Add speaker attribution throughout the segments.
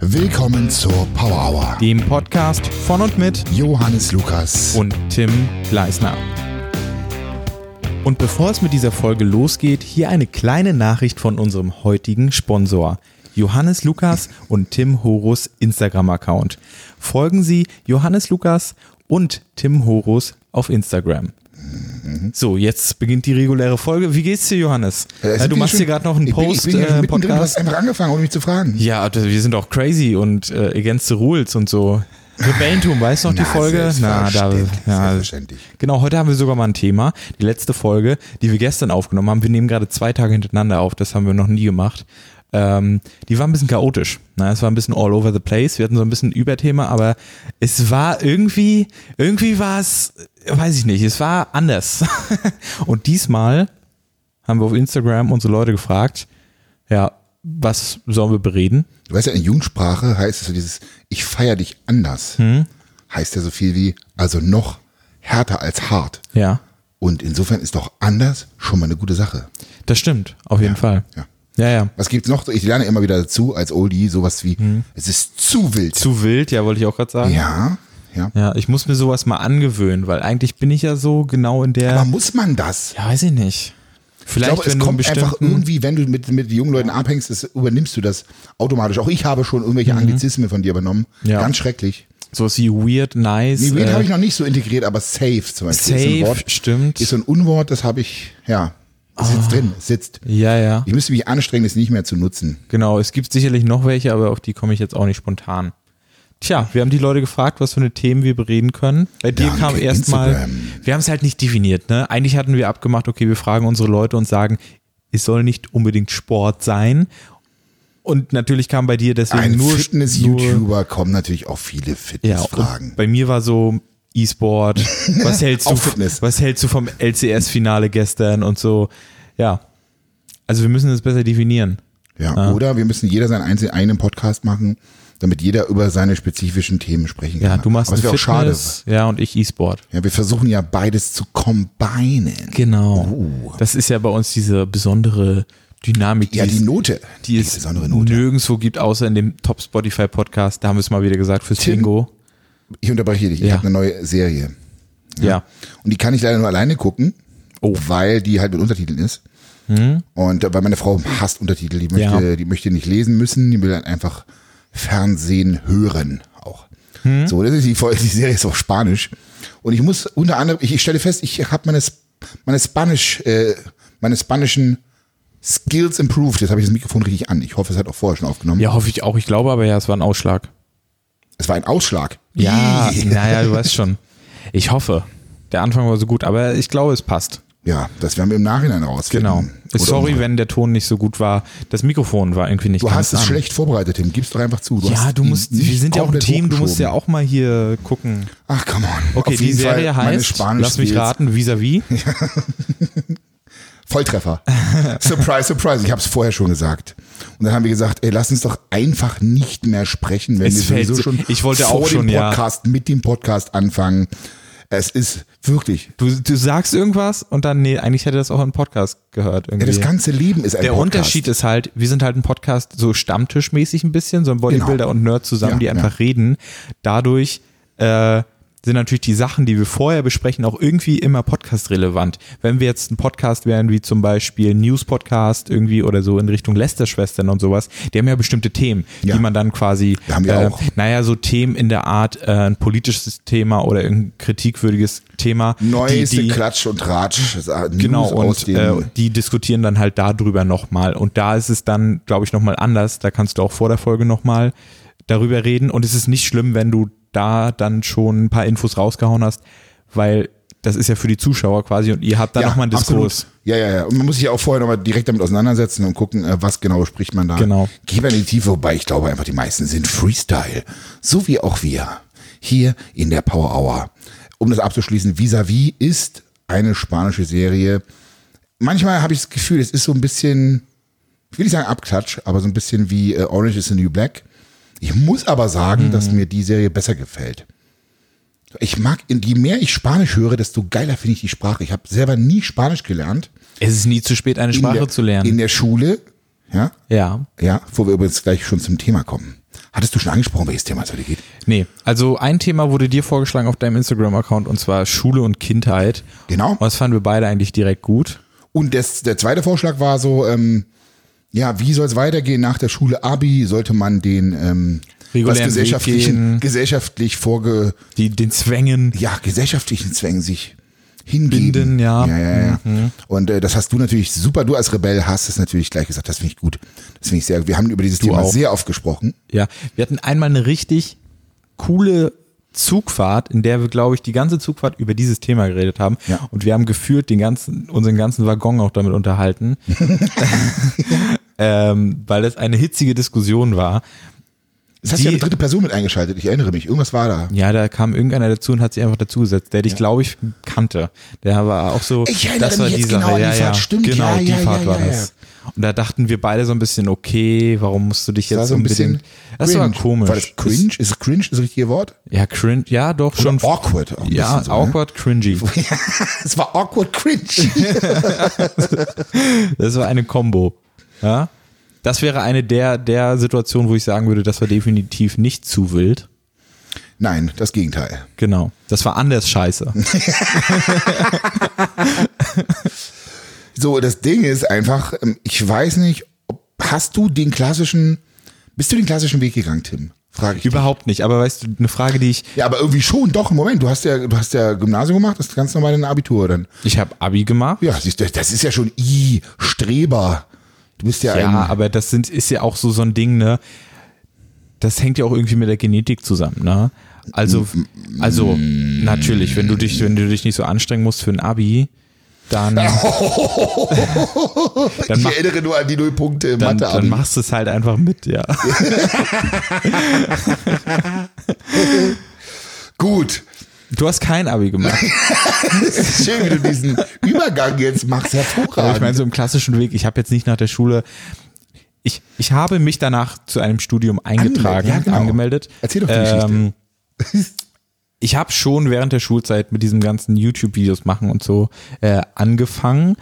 Speaker 1: Willkommen zur Power Hour.
Speaker 2: dem Podcast von und mit
Speaker 1: Johannes Lukas.
Speaker 2: und Tim Gleisner. Und bevor es mit dieser Folge losgeht, hier eine kleine Nachricht von unserem heutigen Sponsor. Johannes Lukas und Tim Horus Instagram-Account. Folgen Sie Johannes Lukas und Tim Horus auf Instagram. So, jetzt beginnt die reguläre Folge. Wie geht's dir, Johannes?
Speaker 1: Äh,
Speaker 2: Äh,
Speaker 1: sind
Speaker 2: du
Speaker 1: wir
Speaker 2: machst
Speaker 1: schon-
Speaker 2: hier gerade noch einen äh,
Speaker 1: ich bin, ich
Speaker 2: Post-Podcast.
Speaker 1: bin hier schon mittendrin, du hast einfach angefangen, ohne mich zu fragen.
Speaker 2: Ja, das- wir sind auch crazy und äh, against the rules und so. Rebellentum, weißt du noch die
Speaker 1: Na,
Speaker 2: Folge?
Speaker 1: selbstverständlich, selbstverständlich.
Speaker 2: Genau, heute haben wir sogar mal ein Thema. Die letzte Folge, die wir gestern aufgenommen haben. Wir nehmen gerade zwei Tage hintereinander auf, das haben wir noch nie gemacht. Ähm, die war ein bisschen chaotisch. Na, es war ein bisschen all over the place. Wir hatten so ein bisschen ein Überthema, aber es war irgendwie, irgendwie war es, weiß ich nicht, es war anders. Und diesmal haben wir auf Instagram unsere Leute gefragt, ja, was sollen wir bereden?
Speaker 1: Du weißt ja, in Jugendsprache heißt es so dieses Ich feier dich anders.
Speaker 2: Hm?
Speaker 1: Heißt ja so viel wie, also noch härter als hart.
Speaker 2: Ja,
Speaker 1: Und insofern ist doch anders schon mal eine gute Sache.
Speaker 2: das stimmt, auf jeden Fall.
Speaker 1: ja.
Speaker 2: ja. ja.
Speaker 1: Was gibt's noch? Ich lerne immer wieder dazu als Oldie sowas wie, es ist zu wild.
Speaker 2: Hm. Zu wild, ja, wollte ich auch gerade sagen.
Speaker 1: ja, ja.
Speaker 2: Ja, ich muss mir sowas mal angewöhnen, weil eigentlich bin ich ja so genau in der.
Speaker 1: Aber muss man das?
Speaker 2: ja, weiß ich nicht.
Speaker 1: Ich
Speaker 2: Vielleicht,
Speaker 1: glaube, es
Speaker 2: wenn du einen
Speaker 1: kommt einfach
Speaker 2: bestimmten.
Speaker 1: irgendwie, wenn du mit, mit jungen Leuten abhängst, das übernimmst du das automatisch. Auch ich habe schon irgendwelche Anglizismen von dir übernommen.
Speaker 2: Mhm. Ja.
Speaker 1: Ganz schrecklich.
Speaker 2: Sowas wie weird, nice.
Speaker 1: Nee, weird
Speaker 2: äh,
Speaker 1: habe ich noch nicht so integriert, aber safe zum Beispiel. ist so ein
Speaker 2: safe,
Speaker 1: Wort,
Speaker 2: stimmt. Ah.
Speaker 1: ist so ein Unwort, das habe ich, ja, sitzt drin, sitzt.
Speaker 2: ja, ja.
Speaker 1: Ich müsste mich anstrengen, es nicht mehr zu nutzen.
Speaker 2: Genau, es gibt sicherlich noch welche, aber auf die komme ich jetzt auch nicht spontan. Tja, wir haben die Leute gefragt, was für eine Themen wir bereden können. Bei dir
Speaker 1: Danke,
Speaker 2: kam erstmal,
Speaker 1: Instagram.
Speaker 2: wir haben es halt nicht definiert, ne? Eigentlich hatten wir abgemacht, okay, wir fragen unsere Leute und sagen, es soll nicht unbedingt Sport sein. Und natürlich kam bei dir deswegen
Speaker 1: Ein
Speaker 2: nur nur-
Speaker 1: Fitness-YouTuber kommen natürlich auch viele
Speaker 2: Ja,
Speaker 1: Fitness-Fragen.
Speaker 2: und bei mir war so E-Sport, was hältst du,
Speaker 1: Auch
Speaker 2: von-
Speaker 1: Fitness.
Speaker 2: was hältst du vom LCS-Finale gestern und so. Ja. Also wir müssen es besser definieren.
Speaker 1: Ja,
Speaker 2: Ah.
Speaker 1: oder wir müssen jeder seinen einzelnen eigenen Podcast machen, damit jeder über seine spezifischen Themen sprechen
Speaker 2: Ja,
Speaker 1: kann.
Speaker 2: du machst
Speaker 1: Aber es
Speaker 2: ein
Speaker 1: wäre auch schade.
Speaker 2: Fitness, ja, und ich E-Sport.
Speaker 1: Ja, wir versuchen ja beides zu combinen.
Speaker 2: Genau.
Speaker 1: Oh.
Speaker 2: Das ist ja bei uns diese besondere Dynamik, die,
Speaker 1: Ja, die
Speaker 2: es,
Speaker 1: Note.
Speaker 2: die es
Speaker 1: besondere Note.
Speaker 2: nirgendwo gibt, außer in dem Top Spotify Podcast. Da haben wir es mal wieder gesagt fürs
Speaker 1: Tim.
Speaker 2: Bingo.
Speaker 1: Ich unterbreche dich. Ich
Speaker 2: Ja.
Speaker 1: habe eine neue Serie.
Speaker 2: Ja.
Speaker 1: Und die kann ich leider nur alleine gucken,
Speaker 2: Oh. Hm?
Speaker 1: weil die halt mit Untertiteln ist. Und äh, weil meine Frau hasst Untertitel, die möchte,
Speaker 2: Ja.
Speaker 1: die möchte nicht lesen müssen, die will dann einfach Fernsehen hören auch.
Speaker 2: Hm?
Speaker 1: So, das ist die, Folge- die Serie ist auf Spanisch. Und ich muss unter anderem, ich, ich stelle fest, ich habe meine, Sp- meine Spanisch, äh, meine spanischen Skills improved. Jetzt habe ich das Mikrofon richtig an. Ich hoffe, es hat auch vorher schon aufgenommen.
Speaker 2: Ja, hoffe ich auch. Ich glaube aber ja, es war ein Ausschlag.
Speaker 1: Es war ein Ausschlag.
Speaker 2: Ja,
Speaker 1: Ih.
Speaker 2: naja, du weißt schon. Ich hoffe. Der Anfang war so gut, aber ich glaube, es passt.
Speaker 1: Ja, das werden wir im Nachhinein rausfinden.
Speaker 2: Genau.
Speaker 1: Oder
Speaker 2: Sorry,
Speaker 1: unsere-
Speaker 2: wenn der Ton nicht so gut war. Das Mikrofon war irgendwie nicht
Speaker 1: Du hast
Speaker 2: ganz
Speaker 1: es
Speaker 2: an.
Speaker 1: schlecht vorbereitet, Tim. Gib's doch einfach zu. Du
Speaker 2: Ja,
Speaker 1: hast
Speaker 2: du
Speaker 1: ihn
Speaker 2: musst,
Speaker 1: nicht
Speaker 2: wir sind ja auch ein
Speaker 1: komplett
Speaker 2: Team, du musst
Speaker 1: hochgeschoben.
Speaker 2: ja auch mal hier gucken.
Speaker 1: Ach, come on.
Speaker 2: Okay,
Speaker 1: Auf
Speaker 2: die
Speaker 1: jeden
Speaker 2: Serie
Speaker 1: Fall meine
Speaker 2: heißt,
Speaker 1: Spanisch
Speaker 2: lass mich
Speaker 1: Skills.
Speaker 2: raten, vis-à-vis.
Speaker 1: Volltreffer. surprise, surprise. Ich hab's vorher schon gesagt. Und dann haben wir gesagt, ey, lass uns doch einfach nicht mehr sprechen, wenn
Speaker 2: Es
Speaker 1: wir
Speaker 2: fällt
Speaker 1: sowieso
Speaker 2: so-
Speaker 1: schon
Speaker 2: ich wollte
Speaker 1: vor
Speaker 2: auch schon,
Speaker 1: dem
Speaker 2: ja.
Speaker 1: Podcast mit dem Podcast anfangen. Es ist wirklich,
Speaker 2: Du, du sagst irgendwas und dann, nee, eigentlich hätte das auch ein Podcast gehört. Irgendwie.
Speaker 1: ja, das ganze Leben ist ein
Speaker 2: der
Speaker 1: Podcast.
Speaker 2: Unterschied ist halt, wir sind halt ein Podcast so stammtischmäßig ein bisschen, so ein Bodybuilder
Speaker 1: Genau.
Speaker 2: und Nerd zusammen,
Speaker 1: Ja,
Speaker 2: die einfach reden. Dadurch äh, sind natürlich die Sachen, die wir vorher besprechen, auch irgendwie immer podcast-relevant. Wenn wir jetzt ein Podcast wären, wie zum Beispiel News-Podcast irgendwie oder so in Richtung Lästerschwestern und sowas, die haben ja bestimmte Themen,
Speaker 1: Ja.
Speaker 2: die man dann quasi,
Speaker 1: Da haben wir
Speaker 2: äh,
Speaker 1: auch.
Speaker 2: naja, so Themen in der Art, äh, ein politisches Thema oder ein kritikwürdiges Thema. die-
Speaker 1: Neueste
Speaker 2: die,
Speaker 1: Klatsch und Ratsch. das ist News
Speaker 2: Genau,
Speaker 1: aus
Speaker 2: und
Speaker 1: dem,
Speaker 2: äh, die diskutieren dann halt darüber nochmal. Und da ist es dann, glaube ich, nochmal anders. Da kannst du auch vor der Folge nochmal darüber reden. Und es ist nicht schlimm, wenn du da dann schon ein paar Infos rausgehauen hast, weil das ist ja für die Zuschauer quasi und ihr habt da
Speaker 1: Ja,
Speaker 2: nochmal einen Diskurs.
Speaker 1: absolut. Ja, ja, ja. Und man muss sich ja auch vorher nochmal direkt damit auseinandersetzen und gucken, äh, was genau spricht man da.
Speaker 2: Genau.
Speaker 1: Geh mal in die Tiefe, wobei ich glaube einfach, die meisten sind Freestyle. So wie auch wir. Hier in der Power Hour. Um das abzuschließen, Vis-a-vis ist eine spanische Serie. Manchmal habe ich das Gefühl, es ist so ein bisschen, ich will nicht sagen Abklatsch, aber so ein bisschen wie äh, Orange is the New Black. Ich muss aber sagen,
Speaker 2: Mhm.
Speaker 1: dass mir die Serie besser gefällt. Ich mag, je mehr ich Spanisch höre, desto geiler finde ich die Sprache. Ich habe selber nie Spanisch gelernt.
Speaker 2: Es ist nie zu spät, eine
Speaker 1: in
Speaker 2: Sprache
Speaker 1: der,
Speaker 2: zu lernen.
Speaker 1: In der Schule, ja,
Speaker 2: ja.
Speaker 1: ja, wo wir übrigens gleich schon zum Thema kommen, Hattest du schon angesprochen, welches Thema es heute geht?
Speaker 2: Nee, also ein Thema wurde dir vorgeschlagen auf deinem Instagram-Account und zwar Schule und Kindheit.
Speaker 1: Genau.
Speaker 2: Und das fanden wir beide eigentlich direkt gut.
Speaker 1: Und das, der zweite Vorschlag war so, ähm, ja, wie soll es weitergehen nach der Schule Abi? Sollte man den ähm,
Speaker 2: Regulären Weg gehen.
Speaker 1: gesellschaftlichen, gesellschaftlich vorge,
Speaker 2: Die, den Zwängen.
Speaker 1: ja, gesellschaftlichen Zwängen sich hingeben.
Speaker 2: Binden, ja. Mhm,
Speaker 1: Ja, ja, ja. Und äh, das hast du natürlich super, du als Rebell hast es natürlich gleich gesagt, das finde ich gut. Das finde ich sehr gut. Wir haben über dieses Thema
Speaker 2: auch.
Speaker 1: sehr oft gesprochen.
Speaker 2: Ja, wir hatten einmal eine richtig coole Zugfahrt, in der wir, glaube ich, die ganze Zugfahrt über dieses Thema geredet haben.
Speaker 1: Ja.
Speaker 2: Und wir haben gefühlt den ganzen, unseren ganzen Waggon auch damit unterhalten, ähm, weil das eine hitzige Diskussion war.
Speaker 1: Es hat
Speaker 2: Die-
Speaker 1: ja eine dritte Person mit eingeschaltet, ich erinnere mich. Irgendwas war da.
Speaker 2: Ja, da kam irgendeiner dazu und hat sich einfach dazugesetzt, der dich, glaube ich, kannte. Der war auch so,
Speaker 1: Ich erinnere mich jetzt genau an die
Speaker 2: ja, ja,
Speaker 1: Fahrt, stimmt,
Speaker 2: genau,
Speaker 1: ja,
Speaker 2: die
Speaker 1: ja,
Speaker 2: Fahrt
Speaker 1: ja,
Speaker 2: war
Speaker 1: ja,
Speaker 2: das. Und da dachten wir beide so ein bisschen, okay, warum musst du dich
Speaker 1: war
Speaker 2: jetzt
Speaker 1: so ein bisschen
Speaker 2: unbedingt, das war
Speaker 1: cringe.
Speaker 2: komisch.
Speaker 1: War das cringe? Ist cringe das richtige Wort?
Speaker 2: Ja, cringe, ja, doch schon.
Speaker 1: Oder awkward. Auch ein
Speaker 2: Ja,
Speaker 1: bisschen so, ne?
Speaker 2: awkward cringy.
Speaker 1: Es war awkward cringe.
Speaker 2: Das war eine Combo. Ja? Das wäre eine der, der Situationen, wo ich sagen würde, das war definitiv nicht zu wild.
Speaker 1: Nein, das Gegenteil.
Speaker 2: Genau. Das war anders scheiße.
Speaker 1: So, das Ding ist einfach, ähm, ich weiß nicht, ob, hast du den klassischen, bist du den klassischen Weg gegangen, Tim? Frage ich.
Speaker 2: Überhaupt nicht. Aber weißt du, eine Frage, die ich,
Speaker 1: Ja, aber irgendwie schon, doch, im Moment, du hast ja, du hast ja Gymnasium gemacht, das ist ganz normal dein Abitur dann.
Speaker 2: ich habe Abi gemacht.
Speaker 1: Ja, siehst du, das ist ja schon I, Streber. Du bist ja,
Speaker 2: Ja,
Speaker 1: ein,
Speaker 2: aber das sind, ist ja auch so, so ein Ding, ne? Das hängt ja auch irgendwie mit der Genetik zusammen, ne? Also, also, natürlich, wenn du dich, wenn du dich nicht so anstrengen musst für ein Abi, dann,
Speaker 1: ich
Speaker 2: mach-
Speaker 1: erinnere nur an die null Punkte
Speaker 2: dann,
Speaker 1: Mathe.
Speaker 2: dann machst du es halt einfach mit, ja.
Speaker 1: Gut.
Speaker 2: Du hast kein Abi gemacht.
Speaker 1: Schön, wie du diesen Übergang jetzt machst.
Speaker 2: Aber
Speaker 1: Hervorragend.
Speaker 2: ich meine, so im klassischen Weg, ich habe jetzt nicht nach der Schule. Ich, ich habe mich danach zu einem Studium
Speaker 1: Angemeldet,
Speaker 2: eingetragen,
Speaker 1: ja, genau.
Speaker 2: angemeldet.
Speaker 1: Erzähl doch die
Speaker 2: ähm, Ich habe schon während der Schulzeit mit diesem ganzen YouTube-Videos machen und so äh, angefangen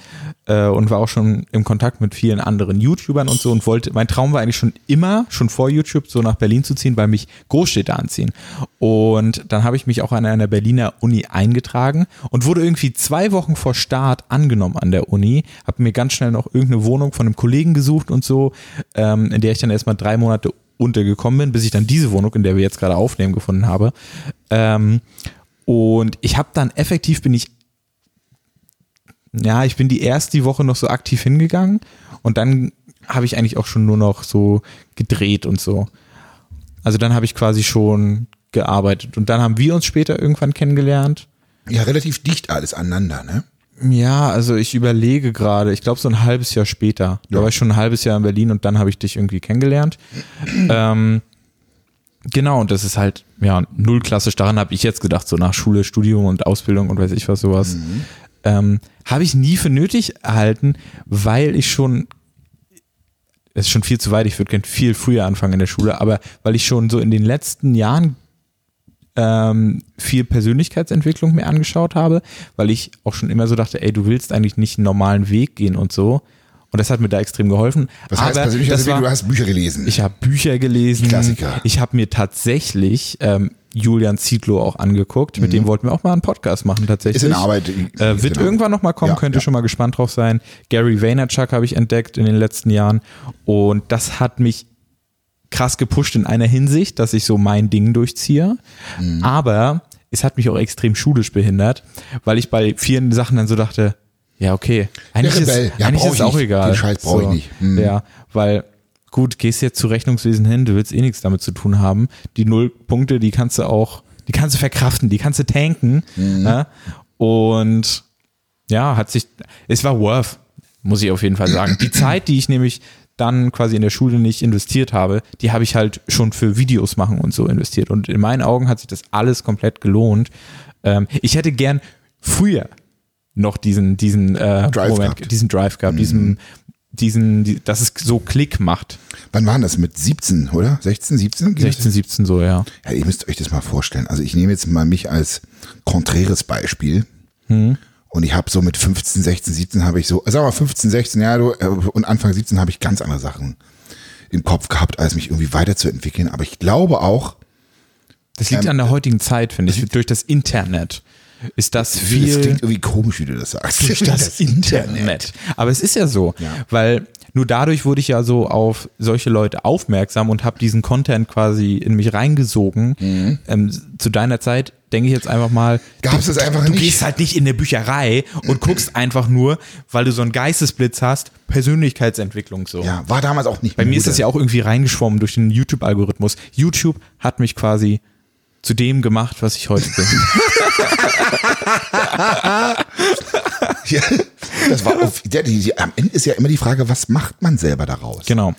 Speaker 2: äh, und war auch schon im Kontakt mit vielen anderen YouTubern und so und wollte, mein Traum war eigentlich schon immer, schon vor YouTube, so nach Berlin zu ziehen, weil mich Großstädter anziehen. Und dann habe ich mich auch an einer Berliner Uni eingetragen und wurde irgendwie zwei Wochen vor Start angenommen an der Uni, habe mir ganz schnell noch irgendeine Wohnung von einem Kollegen gesucht und so, ähm, in der ich dann erstmal drei Monate untergekommen bin, bis ich dann diese Wohnung, in der wir jetzt gerade aufnehmen, gefunden habe. Ähm, und ich habe dann effektiv bin ich, ja, ich bin die erste Woche noch so aktiv hingegangen und dann habe ich eigentlich auch schon nur noch so gedreht und so. Also dann habe ich quasi schon gearbeitet und dann haben wir uns später irgendwann kennengelernt.
Speaker 1: ja, relativ dicht alles aneinander, ne?
Speaker 2: Ja, also ich überlege gerade, ich glaube so ein halbes Jahr später. Da war ich schon ein halbes Jahr in Berlin und dann habe ich dich irgendwie kennengelernt. ähm, genau, und das ist halt, ja, null klassisch daran habe ich jetzt gedacht, so nach Schule, Studium und Ausbildung und weiß ich was sowas.
Speaker 1: Mhm.
Speaker 2: Ähm, habe ich nie für nötig erhalten, weil ich schon, es ist schon viel zu weit, ich würde gern viel früher anfangen in der Schule, aber weil ich schon so in den letzten Jahren ähm, viel Persönlichkeitsentwicklung mir angeschaut habe, weil ich auch schon immer so dachte, ey, du willst eigentlich nicht einen normalen Weg gehen und so. Und das hat mir da extrem geholfen.
Speaker 1: Was heißt
Speaker 2: Aber
Speaker 1: persönlich,
Speaker 2: das
Speaker 1: also,
Speaker 2: war-
Speaker 1: du hast Bücher gelesen.
Speaker 2: ich habe Bücher gelesen.
Speaker 1: Klassiker.
Speaker 2: Ich habe mir tatsächlich ähm, Julian Zietlow auch angeguckt. Mit dem wollten wir auch mal einen Podcast machen tatsächlich.
Speaker 1: Mhm. ist in Arbeit.
Speaker 2: Äh, wird irgendwann nochmal kommen,
Speaker 1: Ja,
Speaker 2: könnt ihr
Speaker 1: ja.
Speaker 2: schon mal gespannt drauf sein. Gary Vaynerchuk habe ich entdeckt in den letzten Jahren. Und das hat mich krass gepusht in einer Hinsicht, dass ich so mein Ding durchziehe.
Speaker 1: Mhm.
Speaker 2: Aber es hat mich auch extrem schulisch behindert, weil ich bei vielen Sachen dann so dachte, ja, okay, eigentlich ist,
Speaker 1: Rebell. Ja,
Speaker 2: eigentlich
Speaker 1: brauch
Speaker 2: ist es
Speaker 1: ich
Speaker 2: auch
Speaker 1: nicht.
Speaker 2: egal.
Speaker 1: Den Scheiß brauch ich nicht. Mhm.
Speaker 2: Ja, weil gut, gehst jetzt zu Rechnungswesen hin, du willst eh nichts damit zu tun haben. Die null Punkte, die kannst du auch, die kannst du verkraften, die kannst du tanken.
Speaker 1: Mhm.
Speaker 2: Ne? Und ja, hat sich, es war worth, muss ich auf jeden Fall sagen. Die Zeit, die ich nämlich dann quasi in der Schule nicht investiert habe, die habe ich halt schon für Videos machen und so investiert. Und in meinen Augen hat sich das alles komplett gelohnt. Ähm, ich hätte gern früher noch diesen, diesen äh,
Speaker 1: Drive
Speaker 2: Moment,
Speaker 1: gehabt.
Speaker 2: diesen Drive gehabt, diesen, diesen, die, dass es so Klick macht.
Speaker 1: Wann waren das? Mit 17, oder? 16, 17?
Speaker 2: 16, 17 so, ja.
Speaker 1: Ja, ihr müsst euch das mal vorstellen. Also ich nehme jetzt mal mich als konträres Beispiel.
Speaker 2: Hm.
Speaker 1: Und ich habe so mit 15, 16, 17 habe ich so, sag mal 15, 16, ja, du, äh, und Anfang 17 habe ich ganz andere Sachen im Kopf gehabt, als mich irgendwie weiterzuentwickeln. Aber ich glaube auch,
Speaker 2: Das liegt
Speaker 1: Ähm,
Speaker 2: an der heutigen Zeit, finde ich. Durch das Internet ist das viel.
Speaker 1: das klingt irgendwie komisch, wie du das sagst.
Speaker 2: durch äh, das Internet. Aber es ist ja so,
Speaker 1: Ja.
Speaker 2: weil nur dadurch wurde ich ja so auf solche Leute aufmerksam und habe diesen Content quasi in mich reingesogen. Ähm, zu deiner Zeit denke ich jetzt einfach mal,
Speaker 1: Mhm. Gab's es einfach
Speaker 2: du
Speaker 1: nicht.
Speaker 2: gehst halt nicht in eine Bücherei und guckst einfach nur, weil du so einen Geistesblitz hast, Persönlichkeitsentwicklung so.
Speaker 1: Ja, war damals auch nicht
Speaker 2: Bei mir ist das ja auch irgendwie reingeschwommen durch den YouTube-Algorithmus. YouTube hat mich quasi zu dem gemacht, was ich heute bin.
Speaker 1: Ja, das war auf, ja, die, die, am Ende ist ja immer die Frage, was macht man selber daraus?
Speaker 2: genau.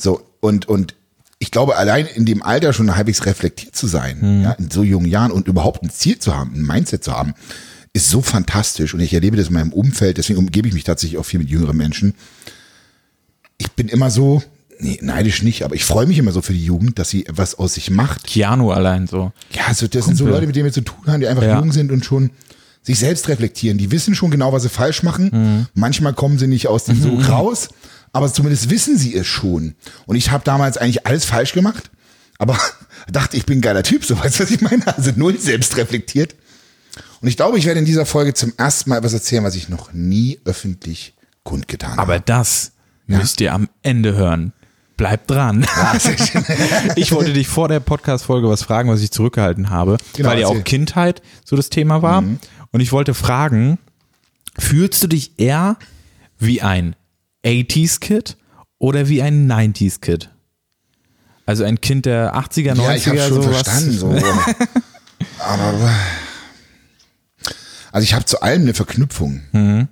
Speaker 1: So, und, und ich glaube, allein in dem Alter schon halbwegs reflektiert zu sein, ja, in so jungen Jahren und überhaupt ein Ziel zu haben, ein Mindset zu haben, ist so fantastisch. Und ich erlebe das in meinem Umfeld, deswegen umgebe ich mich tatsächlich auch viel mit jüngeren Menschen. Ich bin immer so, nee, neidisch nicht, aber ich freue mich immer so für die Jugend, dass sie etwas aus sich macht.
Speaker 2: Keanu allein so.
Speaker 1: Ja, so, das sind so
Speaker 2: Kumpel.
Speaker 1: Leute, mit denen wir zu tun haben, die einfach
Speaker 2: Ja.
Speaker 1: jung sind und schon sich selbst reflektieren. Die wissen schon genau, was sie falsch machen.
Speaker 2: Mhm.
Speaker 1: Manchmal kommen sie nicht aus dem Sog raus, aber zumindest wissen sie es schon. Und ich habe damals eigentlich alles falsch gemacht, aber dachte, ich bin ein geiler Typ, so weißt du, was ich meine? Also null selbst reflektiert. Und ich glaube, ich werde in dieser Folge zum ersten Mal etwas erzählen, was ich noch nie öffentlich kundgetan habe.
Speaker 2: Aber das müsst ihr am Ende hören. Bleibt dran. ich wollte dich vor der Podcast-Folge was fragen, was ich zurückgehalten habe,
Speaker 1: Genau,
Speaker 2: weil ja auch
Speaker 1: erzähl.
Speaker 2: Kindheit so das Thema war. Und ich wollte fragen, fühlst du dich eher wie ein 80s-Kid oder wie ein 90s-Kid? Also ein Kind der 80er, 90er,
Speaker 1: Ja, ich habe schon
Speaker 2: sowas.
Speaker 1: verstanden. So. aber also ich habe zu allem eine Verknüpfung.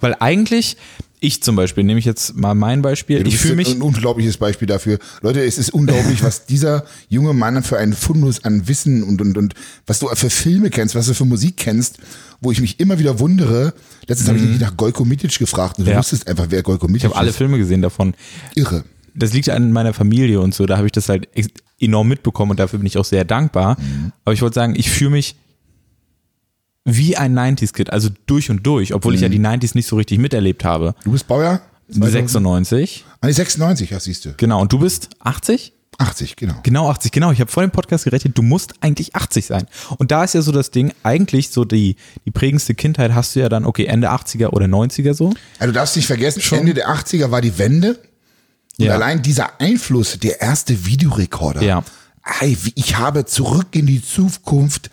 Speaker 2: Weil eigentlich, ich zum Beispiel, nehme ich jetzt mal mein Beispiel,
Speaker 1: Du
Speaker 2: ich
Speaker 1: bist
Speaker 2: fühle mich
Speaker 1: ein unglaubliches Beispiel dafür. Leute, es ist unglaublich, was dieser junge Mann für einen Fundus an Wissen und, und, und was du für Filme kennst, was du für Musik kennst, wo ich mich immer wieder wundere. Letztens habe ich dich nach Golko Mitic gefragt und du
Speaker 2: Mhm. Ja.
Speaker 1: wusstest einfach, wer Golko Mitic
Speaker 2: ich habe alle
Speaker 1: ist.
Speaker 2: Filme gesehen davon.
Speaker 1: Irre.
Speaker 2: das liegt an meiner Familie und so, da habe ich das halt ex- enorm mitbekommen und dafür bin ich auch sehr dankbar. Aber ich wollte sagen, ich fühle mich wie ein 90s-Kid, also durch und durch, obwohl ich ja die 90s nicht so richtig miterlebt habe.
Speaker 1: Du bist Baujahr?
Speaker 2: 96,
Speaker 1: Ah, nee, 96, ja, siehst du.
Speaker 2: genau. Und du bist 80?
Speaker 1: 80, genau.
Speaker 2: Genau 80, genau. Ich habe vor dem Podcast gerechnet, du musst eigentlich 80 sein. Und da ist ja so das Ding, eigentlich so die, die prägendste Kindheit hast du ja dann, okay, Ende 80er oder 90er so.
Speaker 1: Also du darfst nicht vergessen, Ende der 80er war die Wende. Und
Speaker 2: Ja.
Speaker 1: allein dieser Einfluss, der erste Videorekorder.
Speaker 2: Ja.
Speaker 1: Ey, wie- ich habe zurück in die Zukunft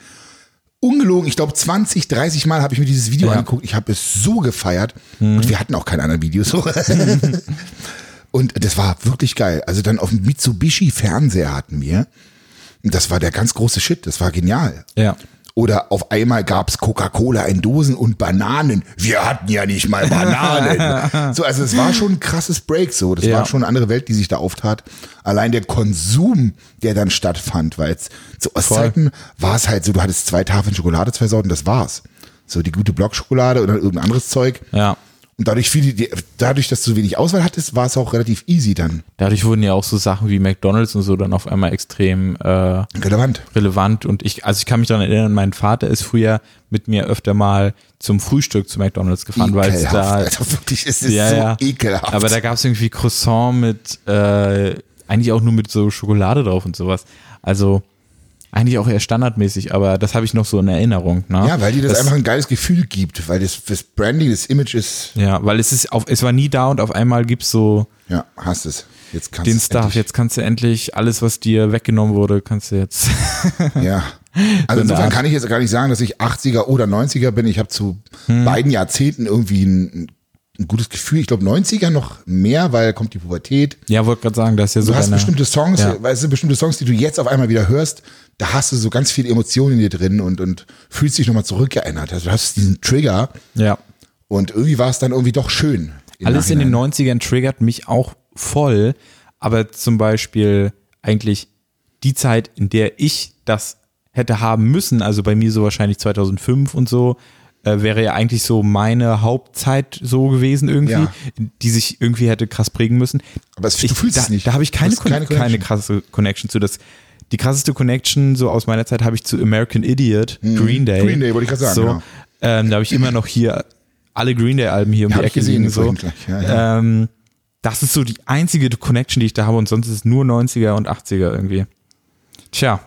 Speaker 1: ungelogen, ich glaube 20, 30 Mal habe ich mir dieses Video
Speaker 2: Ja. Mhm.
Speaker 1: angeguckt. Ich habe es so gefeiert und wir hatten auch kein anderes Video so. und das war wirklich geil. Also dann auf dem Mitsubishi Fernseher hatten wir. Und das war der ganz große Shit, das war genial.
Speaker 2: Ja.
Speaker 1: Oder auf einmal gab's Coca-Cola in Dosen und Bananen. Wir hatten ja nicht mal Bananen. so, also es war schon ein krasses Break. So, das
Speaker 2: Ja.
Speaker 1: war schon eine andere Welt, die sich da auftat. Allein der Konsum, der dann stattfand, weil es zu Ostzeiten war es halt so, du hattest zwei Tafeln Schokolade, zwei Sorten, das war's. So die gute Blockschokolade oder irgendein anderes Zeug.
Speaker 2: Ja.
Speaker 1: Und dadurch, viele, die, dadurch, dass du wenig Auswahl hattest, war es auch relativ easy dann
Speaker 2: Dadurch wurden ja auch so Sachen wie McDonalds und so dann auf einmal extrem äh,
Speaker 1: relevant.
Speaker 2: relevant und ich, also ich kann mich daran erinnern, mein Vater ist früher mit mir öfter mal zum Frühstück zu McDonalds gefahren, weil es da,
Speaker 1: also wirklich, es ist
Speaker 2: ja,
Speaker 1: so
Speaker 2: ja,
Speaker 1: ekelhaft.
Speaker 2: aber da gab es irgendwie Croissant mit, äh, eigentlich auch nur mit so Schokolade drauf und sowas. Also eigentlich auch eher standardmäßig, aber das habe ich noch so in Erinnerung. Ne?
Speaker 1: Ja, weil dir das, einfach ein geiles Gefühl gibt, weil das, das Branding, das Image ist,
Speaker 2: ja, weil es ist auf, es war nie da und auf einmal gibt's so
Speaker 1: ja, hast es. Jetzt kannst
Speaker 2: den
Speaker 1: du's
Speaker 2: Stuff.
Speaker 1: endlich.
Speaker 2: Jetzt kannst du endlich alles, was dir weggenommen wurde, kannst du jetzt.
Speaker 1: Ja. Also insofern
Speaker 2: Art.
Speaker 1: kann ich jetzt gar nicht sagen, dass ich 80er oder 90er bin. Ich habe zu
Speaker 2: Hm.
Speaker 1: beiden Jahrzehnten irgendwie ein, ein gutes Gefühl. Ich glaube 90er noch mehr, weil kommt die Pubertät.
Speaker 2: ja, wollte gerade sagen, das ist ja so
Speaker 1: Du hast
Speaker 2: deine-
Speaker 1: bestimmte Songs,
Speaker 2: Ja.
Speaker 1: weißt du, bestimmte Songs, die du jetzt auf einmal wieder hörst, da hast du so ganz viel Emotionen in dir drin und, und fühlst dich nochmal zurückgeerinnert. Also du hast diesen Trigger
Speaker 2: ja.
Speaker 1: und irgendwie war es dann irgendwie doch schön. im
Speaker 2: Alles in
Speaker 1: Nachhinein.
Speaker 2: den 90ern triggert mich auch voll, aber zum Beispiel eigentlich die Zeit, in der ich das hätte haben müssen, also bei mir so wahrscheinlich 2005 und so, äh, wäre ja eigentlich so meine Hauptzeit so gewesen irgendwie,
Speaker 1: Ja.
Speaker 2: die sich irgendwie hätte krass prägen müssen.
Speaker 1: Aber es- du fühlst
Speaker 2: da,
Speaker 1: es nicht.
Speaker 2: Da habe ich
Speaker 1: Du
Speaker 2: keine,
Speaker 1: hast
Speaker 2: Con
Speaker 1: keine
Speaker 2: keine,
Speaker 1: Connection.
Speaker 2: krasse Connection zu. Das, die krasseste Connection so aus meiner Zeit habe ich zu American Idiot, Green Day.
Speaker 1: Mhm. Green Day, wollte ich gerade sagen,
Speaker 2: So,
Speaker 1: genau.
Speaker 2: ähm, da habe ich immer noch hier alle Green Day-Alben hier um
Speaker 1: Ja,
Speaker 2: die
Speaker 1: hab ich
Speaker 2: Ecke
Speaker 1: gesehen
Speaker 2: liegen. So.
Speaker 1: vorhin gleich, ja, ja.
Speaker 2: Ähm, Das ist so die einzige Connection, die ich da habe und sonst ist es nur 90er und 80er irgendwie. Tja,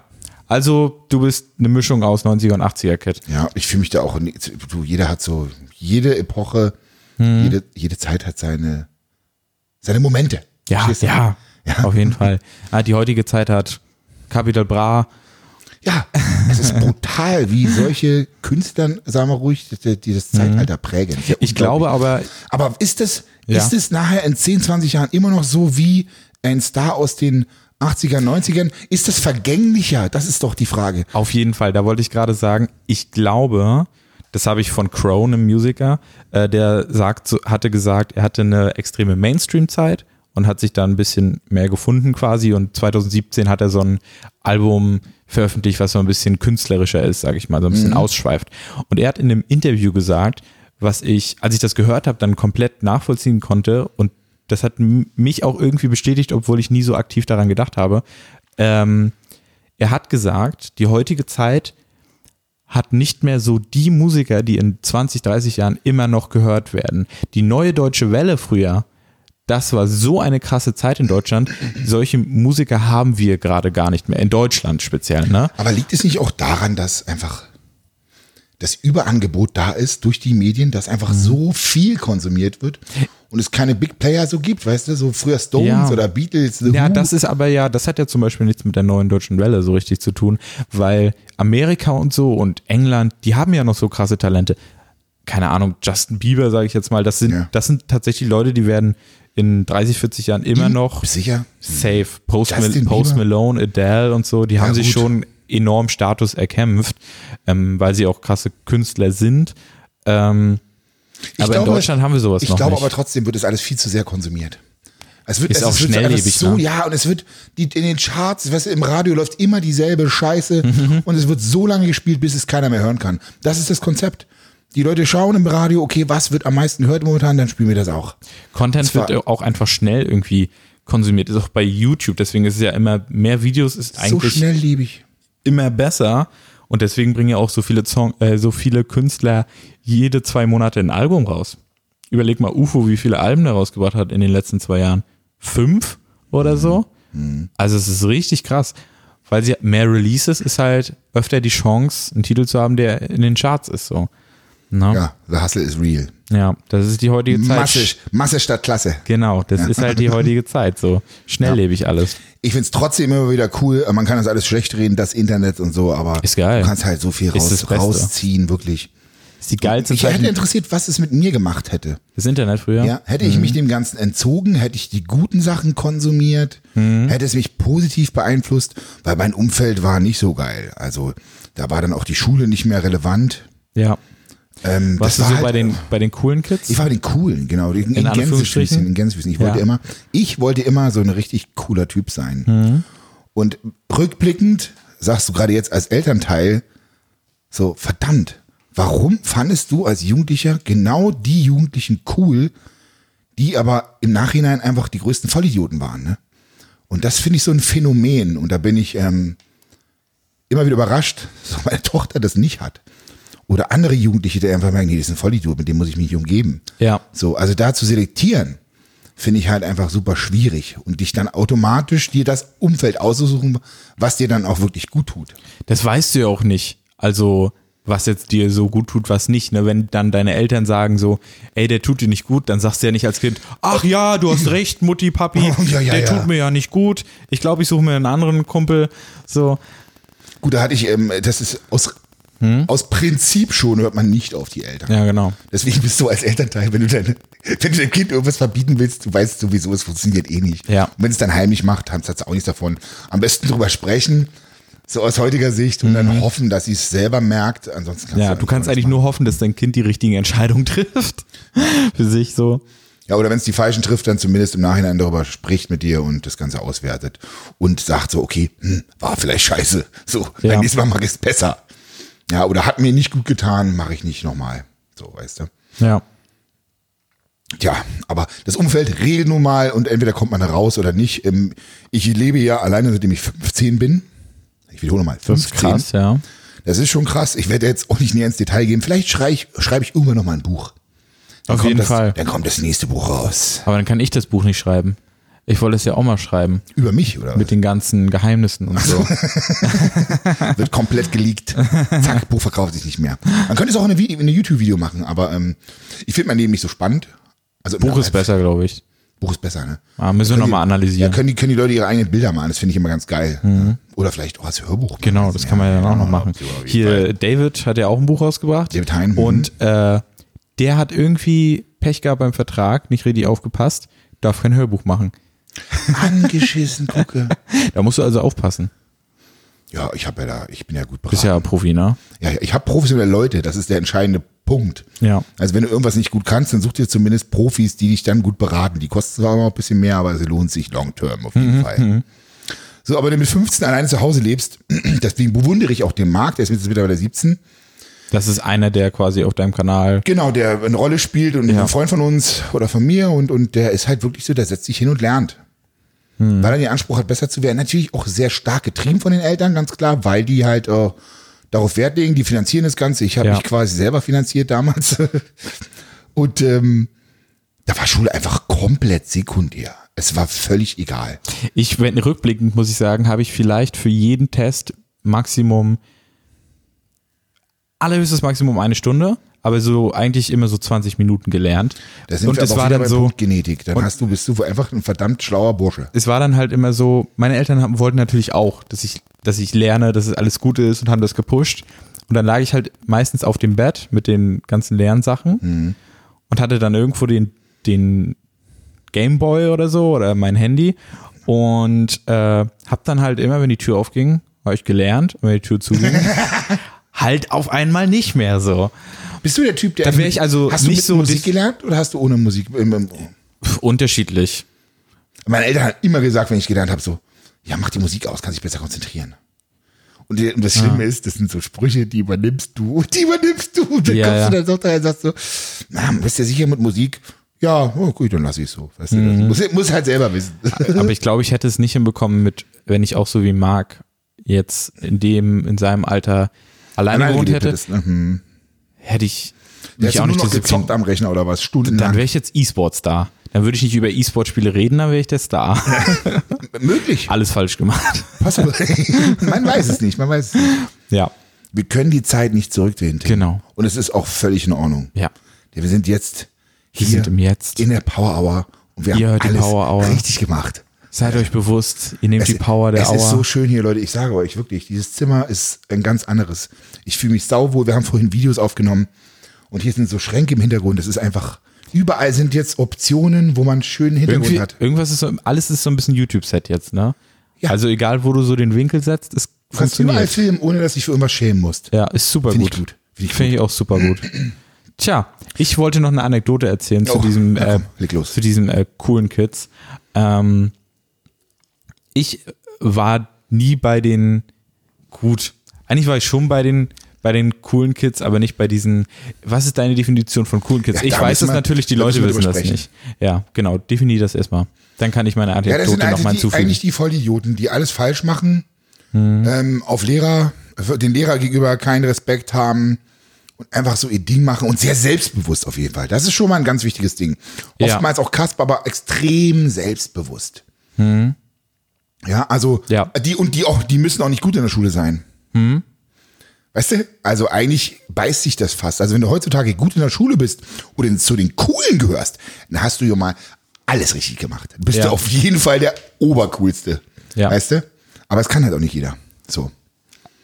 Speaker 2: also du bist eine Mischung aus 90er und 80er, Kid.
Speaker 1: Ja, ich fühle mich da auch. nie- Du, jeder hat so, jede Epoche,
Speaker 2: Hm.
Speaker 1: jede, jede Zeit hat seine, seine Momente.
Speaker 2: Ja,
Speaker 1: Verstehst du?
Speaker 2: ja, auf jeden Fall. Ah, die heutige Zeit hat Capital Bra.
Speaker 1: Ja, es ist brutal, wie solche Künstlern, sagen wir ruhig, die, die das Zeitalter prägen. Ist ja
Speaker 2: Mhm. Ich glaube aber,
Speaker 1: Aber ist es,
Speaker 2: Ja.
Speaker 1: ist es nachher in 10, 20 Jahren immer noch so wie ein Star aus den 80ern, 90ern? Ist das vergänglicher? Das ist doch die Frage.
Speaker 2: Auf jeden Fall, da wollte ich gerade sagen, ich glaube, das habe ich von Crone, einem Musiker, äh, der sagt, so- hatte gesagt, er hatte eine extreme Mainstream-Zeit und hat sich da ein bisschen mehr gefunden quasi und 2017 hat er so ein Album veröffentlicht, was so ein bisschen künstlerischer ist, sage ich mal, so ein bisschen ausschweift. Und er hat in einem Interview gesagt, was ich, als ich das gehört habe, dann komplett nachvollziehen konnte und das hat m- mich auch irgendwie bestätigt, obwohl ich nie so aktiv daran gedacht habe. Ähm, er hat gesagt, die heutige Zeit hat nicht mehr so die Musiker, die in 20, 30 Jahren immer noch gehört werden. Die neue deutsche Welle früher, das war so eine krasse Zeit in Deutschland. Solche Musiker haben wir gerade gar nicht mehr. In Deutschland speziell, ne?
Speaker 1: Aber liegt es nicht auch daran, dass einfach das Überangebot da ist durch die Medien, dass einfach
Speaker 2: Mhm.
Speaker 1: so viel konsumiert wird und es keine Big Player so gibt, weißt du, so früher Stones
Speaker 2: Ja.
Speaker 1: oder Beatles. The
Speaker 2: Ja,
Speaker 1: Who.
Speaker 2: das ist aber ja, das hat ja zum Beispiel nichts mit der neuen deutschen Welle so richtig zu tun, weil Amerika und so und England, die haben ja noch so krasse Talente. Keine Ahnung, Justin Bieber, sage ich jetzt mal, das sind,
Speaker 1: Ja.
Speaker 2: das sind tatsächlich Leute, die werden in 30, 40 Jahren immer noch
Speaker 1: sicher.
Speaker 2: safe. Post,
Speaker 1: Justin
Speaker 2: Mal
Speaker 1: Bieber.
Speaker 2: Post Malone, Adele und so, die haben sich
Speaker 1: gut.
Speaker 2: schon enorm Status erkämpft, ähm, weil sie auch krasse Künstler sind. Ähm,
Speaker 1: Ich
Speaker 2: aber in Deutschland haben wir sowas
Speaker 1: ich
Speaker 2: noch
Speaker 1: glaube
Speaker 2: nicht.
Speaker 1: aber trotzdem wird es alles viel zu sehr konsumiert. Es wird,
Speaker 2: Ist
Speaker 1: es
Speaker 2: auch
Speaker 1: wird so-
Speaker 2: schnelllebig,
Speaker 1: es ist so,
Speaker 2: ne?
Speaker 1: ja, und es wird die, in den Charts, weißt du, im Radio läuft immer dieselbe Scheiße
Speaker 2: Mhm.
Speaker 1: und es wird so lange gespielt, bis es keiner mehr hören kann. Das ist das Konzept. Die Leute schauen im Radio, okay, was wird am meisten gehört momentan, dann spielen wir das auch.
Speaker 2: Content
Speaker 1: war-
Speaker 2: wird auch einfach schnell irgendwie konsumiert. Ist auch bei YouTube, deswegen ist es ja immer mehr Videos ist
Speaker 1: so
Speaker 2: eigentlich
Speaker 1: schnelllebig.
Speaker 2: immer besser und deswegen bringen ja auch so viele Song, äh, so viele Künstler jede zwei Monate ein Album raus. Überleg mal UFO, wie viele Alben der rausgebracht hat in den letzten zwei Jahren. Fünf
Speaker 1: Mhm.
Speaker 2: oder so? Also es ist richtig krass. Weil sie mehr Releases ist halt öfter die Chance, einen Titel zu haben, der in den Charts ist so. Ne?
Speaker 1: Ja, the hustle is real.
Speaker 2: ja, das ist die heutige Zeit.
Speaker 1: Masse, Masse statt Klasse.
Speaker 2: Genau, das ist halt die heutige Zeit. So schnelllebig alles.
Speaker 1: Ich find's trotzdem immer wieder cool. Man kann das alles schlecht reden, das Internet und so, aber
Speaker 2: Ist geil.
Speaker 1: du kannst halt so viel
Speaker 2: Ist das
Speaker 1: raus,
Speaker 2: Beste.
Speaker 1: rausziehen, wirklich.
Speaker 2: Das ist die geilste
Speaker 1: Ich hätte
Speaker 2: Zeit.
Speaker 1: interessiert, was es mit mir gemacht hätte.
Speaker 2: Das Internet früher.
Speaker 1: Ja, hätte ich
Speaker 2: Mhm.
Speaker 1: mich dem Ganzen entzogen, hätte ich die guten Sachen konsumiert,
Speaker 2: Mhm.
Speaker 1: hätte es mich positiv beeinflusst, weil mein Umfeld war nicht so geil. Also da war dann auch die Schule nicht mehr relevant.
Speaker 2: ja.
Speaker 1: Ähm,
Speaker 2: Warst du
Speaker 1: das
Speaker 2: so
Speaker 1: war halt,
Speaker 2: bei, den, bei den coolen Kids?
Speaker 1: Ich war bei den coolen, genau. In, in,
Speaker 2: Anführungsstrichen?
Speaker 1: Gänsefüßchen, in Gänsefüßchen. Ich wollte
Speaker 2: Ja.
Speaker 1: immer, ich wollte immer so ein richtig cooler Typ sein.
Speaker 2: Mhm.
Speaker 1: Und rückblickend sagst du gerade jetzt als Elternteil, so verdammt, warum fandest du als Jugendlicher genau die Jugendlichen cool, die aber im Nachhinein einfach die größten Vollidioten waren? Ne? Und das finde ich so ein Phänomen. Und da bin ich ähm, immer wieder überrascht, dass auch meine Tochter das nicht hat. Oder andere Jugendliche, die einfach merken, nee, das ist ein Vollidiot, mit dem muss ich mich nicht umgeben.
Speaker 2: Ja.
Speaker 1: So, also da zu selektieren, finde ich halt einfach super schwierig. Und dich dann automatisch dir das Umfeld auszusuchen, was dir dann auch wirklich gut tut.
Speaker 2: Das weißt du ja auch nicht. Also, was jetzt dir so gut tut, was nicht. Ne? Wenn dann deine Eltern sagen so, ey, der tut dir nicht gut, dann sagst du ja nicht als Kind, ach ja, du hast recht, Mutti, Papi,
Speaker 1: Oh, Ja, ja,
Speaker 2: der
Speaker 1: ja.
Speaker 2: tut mir ja nicht gut. Ich glaube, ich suche mir einen anderen Kumpel. So,
Speaker 1: Gut, da hatte ich, ähm, das ist aus, aus Prinzip schon, hört man nicht auf die Eltern.
Speaker 2: Hm? ja, genau.
Speaker 1: Deswegen bist du als Elternteil, wenn du, deine, wenn du deinem Kind irgendwas verbieten willst, du weißt sowieso, es funktioniert eh nicht.
Speaker 2: Ja.
Speaker 1: Und wenn es dann heimlich macht, haben es auch nichts davon. Am besten drüber sprechen, so aus heutiger Sicht, und dann hoffen, dass sie es selber merkt. Ansonsten kannst
Speaker 2: Mhm. Ja, du kannst
Speaker 1: einfach nichts
Speaker 2: eigentlich nur hoffen, dass dein Kind die richtigen Entscheidungen trifft. Für sich so.
Speaker 1: Ja, oder wenn es die Falschen trifft, dann zumindest im Nachhinein darüber spricht mit dir und das Ganze auswertet und sagt so, okay, hm, war vielleicht scheiße. So,
Speaker 2: Ja.
Speaker 1: beim nächsten Mal mache ich es besser. Ja, oder hat mir nicht gut getan, mache ich nicht nochmal. So, weißt du.
Speaker 2: Ja.
Speaker 1: Tja, aber das Umfeld regelt nun mal und entweder kommt man da raus oder nicht. Ähm, Ich lebe ja alleine, seitdem ich 15 bin. Ich wiederhole mal, 15.
Speaker 2: Das ist krass, ja.
Speaker 1: Das ist schon krass. Ich werde jetzt auch nicht näher ins Detail gehen. Vielleicht schrei ich, schreibe ich irgendwann noch mal ein Buch. Dann
Speaker 2: Auf
Speaker 1: kommt
Speaker 2: jeden
Speaker 1: das,
Speaker 2: Fall.
Speaker 1: Dann kommt das nächste Buch raus.
Speaker 2: Aber dann kann ich das Buch nicht schreiben. Ich wollte es ja auch mal schreiben.
Speaker 1: Über mich, oder?
Speaker 2: Mit den ganzen Geheimnissen und so.
Speaker 1: Wird komplett geleakt. Zack, Buch verkauft sich nicht mehr. Man könnte es auch in eine, Vide- in eine YouTube-Video machen, aber ähm, ich finde mein Leben nicht so spannend. Also
Speaker 2: Buch ist besser, glaube ich.
Speaker 1: Buch ist besser, ne?
Speaker 2: Ah, müssen wir nochmal
Speaker 1: Ja,
Speaker 2: analysieren. Mhm.
Speaker 1: können die, können die Leute ihre eigenen Bilder malen, das finde ich immer ganz geil. Oder vielleicht auch als Hörbuch. machen.
Speaker 2: genau, das kann man ja, auch noch machen.
Speaker 1: Option auf jeden Fall.
Speaker 2: Hier, David hat ja auch ein Buch rausgebracht.
Speaker 1: David Hein, mhm.
Speaker 2: Und äh, der hat irgendwie Pech gehabt beim Vertrag, nicht richtig aufgepasst, darf kein Hörbuch machen.
Speaker 1: Angeschissen gucke.
Speaker 2: Da musst du also aufpassen.
Speaker 1: Ja, ich habe ja da, ich bin ja gut
Speaker 2: Bist
Speaker 1: beraten.
Speaker 2: ja Profi, ne?
Speaker 1: Ja, ich habe professionelle Leute, das ist der entscheidende Punkt.
Speaker 2: Ja.
Speaker 1: Also wenn du irgendwas nicht gut kannst, dann such dir zumindest Profis, die dich dann gut beraten. Die kosten zwar immer ein bisschen mehr, aber es lohnt sich long term auf jeden Fall. So, aber wenn du mit 15 alleine zu Hause lebst, deswegen bewundere ich auch den Markt, der ist jetzt mittlerweile 17.
Speaker 2: Das ist einer, der quasi auf deinem Kanal.
Speaker 1: Genau, der eine Rolle spielt und ein Freund von uns oder von mir und, und der ist halt wirklich so, der setzt sich hin und lernt.
Speaker 2: Hm.
Speaker 1: Weil er den Anspruch hat, besser zu werden. Natürlich auch sehr stark getrieben von den Eltern, ganz klar, weil die halt äh, darauf Wert legen, die finanzieren das Ganze. Ich habe
Speaker 2: Ja.
Speaker 1: mich quasi selber finanziert damals. und ähm, da war Schule einfach komplett sekundär. Es war völlig egal.
Speaker 2: Ich, wenn rückblickend muss ich sagen, habe ich vielleicht für jeden Test Maximum, allerhöchstes Maximum eine Stunde, aber so eigentlich immer so 20 Minuten gelernt.
Speaker 1: Da sind
Speaker 2: und
Speaker 1: wir
Speaker 2: es
Speaker 1: aber auch
Speaker 2: war
Speaker 1: wieder
Speaker 2: dann
Speaker 1: bei
Speaker 2: so,
Speaker 1: Punkt Genetik. Dann hast du, bist du einfach ein verdammt schlauer Bursche.
Speaker 2: es war dann halt immer so, meine Eltern haben, wollten natürlich auch, dass ich, dass ich lerne, dass es alles gut ist und haben das gepusht. Und dann lag ich halt meistens auf dem Bett mit den ganzen Lernsachen und hatte dann irgendwo den, den Gameboy oder so oder mein Handy und äh, hab dann halt immer, wenn die Tür aufging, habe ich gelernt und wenn die Tür zuging, halt auf einmal nicht mehr so.
Speaker 1: Bist du der Typ, der.
Speaker 2: Da wär ich also
Speaker 1: hast du
Speaker 2: nicht
Speaker 1: mit
Speaker 2: so
Speaker 1: Musik
Speaker 2: dis-
Speaker 1: gelernt oder hast du ohne Musik? ähm, ähm,
Speaker 2: Pff, unterschiedlich.
Speaker 1: Meine Eltern haben immer gesagt, wenn ich gelernt habe, so, ja, mach die Musik aus, kann sich besser konzentrieren. Und die- und das
Speaker 2: Ah.
Speaker 1: Schlimme ist, das sind so Sprüche, die übernimmst du, die übernimmst du. Und dann
Speaker 2: Ja,
Speaker 1: kommst
Speaker 2: ja.
Speaker 1: du dann doch daher und sagst so, na, bist du sicher mit Musik? Ja, oh, gut, dann lass ich so. Weißt
Speaker 2: Mhm.
Speaker 1: du, das muss, muss halt selber wissen.
Speaker 2: Aber ich glaube, ich hätte es nicht hinbekommen mit, wenn ich auch so wie Marc jetzt in dem, in seinem Alter alleine
Speaker 1: Nein,
Speaker 2: gewohnt
Speaker 1: gelebt
Speaker 2: hätte,
Speaker 1: hättest, ne? Hm.
Speaker 2: hätte ich
Speaker 1: Hättest
Speaker 2: mich
Speaker 1: du nur
Speaker 2: auch nicht
Speaker 1: noch gezockt
Speaker 2: diszipliniert.
Speaker 1: am Rechner oder was?
Speaker 2: Dann
Speaker 1: Stundenlang.
Speaker 2: wäre ich jetzt E-Sport-Star. Dann würde ich nicht über E-Sport-Spiele reden, dann wäre ich der Star.
Speaker 1: Möglich.
Speaker 2: Alles falsch gemacht.
Speaker 1: Possible. man weiß es nicht, man weiß es nicht.
Speaker 2: Ja,
Speaker 1: Wir können die Zeit nicht zurückdrehen. Tim.
Speaker 2: Genau.
Speaker 1: Und es ist auch völlig in Ordnung.
Speaker 2: ja.
Speaker 1: Denn wir sind jetzt hier
Speaker 2: sind im Jetzt.
Speaker 1: in der Power Hour und wir
Speaker 2: Ihr
Speaker 1: haben
Speaker 2: hört die
Speaker 1: alles
Speaker 2: Power Hour.
Speaker 1: richtig gemacht.
Speaker 2: Seid euch bewusst, ihr nehmt die Power der
Speaker 1: es ist so
Speaker 2: Auer.
Speaker 1: schön hier, Leute. Ich sage euch wirklich, dieses Zimmer ist ein ganz anderes. Ich fühle mich sauwohl. Wir haben vorhin Videos aufgenommen und hier sind so Schränke im Hintergrund. Es ist einfach, überall sind jetzt Optionen, wo man einen schönen Hintergrund
Speaker 2: Irgendwie,
Speaker 1: hat.
Speaker 2: irgendwas ist so, alles ist so ein bisschen YouTube-Set jetzt, ne?
Speaker 1: Ja.
Speaker 2: Also egal, wo du so den Winkel setzt, es
Speaker 1: Du kannst überall
Speaker 2: funktioniert.
Speaker 1: filmen, ohne dass du dich für irgendwas schämen musst.
Speaker 2: Ja, ist super
Speaker 1: Find ich
Speaker 2: gut.
Speaker 1: gut. Find
Speaker 2: Finde
Speaker 1: ich
Speaker 2: ich, auch super gut. Tja, ich wollte noch eine Anekdote erzählen zu
Speaker 1: Oh,
Speaker 2: diesem,
Speaker 1: na
Speaker 2: äh,
Speaker 1: komm, leg los.
Speaker 2: Zu diesem äh, coolen Kids. Ähm, ich war nie bei den gut. Eigentlich war ich schon bei den bei den coolen Kids, aber nicht bei diesen. Was ist deine Definition von coolen Kids?
Speaker 1: Ja,
Speaker 2: ich
Speaker 1: da
Speaker 2: weiß
Speaker 1: müssen
Speaker 2: das
Speaker 1: wir-
Speaker 2: natürlich, die
Speaker 1: da
Speaker 2: Leute
Speaker 1: müssen wir
Speaker 2: wissen das
Speaker 1: drüber
Speaker 2: nicht. Ja, genau. Definier das erstmal. Dann kann ich meine
Speaker 1: Ja, das
Speaker 2: Anekdote
Speaker 1: sind
Speaker 2: nochmal
Speaker 1: eigentlich die,
Speaker 2: hinzufügen.
Speaker 1: eigentlich die Vollidioten, die alles falsch machen, ähm, auf Lehrer, äh, den Lehrer gegenüber keinen Respekt haben und einfach so ihr Ding machen und sehr selbstbewusst auf jeden Fall. Das ist schon mal ein ganz wichtiges Ding.
Speaker 2: Ja.
Speaker 1: Oftmals auch Kasper, aber extrem selbstbewusst. Ja, also
Speaker 2: Hm. Ja.
Speaker 1: die und die auch, die müssen auch nicht gut in der Schule sein. Weißt du, also eigentlich beißt sich das fast. Also wenn du heutzutage gut in der Schule bist oder in- zu den Coolen gehörst, dann hast du ja mal alles richtig gemacht. Dann bist
Speaker 2: Ja.
Speaker 1: du auf jeden Fall der Obercoolste.
Speaker 2: Ja.
Speaker 1: Weißt du? Aber es kann halt auch nicht jeder. So.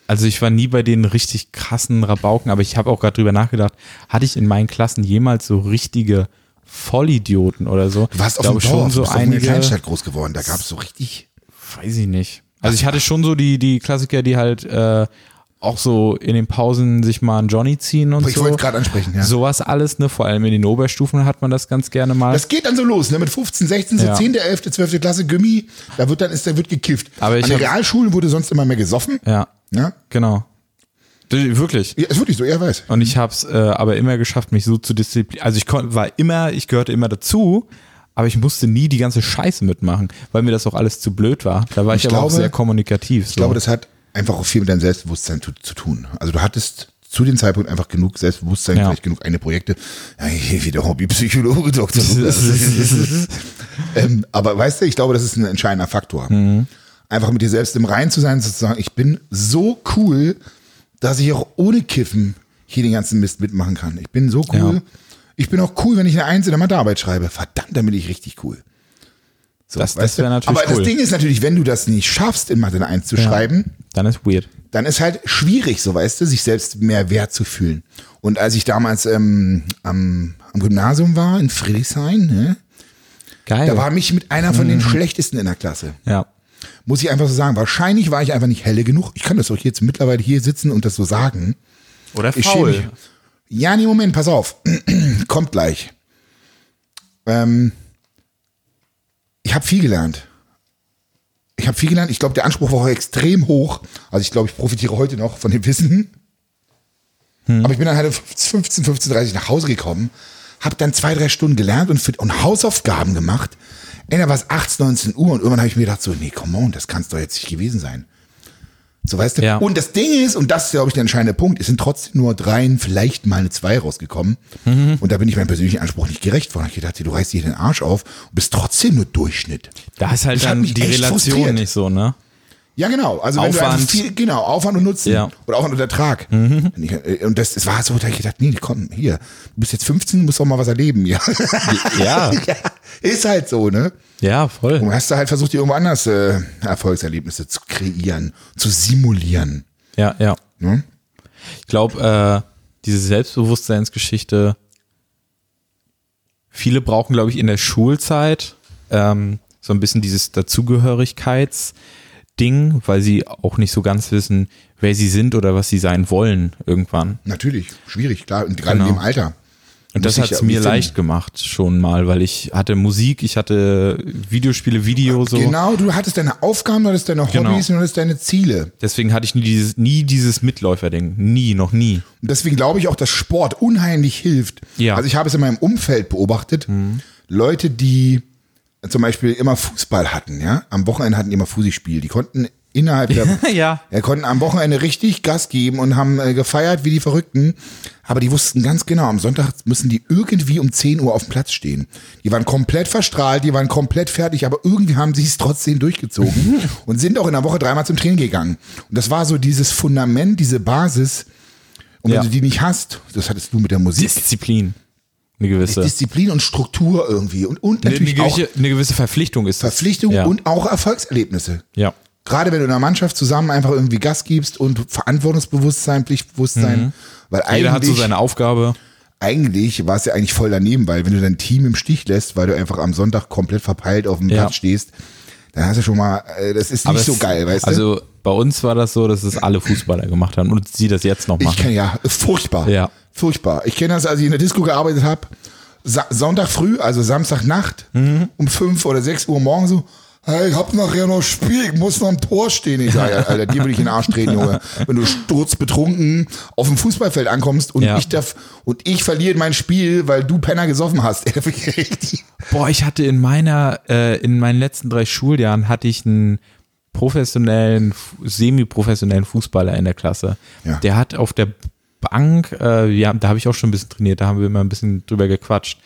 Speaker 2: Also ich war nie bei den richtig krassen Rabauken, aber ich habe auch gerade drüber nachgedacht, hatte ich in meinen Klassen jemals so richtige Vollidioten oder so?
Speaker 1: Du warst
Speaker 2: ich
Speaker 1: auf dem
Speaker 2: glaube
Speaker 1: Dorf,
Speaker 2: schon
Speaker 1: du
Speaker 2: so
Speaker 1: bist auf einer
Speaker 2: einige,
Speaker 1: Kleinstadt groß geworden. Da gab es so richtig.
Speaker 2: weiß ich nicht. Also ich hatte schon so die die Klassiker, die halt äh, auch so in den Pausen sich mal einen Johnny ziehen und
Speaker 1: Ich
Speaker 2: so.
Speaker 1: wollte gerade ansprechen, ja.
Speaker 2: Sowas alles, ne? Vor allem in den Oberstufen hat man das ganz gerne mal.
Speaker 1: Das geht dann so los, ne? Mit 15, 16, so
Speaker 2: Ja.
Speaker 1: 10., 11., 12. Klasse, Gummi, da wird dann ist, da wird gekifft.
Speaker 2: Aber ich
Speaker 1: An den
Speaker 2: hab-
Speaker 1: Realschulen wurde sonst immer mehr gesoffen.
Speaker 2: ja,
Speaker 1: Ja.
Speaker 2: genau. D- Wirklich.
Speaker 1: ja ist wirklich so, ja, weiß.
Speaker 2: Und ich habe es äh, aber immer geschafft, mich so zu disziplinieren. Also ich kon- war immer, ich gehörte immer dazu, aber ich musste nie die ganze Scheiße mitmachen, weil mir das auch alles zu blöd war. Da war ich, aber
Speaker 1: glaube-
Speaker 2: auch sehr kommunikativ. So.
Speaker 1: Ich glaube, das hat einfach auch viel mit deinem Selbstbewusstsein zu, zu tun. Also du hattest zu dem Zeitpunkt einfach genug Selbstbewusstsein,
Speaker 2: Ja.
Speaker 1: vielleicht genug eigene Projekte. Ja, hier wieder Hobbypsychologe, Doktor. ähm, aber weißt du, ich glaube, das ist ein entscheidender Faktor.
Speaker 2: Mhm.
Speaker 1: Einfach mit dir selbst im Reinen zu sein, sozusagen, ich bin so cool, dass ich auch ohne Kiffen hier den ganzen Mist mitmachen kann. Ich bin so cool.
Speaker 2: Ja.
Speaker 1: Ich bin auch cool, wenn ich eine Eins in der Mathearbeit schreibe. Verdammt, dann bin ich richtig cool. So,
Speaker 2: Das- das
Speaker 1: weißt du?
Speaker 2: wär natürlich
Speaker 1: Aber
Speaker 2: cool.
Speaker 1: das Ding ist natürlich, wenn du das nicht schaffst, in Mathe eine Eins zu schreiben,
Speaker 2: Dann ist weird.
Speaker 1: dann ist halt schwierig, so weißt du, sich selbst mehr wert zu fühlen. Und als ich damals ähm, am, am Gymnasium war, in Friedrichshain, ne,
Speaker 2: Geil.
Speaker 1: da war mich mit einer von den schlechtesten in der Klasse.
Speaker 2: ja.
Speaker 1: Muss ich einfach so sagen. Wahrscheinlich war ich einfach nicht helle genug. Ich kann das doch jetzt mittlerweile hier sitzen und das so sagen.
Speaker 2: Oder
Speaker 1: Ich schäme mich. Ja, nee, Moment, pass auf. Kommt gleich. Ähm, ich habe viel gelernt. Ich habe viel gelernt. Ich glaube, der Anspruch war auch extrem hoch. Also ich glaube, ich profitiere heute noch von dem Wissen. Aber ich bin dann halt um 15, 15, 30 nach Hause gekommen, habe dann zwei, drei Stunden gelernt und, fit- und Hausaufgaben gemacht. Ey, da war es 18, 19 Uhr und irgendwann habe ich mir gedacht, so, nee, come on, das kann es doch jetzt nicht gewesen sein. So weißt du?
Speaker 2: Ja.
Speaker 1: Und das Ding ist, und das ist, glaube ich, der entscheidende Punkt, es sind trotzdem nur dreien, vielleicht mal eine zwei rausgekommen. Und da bin ich meinem persönlichen Anspruch nicht gerecht worden. Ich dachte, du reißt dir den Arsch auf und bist trotzdem nur Durchschnitt.
Speaker 2: Da ist halt
Speaker 1: Das hat
Speaker 2: dann
Speaker 1: mich
Speaker 2: die
Speaker 1: echt
Speaker 2: Relation
Speaker 1: frustriert.
Speaker 2: nicht so, ne?
Speaker 1: Ja, genau. Also wenn du
Speaker 2: Aufwand.
Speaker 1: einfach viel, genau, Aufwand und Nutzen
Speaker 2: Ja. Mhm.
Speaker 1: oder Aufwand und Ertrag. Wenn ich- äh, Und das, es war so, da hab ich gedacht, nee, komm, hier, du bist jetzt 15, musst doch mal was erleben, ja.
Speaker 2: Ja.
Speaker 1: ja ist halt so, ne?
Speaker 2: Ja,
Speaker 1: Und
Speaker 2: voll.
Speaker 1: hast du halt versucht, dir irgendwo anders äh, Erfolgserlebnisse zu kreieren, zu simulieren.
Speaker 2: Ja, ja.
Speaker 1: Ne?
Speaker 2: Ich glaube, äh, diese Selbstbewusstseinsgeschichte, viele brauchen, glaube ich, in der Schulzeit ähm, so ein bisschen dieses Dazugehörigkeitsding, weil sie auch nicht so ganz wissen, wer sie sind oder was sie sein wollen irgendwann.
Speaker 1: Natürlich, schwierig, klar, und gerade
Speaker 2: Genau.
Speaker 1: in dem Alter.
Speaker 2: Und das
Speaker 1: Muss
Speaker 2: hat
Speaker 1: ich
Speaker 2: es
Speaker 1: ja
Speaker 2: mir
Speaker 1: irgendwie
Speaker 2: leicht gemacht schon mal, weil ich hatte Musik, ich hatte Videospiele, Video, so.
Speaker 1: Genau, du hattest deine Aufgaben, du hattest deine Hobbys
Speaker 2: Genau.
Speaker 1: und du hattest deine Ziele.
Speaker 2: Deswegen hatte ich nie dieses, nie dieses Mitläuferding. Nie, noch nie.
Speaker 1: Und deswegen glaube ich auch, dass Sport unheimlich hilft.
Speaker 2: Ja. Mhm.
Speaker 1: Also ich habe es in meinem Umfeld beobachtet. Leute, die zum Beispiel immer Fußball hatten, ja, am Wochenende hatten die immer Fußballspiel. Die konnten innerhalb der
Speaker 2: ja.
Speaker 1: ja, konnten am Wochenende richtig Gas geben und haben äh, gefeiert wie die Verrückten. Aber die wussten ganz genau, am Sonntag müssen die irgendwie um 10 Uhr auf dem Platz stehen. Die waren komplett verstrahlt, die waren komplett fertig, aber irgendwie haben sie es trotzdem durchgezogen und sind auch in der Woche dreimal zum Training gegangen. Und das war so dieses Fundament, diese Basis. Und wenn
Speaker 2: Ja.
Speaker 1: du die nicht hast, das hattest du mit der Musik.
Speaker 2: Disziplin. Eine gewisse.
Speaker 1: Disziplin und Struktur irgendwie und, und
Speaker 2: eine, eine,
Speaker 1: natürlich auch
Speaker 2: gewisse eine gewisse Verpflichtung ist das.
Speaker 1: Verpflichtung
Speaker 2: ja.
Speaker 1: und auch Erfolgserlebnisse.
Speaker 2: Ja.
Speaker 1: gerade wenn du in der Mannschaft zusammen einfach irgendwie Gas gibst und Verantwortungsbewusstsein, Pflichtbewusstsein, weil
Speaker 2: Mhm. Jeder hat so
Speaker 1: eigentlich,
Speaker 2: seine Aufgabe.
Speaker 1: eigentlich war es ja eigentlich voll daneben, weil wenn du dein Team im Stich lässt, weil du einfach am Sonntag komplett verpeilt auf dem
Speaker 2: Ja.
Speaker 1: Platz stehst, dann hast du schon mal, äh, das ist nicht so
Speaker 2: es-
Speaker 1: geil, weißt du?
Speaker 2: Also bei uns war das so, dass es alle Fußballer gemacht haben und sie das jetzt noch
Speaker 1: Ich
Speaker 2: machen.
Speaker 1: kenne ja, furchtbar.
Speaker 2: Ja.
Speaker 1: Furchtbar. Ich kenne das, als ich in der Disco gearbeitet habe, Sa Sonntag früh, also Samstagnacht,
Speaker 2: Mhm.
Speaker 1: um 5 oder 6 Uhr morgens so, hey, ich hab nachher noch Spiel, ich muss noch am Tor stehen. Ich sage, Alter, dir will ich in den Arsch treten, Junge. Wenn du sturzbetrunken auf dem Fußballfeld ankommst und
Speaker 2: Ja.
Speaker 1: ich darf, und ich verliere mein Spiel, weil du Penner gesoffen hast. Da bin ich richtig-
Speaker 2: Boah, ich hatte in meiner, äh, in meinen letzten drei Schuljahren hatte ich einen professionellen, fu- semi-professionellen Fußballer in der Klasse.
Speaker 1: Ja.
Speaker 2: Der hat auf der Bank, äh, ja, da habe ich auch schon ein bisschen trainiert, da haben wir immer ein bisschen drüber gequatscht.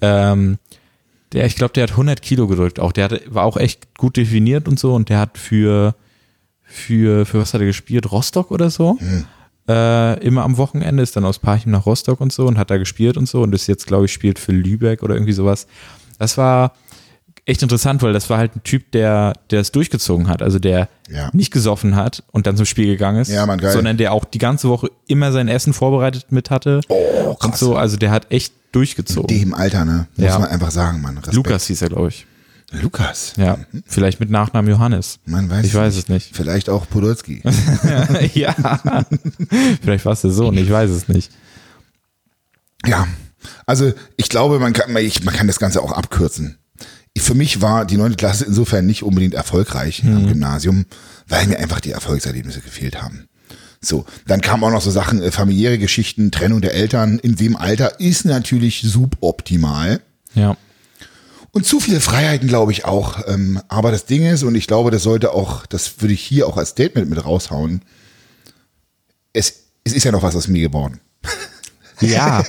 Speaker 2: Ähm, der, ich glaube, der hat 100 Kilo gedrückt auch. Der hatte, war auch echt gut definiert und so und der hat für, für, für was hat er gespielt? Rostock oder so?
Speaker 1: Hm.
Speaker 2: Äh, immer am Wochenende ist dann aus Parchim nach Rostock und so und hat da gespielt und so und ist jetzt, glaube ich, spielt für Lübeck oder irgendwie sowas. Das war echt interessant, weil das war halt ein Typ, der, der es durchgezogen hat, also der
Speaker 1: Ja.
Speaker 2: nicht gesoffen hat und dann zum Spiel gegangen ist,
Speaker 1: Ja, Mann, geil.
Speaker 2: sondern der auch die ganze Woche immer sein Essen vorbereitet mit hatte
Speaker 1: Oh,
Speaker 2: und
Speaker 1: krass.
Speaker 2: so. Also der hat echt durchgezogen.
Speaker 1: Dem Alter, ne? Muss
Speaker 2: Ja.
Speaker 1: man einfach sagen, Mann. Respekt.
Speaker 2: Lukas hieß er, glaube ich.
Speaker 1: Lukas.
Speaker 2: Ja, vielleicht mit Nachnamen Johannes.
Speaker 1: Man weiß
Speaker 2: ich weiß es nicht.
Speaker 1: Vielleicht auch Podolski.
Speaker 2: ja. Vielleicht war es der Sohn, ich weiß es nicht.
Speaker 1: Ja, also ich glaube, man kann, man- ich, man kann das Ganze auch abkürzen. Ich- Für mich war die neunte Klasse insofern nicht unbedingt erfolgreich am Gymnasium, weil mir einfach die Erfolgserlebnisse gefehlt haben. So, dann kamen auch noch so Sachen, äh, familiäre Geschichten, Trennung der Eltern in dem Alter ist natürlich suboptimal.
Speaker 2: Ja.
Speaker 1: Und zu viele Freiheiten, glaube ich, auch. Ähm, aber das Ding ist, und ich glaube, das sollte auch, das würde ich hier auch als Statement mit raushauen. Es es ist ja noch was aus mir geboren.
Speaker 2: Ja.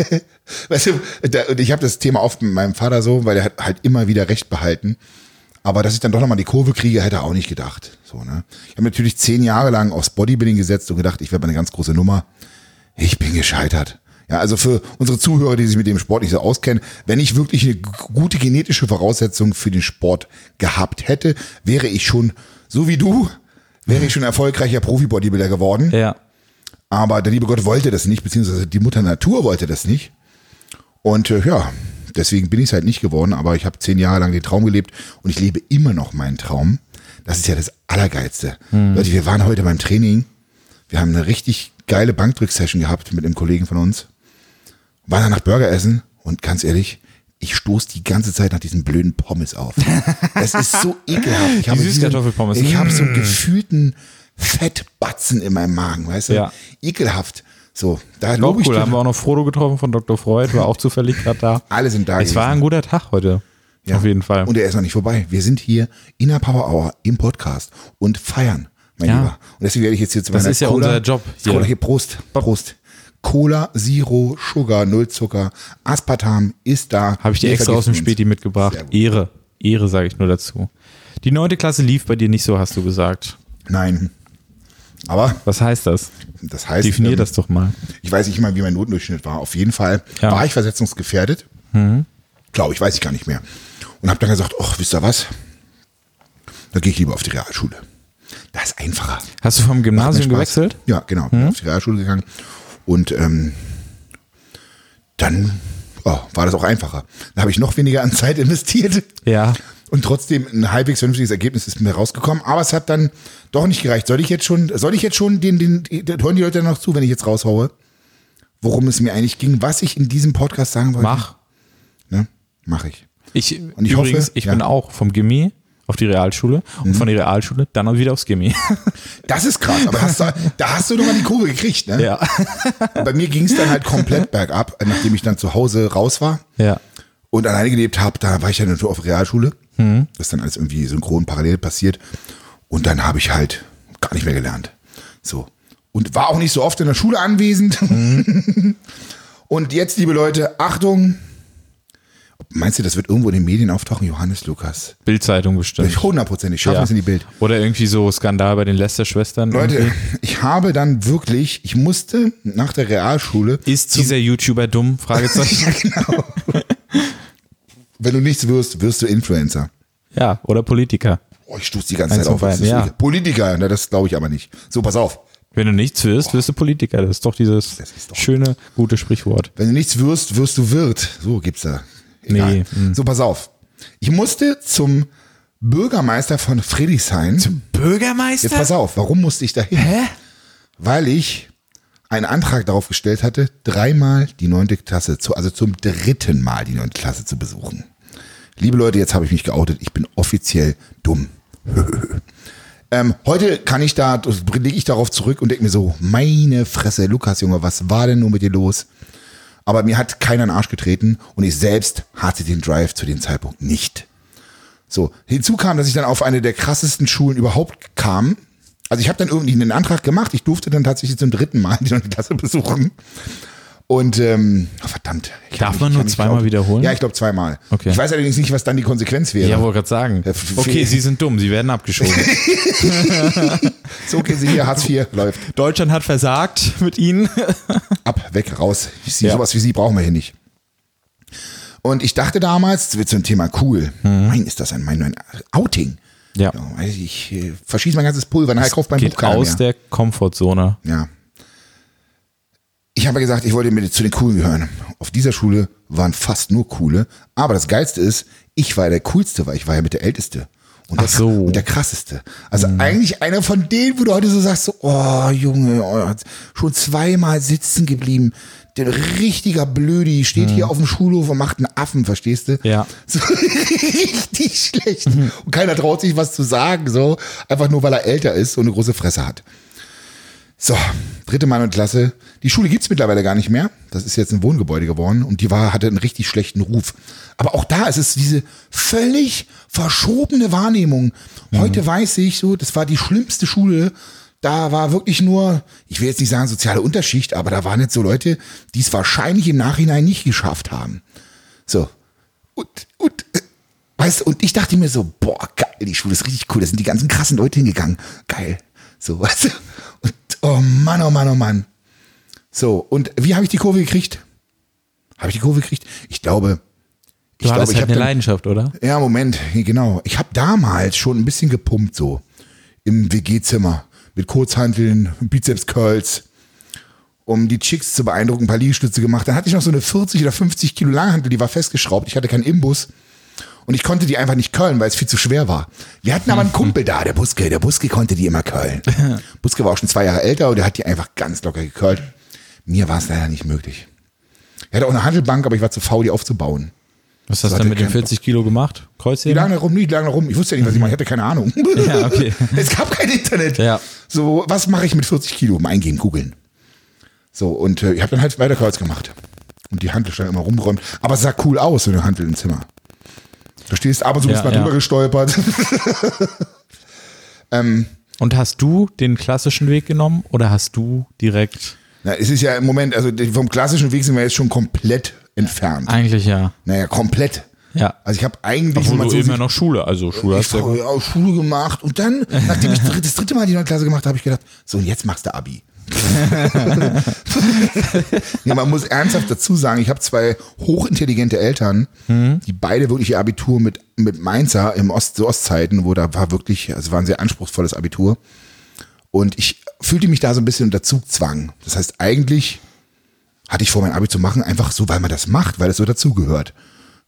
Speaker 1: Weißt du, da, und ich habe das Thema oft mit meinem Vater so, weil er hat halt immer wieder Recht behalten. Aber dass ich dann doch nochmal die Kurve kriege, hätte er auch nicht gedacht. So, ne? Ich habe natürlich zehn Jahre lang aufs Bodybuilding gesetzt und gedacht, ich werde eine ganz große Nummer. Ich bin gescheitert. Ja, also für unsere Zuhörer, die sich mit dem Sport nicht so auskennen, wenn ich wirklich eine g- gute genetische Voraussetzung für den Sport gehabt hätte, wäre ich schon, so wie du, wäre ich schon erfolgreicher Profi-Bodybuilder geworden.
Speaker 2: ja.
Speaker 1: Aber der liebe Gott wollte das nicht, beziehungsweise die Mutter Natur wollte das nicht. Und äh, ja, deswegen bin ich es halt nicht geworden, aber ich habe zehn Jahre lang den Traum gelebt und ich lebe immer noch meinen Traum. Das ist ja das Allergeilste. Leute, wir waren heute beim Training. Wir haben eine richtig geile Bankdrücksession gehabt mit einem Kollegen von uns. Waren danach Burger essen und ganz ehrlich, ich stoß die ganze Zeit nach diesen blöden Pommes auf. Das ist so ekelhaft. Ich habe
Speaker 2: Süßkartoffelpommes,
Speaker 1: diesen-
Speaker 2: ne?
Speaker 1: Ich habe so einen gefühlten Fettbatzen in meinem Magen, weißt du?
Speaker 2: Ja.
Speaker 1: Ekelhaft. So, da
Speaker 2: War
Speaker 1: lobe
Speaker 2: auch
Speaker 1: ich
Speaker 2: cool.
Speaker 1: dir-
Speaker 2: Haben wir auch noch Frodo getroffen von Dr. Freud, war auch zufällig gerade da.
Speaker 1: Alle sind da
Speaker 2: Es war ein guter Tag heute. Auf jeden Fall.
Speaker 1: Und er ist noch nicht vorbei. Wir sind hier in der Power Hour im Podcast und feiern, mein
Speaker 2: Ja.
Speaker 1: Lieber. Und deswegen werde ich jetzt hier zu
Speaker 2: Das
Speaker 1: meiner
Speaker 2: ist ja
Speaker 1: Cola,
Speaker 2: unser Job
Speaker 1: Hier.
Speaker 2: hier.
Speaker 1: Cola, hier, Prost, Prost. Cola, Zero, Sugar, Nullzucker, Aspartam ist da.
Speaker 2: Habe ich dir
Speaker 1: Wir
Speaker 2: extra aus
Speaker 1: vergiften
Speaker 2: dem
Speaker 1: uns.
Speaker 2: Späti mitgebracht.
Speaker 1: Sehr gut.
Speaker 2: Ehre. Ehre, sage ich nur dazu. Die neunte Klasse lief bei dir nicht so, hast du gesagt.
Speaker 1: Nein. Aber
Speaker 2: Was heißt das?
Speaker 1: das heißt,
Speaker 2: Definier
Speaker 1: ähm,
Speaker 2: das doch mal.
Speaker 1: ich weiß nicht mal, wie mein Notendurchschnitt war. Auf jeden Fall
Speaker 2: Ja. Mhm.
Speaker 1: war ich versetzungsgefährdet. Glaube ich, weiß ich gar nicht mehr. Und habe dann gesagt, ach, wisst ihr was? Da gehe ich lieber auf die Realschule. Das ist einfacher.
Speaker 2: Hast du vom Gymnasium
Speaker 1: Spaß.
Speaker 2: gewechselt? Mhm.
Speaker 1: Ja, genau. Bin auf die Realschule gegangen. Und ähm, dann oh, war das auch einfacher. Da habe ich noch weniger an Zeit investiert.
Speaker 2: Ja.
Speaker 1: Und trotzdem ein halbwegs vernünftiges Ergebnis ist mir rausgekommen. Aber es hat dann doch nicht gereicht. Soll ich jetzt schon, soll ich jetzt schon den, den, den hören die Leute noch zu, wenn ich jetzt raushaue, worum es mir eigentlich ging, was ich in diesem Podcast sagen wollte?
Speaker 2: Mach.
Speaker 1: Ne? Mach ich.
Speaker 2: Ich,
Speaker 1: ich
Speaker 2: übrigens,
Speaker 1: hoffe,
Speaker 2: ich
Speaker 1: ja. Mhm.
Speaker 2: bin auch vom Gimmi auf die Realschule und von der Realschule dann auch wieder aufs Gimmi.
Speaker 1: Das ist krass, aber hast du, da hast du doch mal die Kurve gekriegt, ne?
Speaker 2: ja.
Speaker 1: Bei mir ging es dann halt komplett bergab, nachdem ich dann zu Hause raus war.
Speaker 2: Ja.
Speaker 1: und alleine gelebt habe, da war ich ja nur auf Realschule.
Speaker 2: Mhm.
Speaker 1: Das ist dann alles irgendwie synchron parallel passiert. Und dann habe ich halt gar nicht mehr gelernt. So. Und war auch nicht so oft in der Schule anwesend.
Speaker 2: Mhm.
Speaker 1: und jetzt, liebe Leute, Achtung. Meinst du, das wird irgendwo in den Medien auftauchen? Johannes Lukas.
Speaker 2: Bildzeitung bestimmt.
Speaker 1: Hundertprozentig. Schaffen wir
Speaker 2: Ja.
Speaker 1: es in die Bild.
Speaker 2: Oder irgendwie so Skandal bei den Lester-Schwestern.
Speaker 1: Leute,
Speaker 2: irgendwie.
Speaker 1: ich habe dann wirklich, ich musste nach der Realschule
Speaker 2: Ist dieser YouTuber dumm? Fragezeichen.
Speaker 1: Wenn du nichts wirst, wirst du Influencer.
Speaker 2: ja, oder Politiker.
Speaker 1: Oh, ich stoße die ganze
Speaker 2: Eins
Speaker 1: Zeit auf.
Speaker 2: von
Speaker 1: Das
Speaker 2: beiden,
Speaker 1: ist so
Speaker 2: ja.
Speaker 1: ekel. Politiker, na, das glaube ich aber nicht. So, pass auf.
Speaker 2: Wenn du nichts wirst, wirst du Politiker. Das ist doch dieses
Speaker 1: Das ist doch-
Speaker 2: schöne, gute Sprichwort.
Speaker 1: Wenn du nichts wirst, wirst du Wirt. So gibt's da. Egal.
Speaker 2: Nee, hm.
Speaker 1: so, pass auf. Ich musste zum Bürgermeister von Friedrichshain.
Speaker 2: Bürgermeister?
Speaker 1: Jetzt pass auf, warum musste ich da hin?
Speaker 2: Hä?
Speaker 1: Weil ich einen Antrag darauf gestellt hatte, dreimal die neunte Klasse, zu, also zum dritten Mal die neunte Klasse zu besuchen. Liebe Leute, jetzt habe ich mich geoutet. Ich bin offiziell dumm. ähm, heute kann ich da, lege ich darauf zurück und denke mir so, meine Fresse, Lukas, Junge, was war denn nur mit dir los? Aber mir hat keiner in den Arsch getreten und ich selbst hatte den Drive zu dem Zeitpunkt nicht. So, hinzu kam, dass ich dann auf eine der krassesten Schulen überhaupt kam. Also ich habe dann irgendwie einen Antrag gemacht. Ich durfte dann tatsächlich zum dritten Mal die neunte Klasse besuchen. Und ähm, oh, verdammt. Ich hab
Speaker 2: Darf
Speaker 1: mich-
Speaker 2: man
Speaker 1: ich
Speaker 2: nur
Speaker 1: hab mich
Speaker 2: zweimal
Speaker 1: geoutet.
Speaker 2: wiederholen?
Speaker 1: Ja, ich glaube zweimal.
Speaker 2: Okay.
Speaker 1: Ich weiß allerdings nicht, was dann die Konsequenz wäre.
Speaker 2: Ja, wollte gerade sagen.
Speaker 1: f-
Speaker 2: Okay,
Speaker 1: f-
Speaker 2: sie sind dumm, sie werden abgeschoben.
Speaker 1: So, okay, sie hier, Hartz IV läuft.
Speaker 2: Deutschland hat versagt mit ihnen.
Speaker 1: Ab, weg, raus. Sie,
Speaker 2: Ja.
Speaker 1: Sowas wie sie brauchen wir hier nicht. Und ich dachte damals, das wird zum Thema cool.
Speaker 2: Mhm.
Speaker 1: Mein, ist das ein, mein, mein Outing.
Speaker 2: Ja.
Speaker 1: Ja, weiß ich äh, verschieße mein ganzes Pulver, nachher kauft mein Buch
Speaker 2: Geht
Speaker 1: keiner
Speaker 2: aus
Speaker 1: mehr.
Speaker 2: der Komfortzone.
Speaker 1: Ja. Ich habe gesagt, ich wollte mit zu den Coolen gehören. Auf dieser Schule waren fast nur Coole. Aber das Geilste ist, ich war der Coolste, weil ich war ja mit der Älteste. Und der,
Speaker 2: Ach so. Mhm.
Speaker 1: und der Krasseste. Also eigentlich einer von denen, wo du heute so sagst, so, oh Junge, oh, schon zweimal sitzen geblieben. Der richtiger Blödi steht hier auf dem Schulhof und macht einen Affen, verstehst du?
Speaker 2: Mhm. Ja. Mhm.
Speaker 1: So, richtig schlecht. Und keiner traut sich was zu sagen, so. Einfach nur, weil er älter ist und eine große Fresse hat. So, dritte Mann und Klasse. Die Schule gibt's mittlerweile gar nicht mehr. Das ist jetzt ein Wohngebäude geworden und die war, hatte einen richtig schlechten Ruf. Aber auch da ist es diese völlig verschobene Wahrnehmung. Heute weiß ich so, das war die schlimmste Schule, Da war wirklich nur, ich will jetzt nicht sagen soziale Unterschicht, aber da waren jetzt so Leute, die es wahrscheinlich im Nachhinein nicht geschafft haben. So. Und, und, äh, weißt du, und ich dachte mir so, boah, geil, die Schule ist richtig cool, da sind die ganzen krassen Leute hingegangen. Geil. So, weißt du. Und, oh Mann, oh Mann, oh Mann. So, und wie habe ich die Kurve gekriegt? Habe ich die Kurve gekriegt? Ich glaube,
Speaker 2: Du
Speaker 1: ich
Speaker 2: hattest
Speaker 1: glaube, ich
Speaker 2: halt
Speaker 1: habe
Speaker 2: eine
Speaker 1: dann-
Speaker 2: Leidenschaft, oder?
Speaker 1: ja, Moment, genau. Ich habe damals schon ein bisschen gepumpt so im WG-Zimmer mit Kurzhanteln, Bizeps-Curls, um die Chicks zu beeindrucken, ein paar Liegestütze gemacht. Dann hatte ich noch so eine 40 oder 50 Kilo Langhantel, die war festgeschraubt. Ich hatte keinen Imbus und ich konnte die einfach nicht curlen, weil es viel zu schwer war. Wir hatten aber einen Kumpel da, der Buske. Der Buske konnte die immer curlen. Buske war auch schon zwei Jahre älter und der hat die einfach ganz locker gecurlt. Mir war es leider nicht möglich. Er hatte auch eine Handelbank, aber ich war zu faul, die aufzubauen.
Speaker 2: Was hast du
Speaker 1: hatte
Speaker 2: dann mit den
Speaker 1: keinen
Speaker 2: 40 Kilo gemacht?
Speaker 1: Die
Speaker 2: Kreuzheben?
Speaker 1: lagen da rum, die lagen da rum. Ich wusste ja nicht, was ich mache. Ich hatte keine Ahnung.
Speaker 2: Ja, okay.
Speaker 1: Es gab kein Internet.
Speaker 2: Ja.
Speaker 1: So, was mache ich mit 40 Kilo? Mal eingehen, googeln. So, und äh, ich habe dann halt weiter Kreuz gemacht. Und die Hantel stand immer rumgeräumt. Aber es sah cool aus, so eine Hantel im Zimmer. Du stehst ab und zu
Speaker 2: Ja,
Speaker 1: bist mal
Speaker 2: ja.
Speaker 1: drüber gestolpert.
Speaker 2: Und hast du den klassischen Weg genommen oder hast du direkt?
Speaker 1: Na, es ist ja im Moment, also die- vom klassischen Weg sind wir jetzt schon komplett entfernt.
Speaker 2: Eigentlich ja.
Speaker 1: Naja, komplett.
Speaker 2: Ja.
Speaker 1: Also ich habe eigentlich,
Speaker 2: Obwohl
Speaker 1: wenn man
Speaker 2: du
Speaker 1: so
Speaker 2: eben
Speaker 1: sieht,
Speaker 2: ja noch Schule, also Schule
Speaker 1: ich
Speaker 2: hast du.
Speaker 1: habe auch Schule gemacht und dann, nachdem ich dr- das dritte Mal die neue Klasse gemacht habe, habe ich gedacht, so und jetzt machst du Abi. ja, man muss ernsthaft dazu sagen, ich habe zwei hochintelligente Eltern,
Speaker 2: Hm.
Speaker 1: die beide wirklich ihr Abitur mit, mit Mainzer im Ost, zu Ostzeiten, wo da war wirklich, also war ein sehr anspruchsvolles Abitur. Und ich fühlte mich da so ein bisschen unter Zugzwang. Das heißt, eigentlich hatte ich vor, mein Abi zu machen, einfach so, weil man das macht, weil es so dazugehört.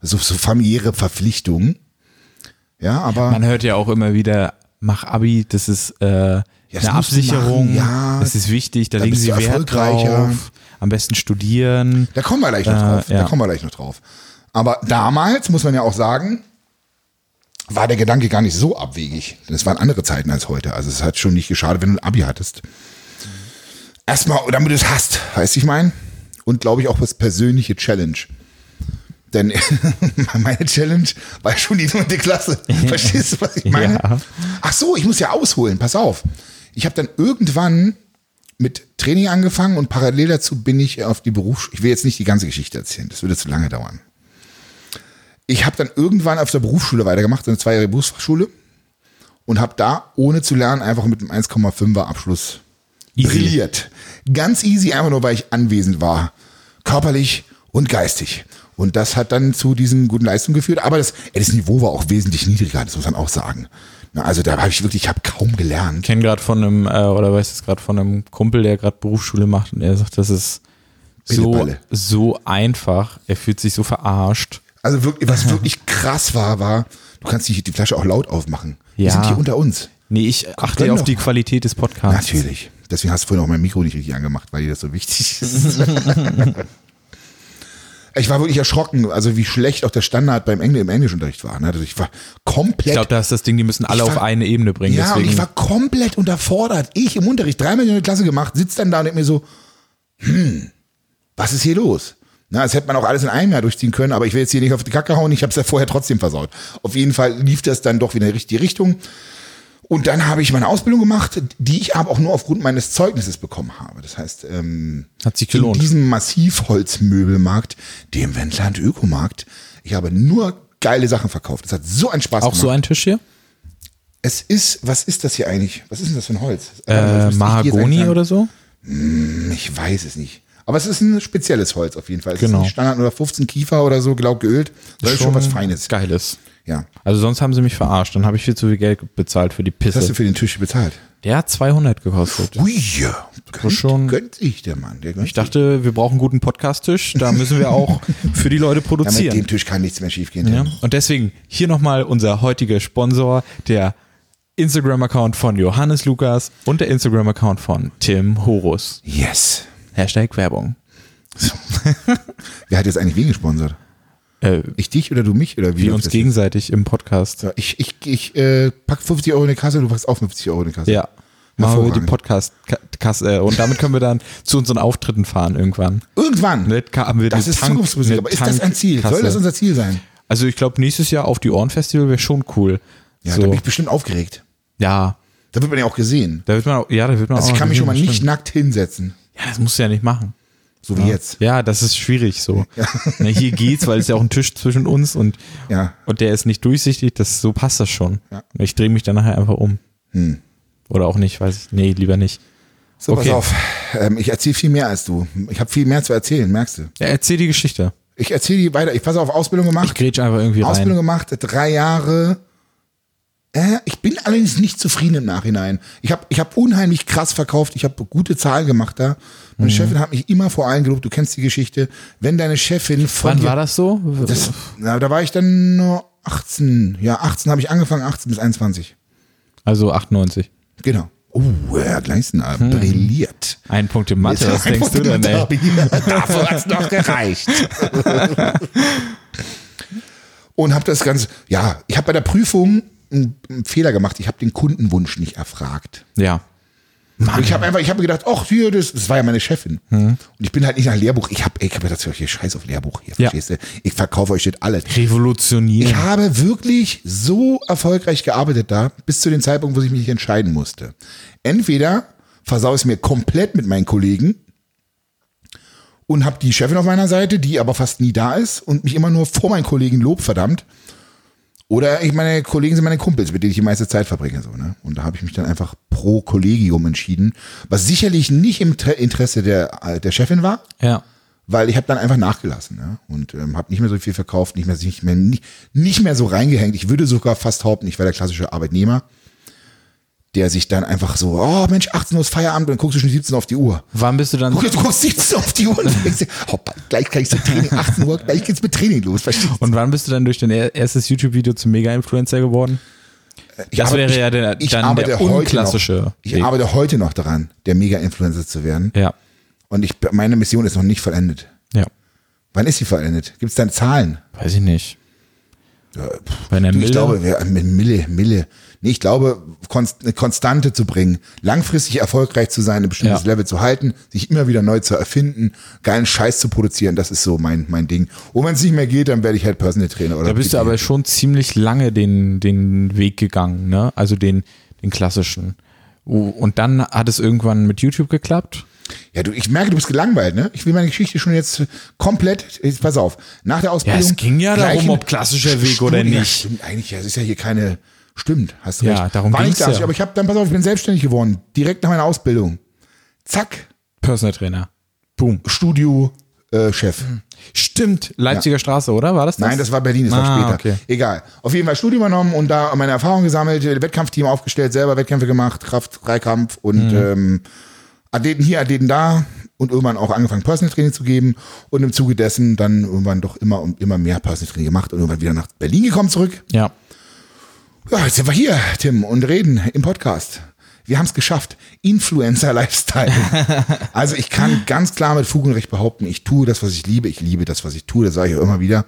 Speaker 1: So, so familiäre Verpflichtungen. Ja, aber.
Speaker 2: Man hört ja auch immer wieder, mach Abi, das ist äh,
Speaker 1: das musst du
Speaker 2: eine Absicherung,
Speaker 1: machen, ja.
Speaker 2: das ist wichtig, da legen
Speaker 1: bist
Speaker 2: sie
Speaker 1: du
Speaker 2: Wert
Speaker 1: erfolgreicher.
Speaker 2: drauf. Am besten studieren.
Speaker 1: Da kommen wir gleich noch
Speaker 2: Äh,
Speaker 1: drauf.
Speaker 2: ja.
Speaker 1: Da kommen wir gleich noch drauf. Aber damals, muss man ja auch sagen, war der Gedanke gar nicht so abwegig. Denn es waren andere Zeiten als heute. Also es hat schon nicht geschadet, wenn du ein Abi hattest. Erstmal, damit du es hast, weißt du, ich mein? Und glaube ich auch das persönliche Challenge. Denn meine Challenge war schon die neunte Klasse. Verstehst du, was ich meine?
Speaker 2: Ja.
Speaker 1: Ach so, ich muss ja ausholen, pass auf. Ich habe dann irgendwann mit Training angefangen und parallel dazu bin ich auf die Berufsschule. Ich will jetzt nicht die ganze Geschichte erzählen, das würde zu lange dauern. Ich habe dann irgendwann auf der Berufsschule weitergemacht, so eine zweijährige Berufsschule und habe da, ohne zu lernen, einfach mit einem 1,5er Abschluss
Speaker 2: Easy.
Speaker 1: brilliert. Ganz easy, einfach nur, weil ich anwesend war. Körperlich und geistig. Und das hat dann zu diesen guten Leistungen geführt. Aber das, ey, das Niveau war auch wesentlich niedriger, das muss man auch sagen. Na, also da habe ich wirklich, ich habe kaum gelernt.
Speaker 2: Ich kenne gerade von einem, äh, oder weiß es gerade von einem Kumpel, der gerade Berufsschule macht und er sagt, das ist so,
Speaker 1: Pillepalle.
Speaker 2: so einfach. Er fühlt sich so verarscht.
Speaker 1: Also wirklich, was wirklich krass war, war, du kannst die, die Flasche auch laut aufmachen. Wir
Speaker 2: Ja.
Speaker 1: sind hier unter uns.
Speaker 2: Nee, ich achte
Speaker 1: gönn
Speaker 2: auf
Speaker 1: doch
Speaker 2: die Qualität des Podcasts.
Speaker 1: Natürlich. Deswegen hast du vorhin auch mein Mikro nicht richtig angemacht, weil dir das so wichtig ist. ich war wirklich erschrocken, also wie schlecht auch der Standard beim Engl im Englischunterricht war. ne? Also ich war
Speaker 2: Ich
Speaker 1: komplett
Speaker 2: glaube, da ist das Ding, die müssen alle
Speaker 1: Ich
Speaker 2: auf
Speaker 1: war-
Speaker 2: eine Ebene bringen.
Speaker 1: Ja,
Speaker 2: deswegen.
Speaker 1: und ich war komplett unterfordert. Ich im Unterricht, dreimal in der Klasse gemacht, sitze dann da und denk mir so, hm, was ist hier los? Na, das hätte man auch alles in einem Jahr durchziehen können, aber ich will jetzt hier nicht auf die Kacke hauen, ich habe es ja vorher trotzdem versaut. Auf jeden Fall lief das dann doch wieder in die richtige Richtung. Und dann habe ich meine Ausbildung gemacht, die ich aber auch nur aufgrund meines Zeugnisses bekommen habe. Das heißt, ähm,
Speaker 2: Hat sich
Speaker 1: in
Speaker 2: gelohnt.
Speaker 1: diesem Massivholzmöbelmarkt, dem Wendland Ökomarkt, ich habe nur geile Sachen verkauft. Es hat so einen Spaß
Speaker 2: Auch
Speaker 1: gemacht.
Speaker 2: so ein Tisch hier?
Speaker 1: Es ist, was ist das hier eigentlich? Was ist denn das für ein Holz?
Speaker 2: Äh,
Speaker 1: Das müsste ich dir jetzt eigentlich
Speaker 2: Mahagoni
Speaker 1: sagen.
Speaker 2: oder so?
Speaker 1: Ich weiß es nicht. Aber es ist ein spezielles Holz auf jeden Fall. Es
Speaker 2: Genau.
Speaker 1: ist nicht Standard oder 15 Kiefer oder so, glaub geölt. Das ist schon was Feines.
Speaker 2: Geiles.
Speaker 1: Ja.
Speaker 2: Also sonst haben sie mich verarscht. Dann habe ich viel zu viel Geld bezahlt für die
Speaker 1: Was hast du
Speaker 2: Pisse.
Speaker 1: für den Tisch bezahlt?
Speaker 2: Der hat 200 gekostet.
Speaker 1: Ui, ja. gönnt,
Speaker 2: schon-
Speaker 1: gönnt sich der Mann. Der gönnt
Speaker 2: Ich dachte, wir brauchen einen guten Podcast-Tisch. Da müssen wir auch für die Leute
Speaker 1: sich. ja, mit
Speaker 2: produzieren.
Speaker 1: dem Tisch kann nichts mehr schiefgehen.
Speaker 2: Ja. Und deswegen hier nochmal unser heutiger Sponsor, der Instagram-Account von Johannes Lukas und der Instagram-Account von Tim Horus.
Speaker 1: Yes.
Speaker 2: Hashtag Werbung.
Speaker 1: Wer hat jetzt eigentlich wen gesponsert?
Speaker 2: Äh,
Speaker 1: Ich dich oder du mich? Oder wie
Speaker 2: wir
Speaker 1: läuft
Speaker 2: uns
Speaker 1: das
Speaker 2: gegenseitig im Podcast.
Speaker 1: jetzt? Ich, ich, ich äh, pack 50 Euro in die Kasse, du packst auch 50 Euro in die Kasse.
Speaker 2: Ja. Machen wir die
Speaker 1: Hervorragend.
Speaker 2: Podcast-Kasse. Äh, und damit können wir dann zu unseren Auftritten fahren irgendwann.
Speaker 1: Irgendwann.
Speaker 2: Mit, Ne, Ka- haben wir
Speaker 1: Das
Speaker 2: eine
Speaker 1: ist
Speaker 2: Tank-
Speaker 1: Zukunftsmusik.
Speaker 2: eine
Speaker 1: Aber ist das ein Ziel?
Speaker 2: Tankkasse.
Speaker 1: Soll das unser Ziel sein?
Speaker 2: also ich glaube, nächstes Jahr auf die Ohren-Festival wäre schon cool.
Speaker 1: Ja,
Speaker 2: so.
Speaker 1: da bin ich bestimmt aufgeregt.
Speaker 2: ja.
Speaker 1: Da wird man ja auch gesehen.
Speaker 2: Da wird man auch, ja, Oh, da wird man
Speaker 1: Also
Speaker 2: auch
Speaker 1: ich kann mich schon mal
Speaker 2: gesehen,
Speaker 1: nicht nackt hinsetzen,
Speaker 2: stimmt. Ja, das musst du ja nicht machen.
Speaker 1: so wie jetzt.
Speaker 2: Ja, das ist schwierig so. Na, hier geht's, weil es ja auch ein Tisch zwischen uns und,
Speaker 1: Ja.
Speaker 2: und der ist nicht durchsichtig, das, so passt das schon.
Speaker 1: Ja.
Speaker 2: Ich drehe mich dann nachher einfach um.
Speaker 1: Hm.
Speaker 2: Oder auch nicht, weiß ich. Nee, lieber nicht.
Speaker 1: So,
Speaker 2: Okay.
Speaker 1: pass auf. Ähm, ich erzähle viel mehr als du. Ich habe viel mehr zu erzählen, merkst du.
Speaker 2: Ja, erzähl die Geschichte.
Speaker 1: Ich erzähle die weiter. Ich pass auf, Ausbildung
Speaker 2: Ich
Speaker 1: gemacht.
Speaker 2: grätsch einfach irgendwie
Speaker 1: Ausbildung
Speaker 2: rein.
Speaker 1: gemacht, drei Jahre. Äh, ich bin allerdings nicht zufrieden im Nachhinein. Ich habe ich hab unheimlich krass verkauft. Ich habe gute Zahlen gemacht da.
Speaker 2: Mhm.
Speaker 1: Meine Chefin hat mich immer vor allen gelobt. Du kennst die Geschichte. Wenn deine Chefin von
Speaker 2: Wann
Speaker 1: dir-
Speaker 2: war das so?
Speaker 1: das? Na, da war ich dann nur 18. Ja, 18 habe ich angefangen, 18 bis 21.
Speaker 2: Also 98.
Speaker 1: Genau. Oh, Herr Gleisner, brilliert.
Speaker 2: Ein Punkt in Mathe, Hm. was denkst du denn, ey?
Speaker 1: Dafür hat's noch gereicht. Und habe das Ganze, ja, ich habe bei der Prüfung einen, einen Fehler gemacht. Ich habe den Kundenwunsch nicht erfragt.
Speaker 2: Ja.
Speaker 1: Und ich habe einfach, ich habe gedacht, ach, hier, das, das war ja meine Chefin.
Speaker 2: Hm.
Speaker 1: Und ich bin halt nicht nach Lehrbuch. Ich habe, ich habe gedacht, hier, Scheiß auf Lehrbuch hier,
Speaker 2: Ja.
Speaker 1: verstehst du? Ich verkaufe euch das alles. Ich
Speaker 2: Revolutionieren.
Speaker 1: habe wirklich so erfolgreich gearbeitet da, bis zu dem Zeitpunkt, wo ich mich entscheiden musste. Entweder versau es mir komplett mit meinen Kollegen und habe die Chefin auf meiner Seite, die aber fast nie da ist und mich immer nur vor meinen Kollegen lobt, verdammt. Oder ich meine Kollegen sind meine Kumpels, mit denen ich die meiste Zeit verbringe. So, ne? Und da habe ich mich dann einfach pro Kollegium entschieden, was sicherlich nicht im Tre- Interesse der, der Chefin war,
Speaker 2: Ja.
Speaker 1: weil ich habe dann einfach nachgelassen ne? und ähm, habe nicht mehr so viel verkauft, nicht mehr, nicht, mehr, nicht, nicht mehr so reingehängt. Ich würde sogar fast haupten, ich war der klassische Arbeitnehmer, der sich dann einfach so, oh Mensch, 18 Uhr ist Feierabend, dann guckst du schon 17 Uhr auf die Uhr.
Speaker 2: Wann bist du dann?
Speaker 1: Guck, jetzt, du guckst 17 Uhr auf die Uhr und denkst dir, hoppa, gleich kann ich zum Training, 18 Uhr, gleich geht's mit Training los, verstehst du?
Speaker 2: Und wann bist du dann durch dein er- erstes YouTube-Video zum Mega-Influencer geworden? Das
Speaker 1: Aber
Speaker 2: wäre
Speaker 1: ich-
Speaker 2: ja der,
Speaker 1: ich
Speaker 2: dann
Speaker 1: arbeite
Speaker 2: der
Speaker 1: heute noch-
Speaker 2: unklassische
Speaker 1: Ich
Speaker 2: Weg.
Speaker 1: arbeite heute noch daran, der Mega-Influencer zu werden
Speaker 2: Ja.
Speaker 1: und ich, meine Mission ist noch nicht vollendet.
Speaker 2: Ja.
Speaker 1: Wann ist sie vollendet? Gibt's dann Zahlen?
Speaker 2: Weiß ich nicht. Bei einer
Speaker 1: Du,
Speaker 2: Mille,
Speaker 1: Ich glaube, wir, mit Mille, Mille. Nee, ich glaube, konst, eine Konstante zu bringen, langfristig erfolgreich zu sein, ein bestimmtes
Speaker 2: Ja.
Speaker 1: Level zu halten, sich immer wieder neu zu erfinden, geilen Scheiß zu produzieren, das ist so mein, mein Ding. Und wenn es nicht mehr geht, dann werde ich halt Personal Trainer oder
Speaker 2: da bist du aber schon ziemlich lange den, den Weg gegangen, ne? Also den, den klassischen. Uh, Und dann hat es irgendwann mit YouTube geklappt.
Speaker 1: Ja, du, ich merke, du bist gelangweilt, ne? Ich will meine Geschichte schon jetzt komplett, jetzt pass auf, nach der Ausbildung.
Speaker 2: ging ja darum,
Speaker 1: gleichen-
Speaker 2: ob klassischer Weg oder
Speaker 1: Studium- Ja,
Speaker 2: nicht.
Speaker 1: stimmt eigentlich, ja, es ist ja hier keine, stimmt, hast du
Speaker 2: Ja,
Speaker 1: recht.
Speaker 2: darum
Speaker 1: War nicht
Speaker 2: ging's
Speaker 1: das,
Speaker 2: ja.
Speaker 1: aber ich habe dann, pass auf, ich bin selbstständig geworden, direkt nach meiner Ausbildung. Zack,
Speaker 2: Personal Trainer. Boom.
Speaker 1: Studio, äh, Chef.
Speaker 2: Mhm. Stimmt. Leipziger Straße, oder? War das das?
Speaker 1: Nein, das war Berlin, das war
Speaker 2: Ah,
Speaker 1: später.
Speaker 2: okay.
Speaker 1: Egal. Auf jeden Fall Studie übernommen und da meine Erfahrung gesammelt, äh, Wettkampfteam aufgestellt, selber Wettkämpfe gemacht, Kraft, Dreikampf
Speaker 2: Mhm.
Speaker 1: und ähm, Athleten hier, Athleten da und irgendwann auch angefangen, Personal Training zu geben und im Zuge dessen dann irgendwann doch immer und immer mehr Personal Training gemacht und irgendwann wieder nach Berlin gekommen zurück.
Speaker 2: Ja.
Speaker 1: Ja, jetzt sind wir hier, Tim, und reden im Podcast. Wir haben es geschafft. Influencer-Lifestyle. also ich kann ganz klar mit Fug und Recht behaupten, ich tue das, was ich liebe. Ich liebe das, was ich tue. Das sage ich auch immer wieder.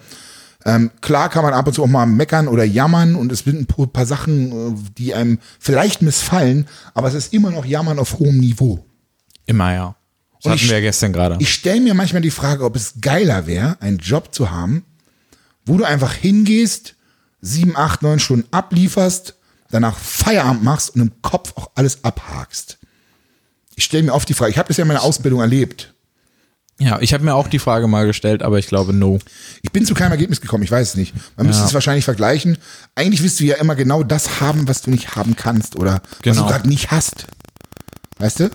Speaker 1: Ähm, klar kann man ab und zu auch mal meckern oder jammern und es sind ein paar- paar Sachen, äh, die einem vielleicht missfallen, aber es ist immer noch Jammern auf hohem Niveau.
Speaker 2: Immer, ja. Das
Speaker 1: Und
Speaker 2: hatten
Speaker 1: ich-
Speaker 2: wir ja gestern gerade.
Speaker 1: Ich stelle mir manchmal die Frage, ob es geiler wäre, einen Job zu haben, wo du einfach hingehst, sieben, acht, neun Stunden ablieferst, danach Feierabend machst und im Kopf auch alles abhakst. Ich stelle mir oft die Frage, ich habe das ja in meiner Ausbildung erlebt.
Speaker 2: Ja, ich habe mir auch die Frage mal gestellt, aber ich glaube, no.
Speaker 1: Ich bin zu keinem Ergebnis gekommen, ich weiß es nicht. Man müsste
Speaker 2: Ja.
Speaker 1: es wahrscheinlich vergleichen. Eigentlich willst du ja immer genau das haben, was du nicht haben kannst oder was du
Speaker 2: Genau.
Speaker 1: gerade nicht hast. Weißt du?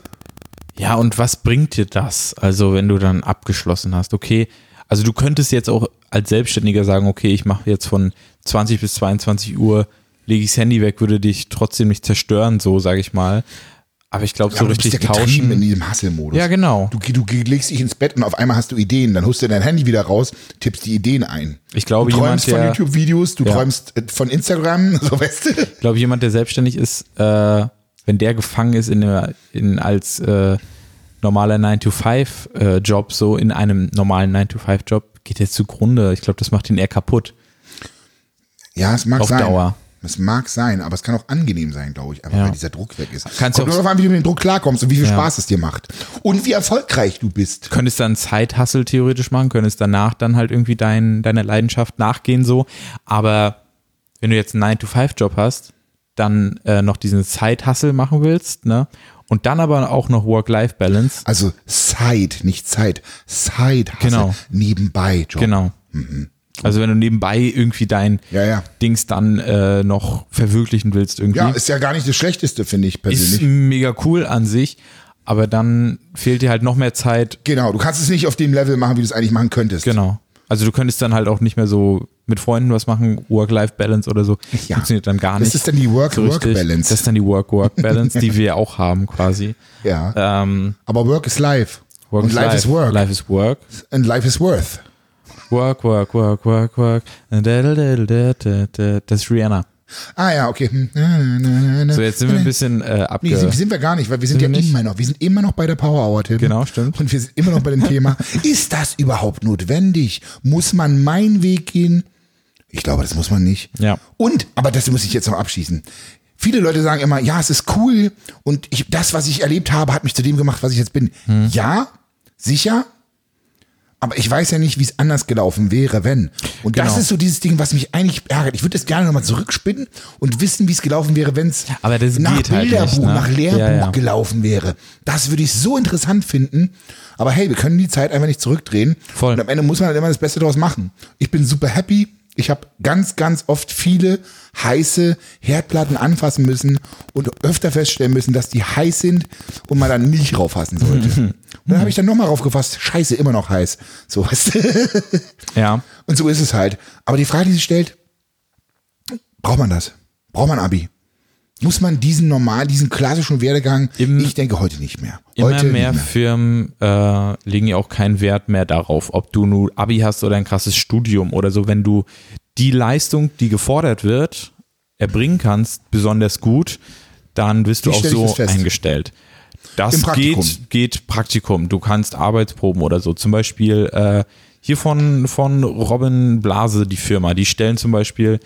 Speaker 2: Ja, und was bringt dir das? Also, wenn du dann abgeschlossen hast, okay. Also, du könntest jetzt auch als Selbstständiger sagen, okay, ich mache jetzt von 20 bis 22 Uhr, lege ich das Handy weg, würde dich trotzdem nicht zerstören, so sage ich mal. Aber ich glaube, so
Speaker 1: Aber
Speaker 2: richtig
Speaker 1: du bist ja getrieben in
Speaker 2: tauschen.
Speaker 1: diesem Hustle-Modus.
Speaker 2: Ja, genau.
Speaker 1: Du, du legst dich ins Bett und auf einmal hast du Ideen. Dann holst du dein Handy wieder raus, tippst die Ideen ein.
Speaker 2: Ich glaube,
Speaker 1: du
Speaker 2: jemand,
Speaker 1: träumst von
Speaker 2: der,
Speaker 1: YouTube-Videos, du
Speaker 2: Ja.
Speaker 1: träumst äh, von Instagram, so weißt du.
Speaker 2: ich glaube, jemand, der selbstständig ist, äh, wenn der gefangen ist in, der, in als äh, normaler 9-to-5-Job, äh, so in einem normalen 9-to-5-Job, geht der zugrunde. Ich glaube, das macht ihn eher kaputt.
Speaker 1: Ja, es mag
Speaker 2: Auf
Speaker 1: sein.
Speaker 2: Dauer.
Speaker 1: Es mag sein, aber es kann auch angenehm sein, glaube ich, einfach
Speaker 2: Ja.
Speaker 1: weil dieser Druck weg ist.
Speaker 2: Kannst
Speaker 1: Kommt
Speaker 2: du auch-
Speaker 1: nur darauf an, wie du mit dem Druck klarkommst und wie viel
Speaker 2: Ja.
Speaker 1: Spaß es dir macht. Und wie erfolgreich du bist.
Speaker 2: könntest dann Zeithassel theoretisch machen, könntest danach dann halt irgendwie dein, deiner Leidenschaft nachgehen so, aber wenn du jetzt einen 9 to 5 Job hast, dann äh, noch diesen Side-Hustle machen willst, ne? Und dann aber auch noch Work-Life-Balance.
Speaker 1: Also Side, nicht Zeit. Side Hustle,
Speaker 2: Genau.
Speaker 1: nebenbei Job.
Speaker 2: Genau. Also wenn du nebenbei irgendwie dein
Speaker 1: Ja, ja.
Speaker 2: Dings dann äh, noch verwirklichen willst irgendwie.
Speaker 1: Ja, ist ja gar nicht das Schlechteste, finde ich
Speaker 2: ist
Speaker 1: persönlich.
Speaker 2: mega cool an sich, aber dann fehlt dir halt noch mehr Zeit.
Speaker 1: Genau, du kannst es nicht auf dem Level machen, wie du es eigentlich machen könntest.
Speaker 2: Genau. Also du könntest dann halt auch nicht mehr so mit Freunden was machen, Work-Life-Balance oder so.
Speaker 1: Ja.
Speaker 2: Funktioniert dann gar
Speaker 1: Das
Speaker 2: nicht.
Speaker 1: ist dann die
Speaker 2: so richtig.
Speaker 1: Work-Work-Balance.
Speaker 2: Das ist dann die Work-Work-Balance, die wir auch haben quasi.
Speaker 1: ja.
Speaker 2: Ähm,
Speaker 1: Aber Work is Life.
Speaker 2: work
Speaker 1: und life, is Work.
Speaker 2: Life is work.
Speaker 1: And Life is Worth.
Speaker 2: Work, work, work, work, work. Da, da, da, da, da, da. Das ist Rihanna.
Speaker 1: Ah ja, okay. Hm. Na, na, na,
Speaker 2: So,
Speaker 1: na.
Speaker 2: jetzt sind wir ein bisschen äh,
Speaker 1: Nee, sind,
Speaker 2: abge...
Speaker 1: sind wir gar nicht, weil wir sind,
Speaker 2: Sind wir
Speaker 1: ja
Speaker 2: nicht?
Speaker 1: immer noch, wir sind immer noch bei der Power Hour, Tim.
Speaker 2: Genau, stimmt.
Speaker 1: Und wir sind immer noch bei dem Thema, ist das überhaupt notwendig? Muss man meinen Weg gehen? Ich glaube, das muss man nicht.
Speaker 2: Ja.
Speaker 1: Und, aber das muss ich jetzt noch abschließen. Viele Leute sagen immer, ja, es ist cool und ich, das, was ich erlebt habe, hat mich zu dem gemacht, was ich jetzt bin.
Speaker 2: Hm.
Speaker 1: Ja, sicher. Aber ich weiß ja nicht, wie es anders gelaufen wäre, wenn. Und das
Speaker 2: Genau.
Speaker 1: ist so dieses Ding, was mich eigentlich ärgert. Ich würde das gerne nochmal zurückspinnen und wissen, wie es gelaufen wäre, wenn es
Speaker 2: Aber das
Speaker 1: nach
Speaker 2: geht halt
Speaker 1: Bilderbuch,
Speaker 2: nicht, ne?
Speaker 1: nach Lehrbuch
Speaker 2: Ja, ja.
Speaker 1: gelaufen wäre. Das würde ich so interessant finden. Aber hey, wir können die Zeit einfach nicht zurückdrehen.
Speaker 2: Voll.
Speaker 1: Und am Ende muss man halt immer das Beste daraus machen. Ich bin super happy. Ich habe ganz, ganz oft viele heiße Herdplatten anfassen müssen und öfter feststellen müssen, dass die heiß sind und man dann nicht rauffassen sollte. und dann habe ich dann nochmal raufgefasst, scheiße, immer noch heiß. So, weißt du?
Speaker 2: Ja.
Speaker 1: Und so ist es halt. Aber die Frage, die sich stellt, braucht man das? Braucht man Abi? Muss man diesen normal, diesen klassischen Werdegang?
Speaker 2: Im-
Speaker 1: ich denke heute nicht mehr.
Speaker 2: Immer
Speaker 1: heute
Speaker 2: mehr
Speaker 1: nicht
Speaker 2: Firmen äh, legen ja auch keinen Wert mehr darauf, ob du nun Abi hast oder ein krasses Studium oder so. Wenn du die Leistung, die gefordert wird, erbringen kannst, besonders gut, dann bist du
Speaker 1: Wie
Speaker 2: auch
Speaker 1: stell ich das
Speaker 2: so
Speaker 1: fest?
Speaker 2: eingestellt.
Speaker 1: Im
Speaker 2: Das
Speaker 1: Praktikum.
Speaker 2: geht, geht Praktikum. Du kannst Arbeitsproben oder so. Zum Beispiel äh, hier von, von Robin Blase, die Firma, die stellen zum Beispiel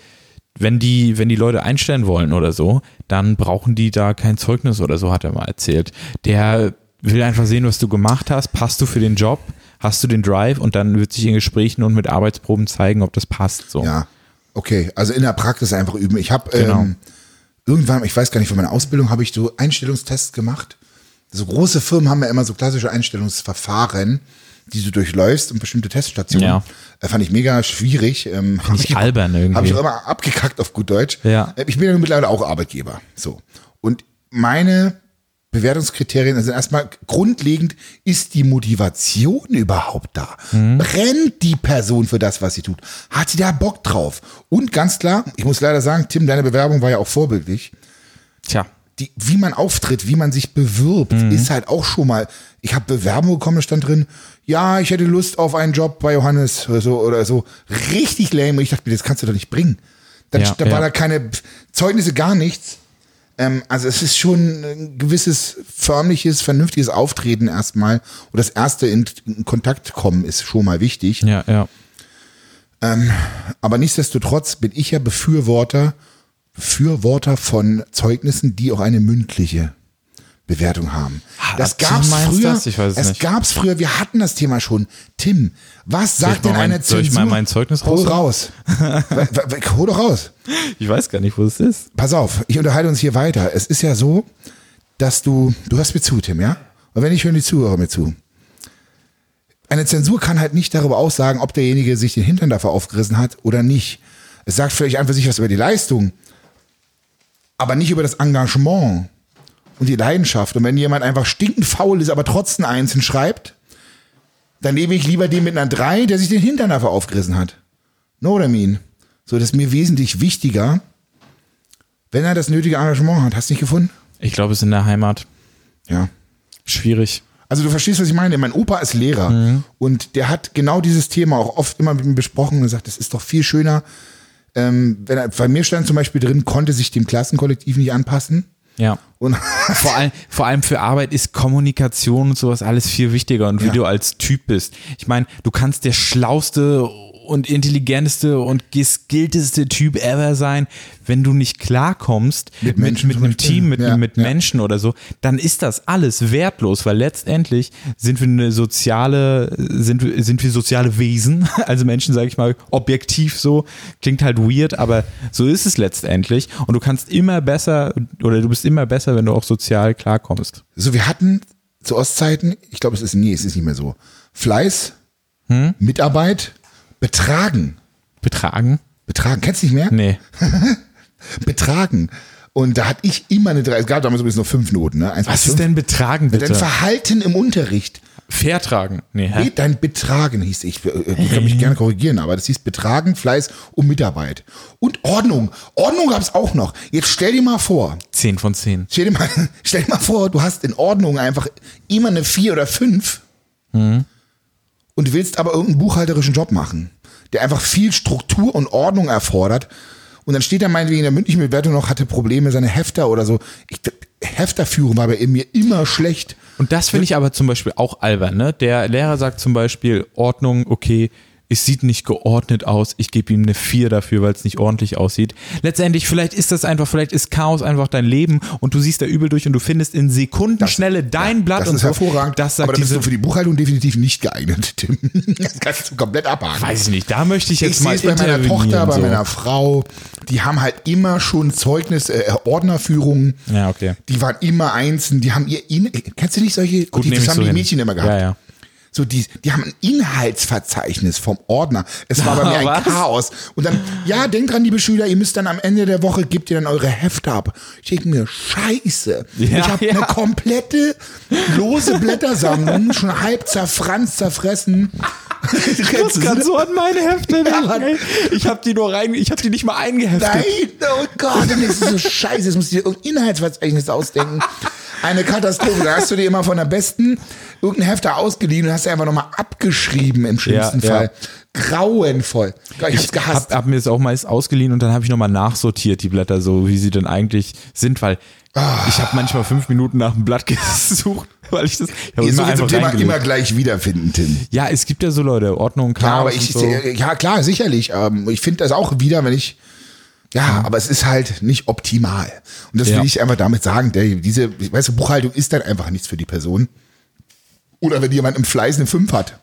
Speaker 2: wenn die, wenn die Leute einstellen wollen oder so, dann brauchen die da kein Zeugnis oder so, hat er mal erzählt. Der will einfach sehen, was du gemacht hast. Passt du für den Job? Hast du den Drive? Und dann wird sich in Gesprächen und mit Arbeitsproben zeigen, ob das passt. So.
Speaker 1: Ja, okay. Also in der Praxis einfach üben. Ich habe
Speaker 2: Genau.
Speaker 1: ähm, irgendwann, ich weiß gar nicht, von meiner Ausbildung habe ich so Einstellungstests gemacht. So große Firmen haben ja immer so klassische Einstellungsverfahren, die du durchläufst und bestimmte Teststationen.
Speaker 2: Ja.
Speaker 1: Äh, fand ich mega schwierig. Ähm, hab
Speaker 2: ich albern irgendwie.
Speaker 1: Habe ich auch immer abgekackt auf gut Deutsch.
Speaker 2: Ja.
Speaker 1: Äh, Ich bin ja mittlerweile auch Arbeitgeber. So. Und meine Bewertungskriterien sind erstmal grundlegend, ist die Motivation überhaupt da? Brennt die Person für das, was sie tut? Hat sie da Bock drauf? Und ganz klar, ich muss leider sagen, Tim, deine Bewerbung war ja auch vorbildlich.
Speaker 2: Tja,
Speaker 1: Die, wie man auftritt, wie man sich bewirbt,
Speaker 2: Mhm.
Speaker 1: ist halt auch schon mal. Ich habe Bewerbung bekommen, da stand drin, ja, ich hätte Lust auf einen Job bei Johannes oder so oder so. Richtig lame. Und ich dachte mir, das kannst du doch nicht bringen. Dann,
Speaker 2: Ja,
Speaker 1: da war
Speaker 2: ja.
Speaker 1: da keine Zeugnisse, gar nichts. Ähm, also es ist schon ein gewisses förmliches, vernünftiges Auftreten erstmal. Und das erste in, in Kontakt kommen ist schon mal wichtig.
Speaker 2: ja, ja.
Speaker 1: Aber nichtsdestotrotz bin ich ja Befürworter, Befürworter von Zeugnissen, die auch eine mündliche Bewertung haben.
Speaker 2: Ah,
Speaker 1: Das
Speaker 2: so
Speaker 1: gab's
Speaker 2: meinst
Speaker 1: früher.
Speaker 2: das? Ich weiß es
Speaker 1: es
Speaker 2: nicht.
Speaker 1: gab's früher. Wir hatten das Thema schon. Tim, was sagt
Speaker 2: mal
Speaker 1: denn
Speaker 2: mein-
Speaker 1: eine
Speaker 2: soll
Speaker 1: Zensur?
Speaker 2: ich mal mein Zeugnis
Speaker 1: Hol raus. W- w- w- Hol doch raus
Speaker 2: Ich weiß gar nicht, wo es ist.
Speaker 1: pass auf, ich unterhalte uns hier weiter. Es ist ja so, dass du, du hörst mir zu, Tim, ja? Und wenn ich hören die Zuhörer mir zu. Eine Zensur kann halt nicht darüber aussagen, ob derjenige sich den Hintern dafür aufgerissen hat oder nicht. Es sagt vielleicht einfach sich was über die Leistung, aber nicht über das Engagement und die Leidenschaft. Und wenn jemand einfach stinkend faul ist, aber trotzdem einzeln schreibt, dann nehme ich lieber den mit einer 3, der sich den Hintern dafür aufgerissen hat. Know what I mean? So, das ist mir wesentlich wichtiger, wenn er das nötige Engagement hat, hast du nicht gefunden?
Speaker 2: Ich glaube, es ist in der Heimat.
Speaker 1: Ja.
Speaker 2: Schwierig.
Speaker 1: Also du verstehst, was ich meine. Mein Opa ist Lehrer
Speaker 2: Mhm.
Speaker 1: und der hat genau dieses Thema auch oft immer mit mir besprochen und gesagt, das ist doch viel schöner. Ähm, wenn er, bei mir stand zum Beispiel drin, konnte sich dem Klassenkollektiv nicht anpassen.
Speaker 2: Ja.
Speaker 1: Und
Speaker 2: Vor allem, vor allem für Arbeit ist Kommunikation und sowas alles viel wichtiger und wie
Speaker 1: Ja.
Speaker 2: du als Typ bist. Ich meine, du kannst der schlauste und intelligenteste und geskillteste Typ ever sein, wenn du nicht klarkommst mit,
Speaker 1: Menschen
Speaker 2: mit,
Speaker 1: zum
Speaker 2: einem
Speaker 1: Beispiel.
Speaker 2: Team, mit,
Speaker 1: Ja,
Speaker 2: mit
Speaker 1: ja.
Speaker 2: Menschen oder so, dann ist das alles wertlos, weil letztendlich sind wir eine soziale, sind, wir- sind wir soziale Wesen, also Menschen, sage ich mal, objektiv so, klingt halt weird, aber so ist es letztendlich und du kannst immer besser oder du bist immer besser, wenn du auch sozial klarkommst.
Speaker 1: So, wir hatten zu Ostzeiten, ich glaube, es ist nie, es ist nicht mehr so. Fleiß,
Speaker 2: Hm?
Speaker 1: Mitarbeit, Betragen.
Speaker 2: Betragen?
Speaker 1: Betragen, kennst du nicht mehr?
Speaker 2: Nee.
Speaker 1: Betragen. Und da hatte ich immer eine drei. Es gab damals übrigens nur fünf Noten, ne? Eins
Speaker 2: Was
Speaker 1: bis
Speaker 2: ist
Speaker 1: fünf.
Speaker 2: denn Betragen
Speaker 1: Dein
Speaker 2: bitte?
Speaker 1: Verhalten im Unterricht,
Speaker 2: Vertragen. Nee, hä?
Speaker 1: dein Betragen hieß ich. Äh, Ich kann mich gerne korrigieren, aber das hieß Betragen, Fleiß und Mitarbeit. Und Ordnung. Ordnung gab es auch noch. Jetzt stell dir mal vor,
Speaker 2: 10 von 10.
Speaker 1: Stell dir mal, stell dir mal vor, du hast in Ordnung einfach immer eine 4 oder 5 und willst aber irgendeinen buchhalterischen Job machen, der einfach viel Struktur und Ordnung erfordert. Und dann steht da meinetwegen in der mündlichen Bewertung noch, hatte Probleme, seine Hefter oder so. Ich, Hefterführung war bei mir immer schlecht.
Speaker 2: Und das finde ich aber zum Beispiel auch albern. Ne? Der Lehrer sagt zum Beispiel, Ordnung, okay, es sieht nicht geordnet aus, ich gebe ihm eine 4 dafür, weil es nicht ordentlich aussieht. Letztendlich, vielleicht ist das einfach, vielleicht ist Chaos einfach dein Leben und du siehst da übel durch und du findest in Sekundenschnelle dein Blatt
Speaker 1: Das
Speaker 2: und
Speaker 1: ist
Speaker 2: so.
Speaker 1: hervorragend.
Speaker 2: Das
Speaker 1: aber
Speaker 2: sagt
Speaker 1: dann bist
Speaker 2: diese,
Speaker 1: du für die Buchhaltung definitiv nicht geeignet, Tim. Das kannst du komplett abhaken.
Speaker 2: weiß ich nicht, da möchte ich
Speaker 1: Ich
Speaker 2: jetzt
Speaker 1: sehe
Speaker 2: mal
Speaker 1: es bei meiner
Speaker 2: intervenieren,
Speaker 1: Tochter, bei
Speaker 2: so.
Speaker 1: meiner Frau. Die haben halt immer schon Zeugnis, äh, Ordnerführungen.
Speaker 2: Ja, okay.
Speaker 1: Die waren immer einzeln. Die haben ihr, in kennst du nicht solche?
Speaker 2: Gut,
Speaker 1: die,
Speaker 2: nehm
Speaker 1: das
Speaker 2: ich
Speaker 1: haben
Speaker 2: so
Speaker 1: die
Speaker 2: hin.
Speaker 1: Mädchen immer gehabt.
Speaker 2: Ja, ja.
Speaker 1: So die, die haben ein Inhaltsverzeichnis vom Ordner. Es war bei mir ein
Speaker 2: Was?
Speaker 1: Chaos. Und dann, ja, denkt dran, liebe Schüler, ihr müsst dann am Ende der Woche, gebt ihr dann eure Hefte ab. Ich denke mir, scheiße.
Speaker 2: Ja,
Speaker 1: ich habe
Speaker 2: ja.
Speaker 1: eine komplette lose Blättersammlung, schon halb zerfranst, zerfressen.
Speaker 2: Ich muss gerade so an meine Hefte denken. ey. Ich habe die nur rein, ich habe die nicht mal eingeheftet.
Speaker 1: Nein, oh Gott, und es ist so scheiße, jetzt musst du dir irgendein Inhaltsverzeichnis ausdenken. Eine Katastrophe. Da hast du dir immer von der besten irgendein Hefter ausgeliehen und hast dir einfach nochmal abgeschrieben im schlimmsten
Speaker 2: Ja, ja.
Speaker 1: Fall. Grauenvoll. Ich hab's gehasst.
Speaker 2: Hab, hab mir das auch meist ausgeliehen und dann habe ich nochmal nachsortiert, die Blätter, so wie sie denn eigentlich sind, weil
Speaker 1: Ah.
Speaker 2: ich habe manchmal fünf Minuten nach dem Blatt gesucht, weil ich das. Ich hab
Speaker 1: Hier so zum
Speaker 2: immer einfach
Speaker 1: Thema
Speaker 2: reingelegt.
Speaker 1: immer gleich wiederfinden, Tim.
Speaker 2: ja, es gibt ja so Leute, Ordnung, Chaos.
Speaker 1: Ja, aber ich, äh,
Speaker 2: und so.
Speaker 1: ja klar, sicherlich. Ähm, ich finde das auch wieder, wenn ich, ja, aber es ist halt nicht optimal. Und das
Speaker 2: Ja.
Speaker 1: will ich einfach damit sagen, der, diese, weißt du, Buchhaltung ist dann einfach nichts für die Person. Oder wenn jemand im Fleiß eine 5 hat.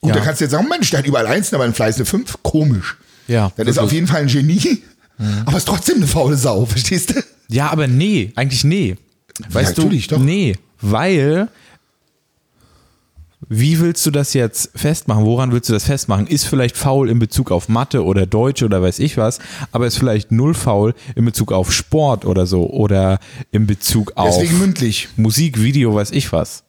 Speaker 1: Gut,
Speaker 2: Ja.
Speaker 1: dann kannst du jetzt sagen, Mensch, der hat überall Einsen, aber im Fleiß eine 5, komisch.
Speaker 2: Ja,
Speaker 1: Dann ist er auf
Speaker 2: wirklich. Mhm.
Speaker 1: jeden Fall ein Genie, aber ist trotzdem eine faule Sau, verstehst du?
Speaker 2: ja, aber nee, eigentlich nee. Weißt
Speaker 1: natürlich,
Speaker 2: du,
Speaker 1: doch.
Speaker 2: nee, weil wie willst du das jetzt festmachen? Woran willst du das festmachen? Ist vielleicht faul in Bezug auf Mathe oder Deutsch oder weiß ich was, aber ist vielleicht null faul in Bezug auf Sport oder so oder in Bezug auf
Speaker 1: Deswegen mündlich.
Speaker 2: Musik, Video, weiß ich was.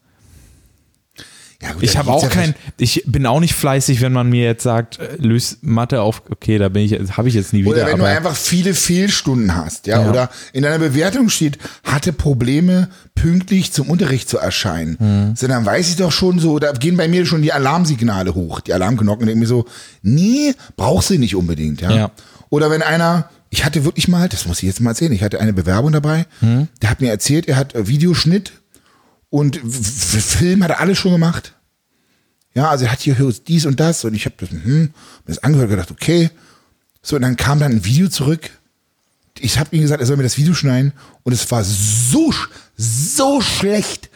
Speaker 1: Ja, gut,
Speaker 2: Ich
Speaker 1: dann
Speaker 2: habe
Speaker 1: geht's
Speaker 2: auch
Speaker 1: ja
Speaker 2: kein, ich bin auch nicht fleißig, wenn man mir jetzt sagt, äh, lös Mathe auf, okay, da bin ich, habe ich jetzt nie wieder.
Speaker 1: Oder wenn du
Speaker 2: aber
Speaker 1: einfach viele Fehlstunden hast, ja,
Speaker 2: Ja.
Speaker 1: oder in deiner Bewertung steht, hatte Probleme, pünktlich zum Unterricht zu erscheinen. So, dann weiß ich doch schon so, da gehen bei mir schon die Alarmsignale hoch, die Alarmglocken denken mir so, nee, brauchst du nicht unbedingt, ja.
Speaker 2: Ja.
Speaker 1: Oder wenn einer, ich hatte wirklich mal, das muss ich jetzt mal erzählen, ich hatte eine Bewerbung dabei, der hat mir erzählt, er hat äh, Videoschnitt und F- F- Film hat er alles schon gemacht. Ja, also er hat hier höchst dies und das und ich habe das, hm, mir das angehört gedacht, okay. So, und dann kam dann ein Video zurück. Ich habe ihm gesagt, er soll mir das Video schneiden und es war so, sch- so schlecht,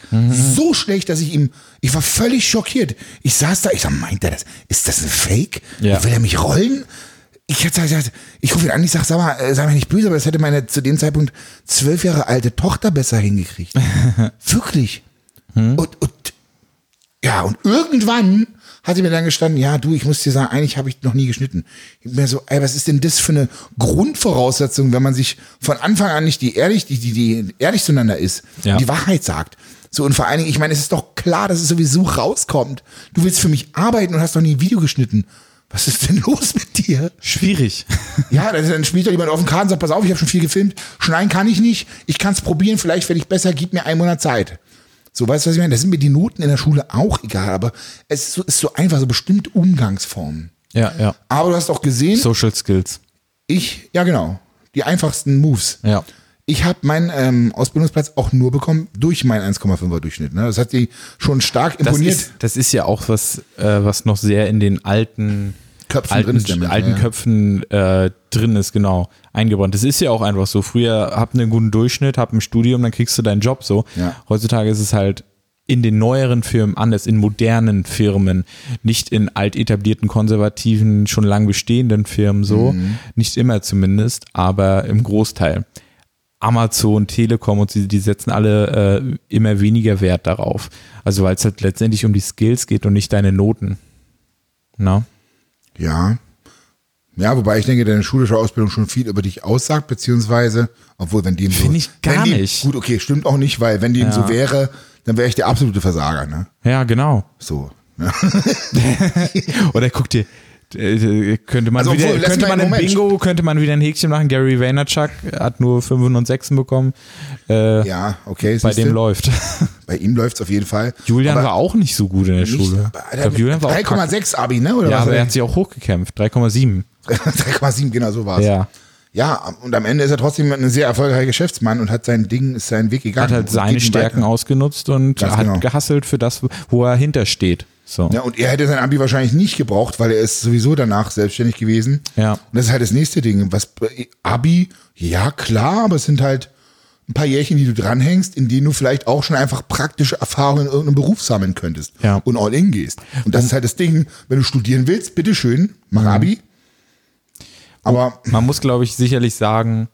Speaker 1: so schlecht, dass ich ihm, ich war völlig schockiert. Ich saß da, ich sag, meint er das? Ist das ein Fake?
Speaker 2: Ja.
Speaker 1: Will er mich rollen? Ich hätte gesagt, ich rufe ihn an, ich sag, sag mal, äh, sei mal nicht böse, aber das hätte meine zu dem Zeitpunkt zwölf Jahre alte Tochter besser hingekriegt. Wirklich. Und, und ja, und irgendwann hat sie mir dann gestanden, ja, du, ich muss dir sagen, eigentlich habe ich noch nie geschnitten. Ich bin mir so, ey, was ist denn das für eine Grundvoraussetzung, wenn man sich von Anfang an nicht die ehrlich, die, die, die ehrlich zueinander ist,
Speaker 2: Ja.
Speaker 1: die Wahrheit sagt. So, und vor allen Dingen, ich meine, es ist doch klar, dass es sowieso rauskommt. Du willst für mich arbeiten und hast noch nie ein Video geschnitten. Was ist denn los mit dir?
Speaker 2: schwierig.
Speaker 1: Ja, dann dann spielt da jemand auf den Karten und sagt, pass auf, ich habe schon viel gefilmt. Schneiden kann ich nicht. Ich kann es probieren, vielleicht werde ich besser, gib mir einen Monat Zeit. So, weißt du, was ich meine? Das sind mir die Noten in der Schule auch egal, aber es ist so, ist so einfach, so bestimmte Umgangsformen.
Speaker 2: Ja, ja.
Speaker 1: Aber du hast auch gesehen,
Speaker 2: Social Skills.
Speaker 1: ich, ja genau, die einfachsten Moves.
Speaker 2: Ja.
Speaker 1: Ich habe meinen ähm, Ausbildungsplatz auch nur bekommen durch meinen 1,5er Durchschnitt. Ne? Das hat die schon stark
Speaker 2: Das
Speaker 1: imponiert.
Speaker 2: ist, das ist ja auch was, äh, was noch sehr in den alten
Speaker 1: Köpfen
Speaker 2: alten,
Speaker 1: drin ist der Mensch,
Speaker 2: alten
Speaker 1: ja, ja.
Speaker 2: Köpfen äh, drin ist, genau, eingebrannt. Das ist ja auch einfach so. Früher habt einen guten Durchschnitt, habt ein Studium, dann kriegst du deinen Job so.
Speaker 1: Ja.
Speaker 2: Heutzutage ist es halt in den neueren Firmen anders, in modernen Firmen, nicht in alt etablierten, konservativen, schon lang bestehenden Firmen so.
Speaker 1: Mhm.
Speaker 2: Nicht immer zumindest, aber im Großteil. Amazon, Telekom und die, die setzen alle äh, immer weniger Wert darauf. Also weil es halt letztendlich um die Skills geht und nicht deine Noten. Na?
Speaker 1: Ja. Ja, wobei ich denke, deine schulische Ausbildung schon viel über dich aussagt, beziehungsweise, obwohl, wenn die so.
Speaker 2: Finde ich gar
Speaker 1: wenn die,
Speaker 2: nicht.
Speaker 1: Gut, okay, stimmt auch nicht, weil wenn die so wäre, dann wäre ich der absolute Versager, ne?
Speaker 2: Ja, genau.
Speaker 1: So. ne?
Speaker 2: Oder guck dir, äh, könnte man
Speaker 1: Also,
Speaker 2: wieder,
Speaker 1: obwohl, lass
Speaker 2: könnte
Speaker 1: mal
Speaker 2: man
Speaker 1: einen
Speaker 2: im
Speaker 1: Moment.
Speaker 2: Bingo, könnte man wieder ein Häkchen machen. Gary Vaynerchuk hat nur 5 und 6 bekommen. Äh,
Speaker 1: Ja, okay.
Speaker 2: bei
Speaker 1: siehste,
Speaker 2: dem läuft.
Speaker 1: bei ihm läuft's auf jeden Fall.
Speaker 2: Julian
Speaker 1: aber
Speaker 2: war auch nicht so gut in der
Speaker 1: nicht-
Speaker 2: Schule.
Speaker 1: aber
Speaker 2: Ich
Speaker 1: der
Speaker 2: glaub, Julian war auch kacke.
Speaker 1: 3,6 Abi, ne? Oder
Speaker 2: Ja,
Speaker 1: was
Speaker 2: aber er
Speaker 1: hat
Speaker 2: hat sich auch hochgekämpft. 3,7.
Speaker 1: er? 3,7, genau so war's.
Speaker 2: Ja.
Speaker 1: ja, und am Ende ist er trotzdem ein sehr erfolgreicher Geschäftsmann und hat sein Ding, ist seinen Weg gegangen.
Speaker 2: Hat halt
Speaker 1: und
Speaker 2: seine
Speaker 1: geht ihn
Speaker 2: Stärken
Speaker 1: weiter.
Speaker 2: ausgenutzt und
Speaker 1: Ganz
Speaker 2: hat
Speaker 1: genau.
Speaker 2: gehasselt für das, wo er hintersteht. So.
Speaker 1: Ja, und er hätte sein Abi wahrscheinlich nicht gebraucht, weil er ist sowieso danach selbstständig gewesen.
Speaker 2: Ja.
Speaker 1: Und das ist halt das nächste Ding. Was, Abi, ja klar, aber es sind halt ein paar Jährchen, die du dranhängst, in denen du vielleicht auch schon einfach praktische Erfahrungen in irgendeinem Beruf sammeln könntest
Speaker 2: Ja.
Speaker 1: und all in gehst. Und das ist halt das Ding, wenn du studieren willst, bitteschön,
Speaker 2: Mhm.
Speaker 1: mach Abi. Aber
Speaker 2: man muss, glaube ich, sicherlich sagen,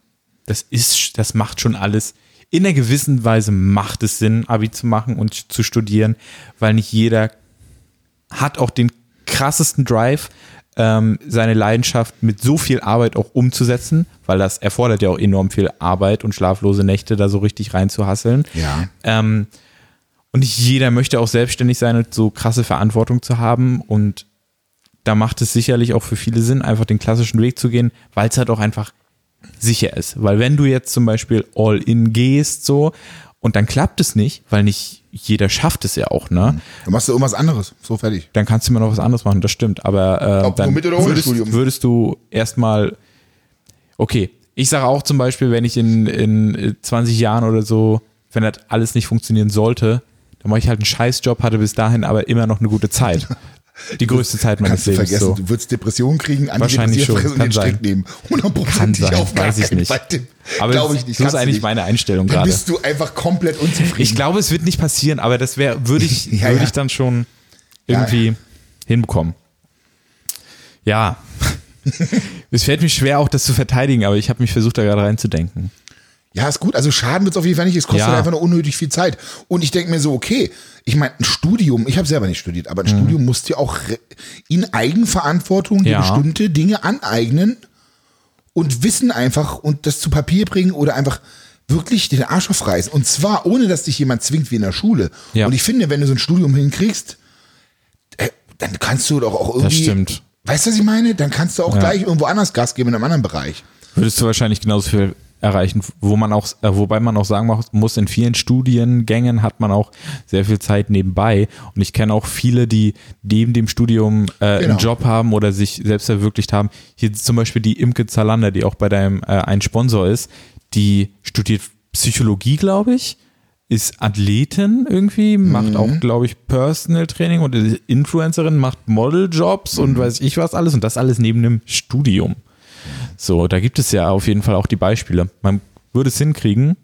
Speaker 2: das ist, das macht schon alles. In einer gewissen Weise macht es Sinn, Abi zu machen und zu studieren, weil nicht jeder hat auch den krassesten Drive, ähm, seine Leidenschaft mit so viel Arbeit auch umzusetzen, weil das erfordert ja auch enorm viel Arbeit und schlaflose Nächte da so richtig reinzuhasseln.
Speaker 1: ja,
Speaker 2: Ähm, und nicht jeder möchte auch selbstständig sein und so krasse Verantwortung zu haben. Und da macht es sicherlich auch für viele Sinn, einfach den klassischen Weg zu gehen, weil es halt auch einfach sicher ist. Weil wenn du jetzt zum Beispiel all in gehst so und dann klappt es nicht, weil nicht jeder schafft es ja auch, ne?
Speaker 1: dann machst du irgendwas anderes. So fertig.
Speaker 2: Dann kannst du immer noch was anderes machen, das stimmt. Aber äh,
Speaker 1: Ob
Speaker 2: dann
Speaker 1: nur mit oder ohne
Speaker 2: würdest,
Speaker 1: Studium.
Speaker 2: würdest du erstmal, okay, ich sage auch zum Beispiel, wenn ich in, in äh, 20 Jahren oder so, wenn das alles nicht funktionieren sollte, dann mache ich halt einen Scheißjob, hatte bis dahin aber immer noch eine gute Zeit. Die größte Zeit meines
Speaker 1: Kannst du
Speaker 2: Lebens.
Speaker 1: vergessen,
Speaker 2: So.
Speaker 1: du würdest Depressionen kriegen,
Speaker 2: Wahrscheinlich schon,
Speaker 1: Antidepressiva und
Speaker 2: kann
Speaker 1: den
Speaker 2: sein.
Speaker 1: Strick nehmen.
Speaker 2: Kann
Speaker 1: Hundertprozentig
Speaker 2: sein,
Speaker 1: auf gar
Speaker 2: weiß ich
Speaker 1: keinen
Speaker 2: nicht.
Speaker 1: Fall.
Speaker 2: Aber
Speaker 1: Glaub
Speaker 2: das- so ist
Speaker 1: kannst du
Speaker 2: eigentlich
Speaker 1: nicht.
Speaker 2: meine Einstellung
Speaker 1: Dann
Speaker 2: gerade.
Speaker 1: bist du einfach komplett unzufrieden.
Speaker 2: Ich glaube, es wird nicht passieren, aber das wäre, würde ich,
Speaker 1: Ja,
Speaker 2: würde
Speaker 1: ja.
Speaker 2: ich dann schon
Speaker 1: Ja.
Speaker 2: irgendwie hinbekommen. Ja. es fällt mir schwer, auch das zu verteidigen, aber ich habe mich versucht, da gerade reinzudenken.
Speaker 1: Ja, ist gut. Also schaden wird's auf jeden Fall nicht. Es kostet
Speaker 2: Ja.
Speaker 1: einfach nur unnötig viel Zeit. Und ich denke mir so, okay, ich meine, ein Studium, ich habe selber nicht studiert, aber ein Studium musst du auch re- in Eigenverantwortung dir
Speaker 2: Mhm. Ja.
Speaker 1: bestimmte Dinge aneignen und Wissen einfach und das zu Papier bringen oder einfach wirklich den Arsch aufreißen. Und zwar ohne, dass dich jemand zwingt wie in der Schule.
Speaker 2: Ja.
Speaker 1: Und ich finde, wenn du so ein Studium hinkriegst, äh, dann kannst du doch auch irgendwie.
Speaker 2: stimmt.
Speaker 1: Weißt du, was ich meine? Dann kannst du auch gleich irgendwo anders Gas geben in einem anderen Bereich.
Speaker 2: Würdest du wahrscheinlich genauso viel erreichen, wo man auch, äh, wobei man auch sagen muss, in vielen Studiengängen hat man auch sehr viel Zeit nebenbei. Und ich kenne auch viele, die neben dem Studium äh,
Speaker 1: Genau.
Speaker 2: einen Job haben oder sich selbst verwirklicht haben. Hier zum Beispiel die Imke Zalander, die auch bei deinem äh, ein Sponsor ist, die studiert Psychologie, glaube ich, ist Athletin irgendwie, macht auch, glaube ich, Personal Training und ist Influencerin, macht Modeljobs und weiß ich was alles und das alles neben dem Studium. So, da gibt es ja auf jeden Fall auch die Beispiele. Man würde es hinkriegen.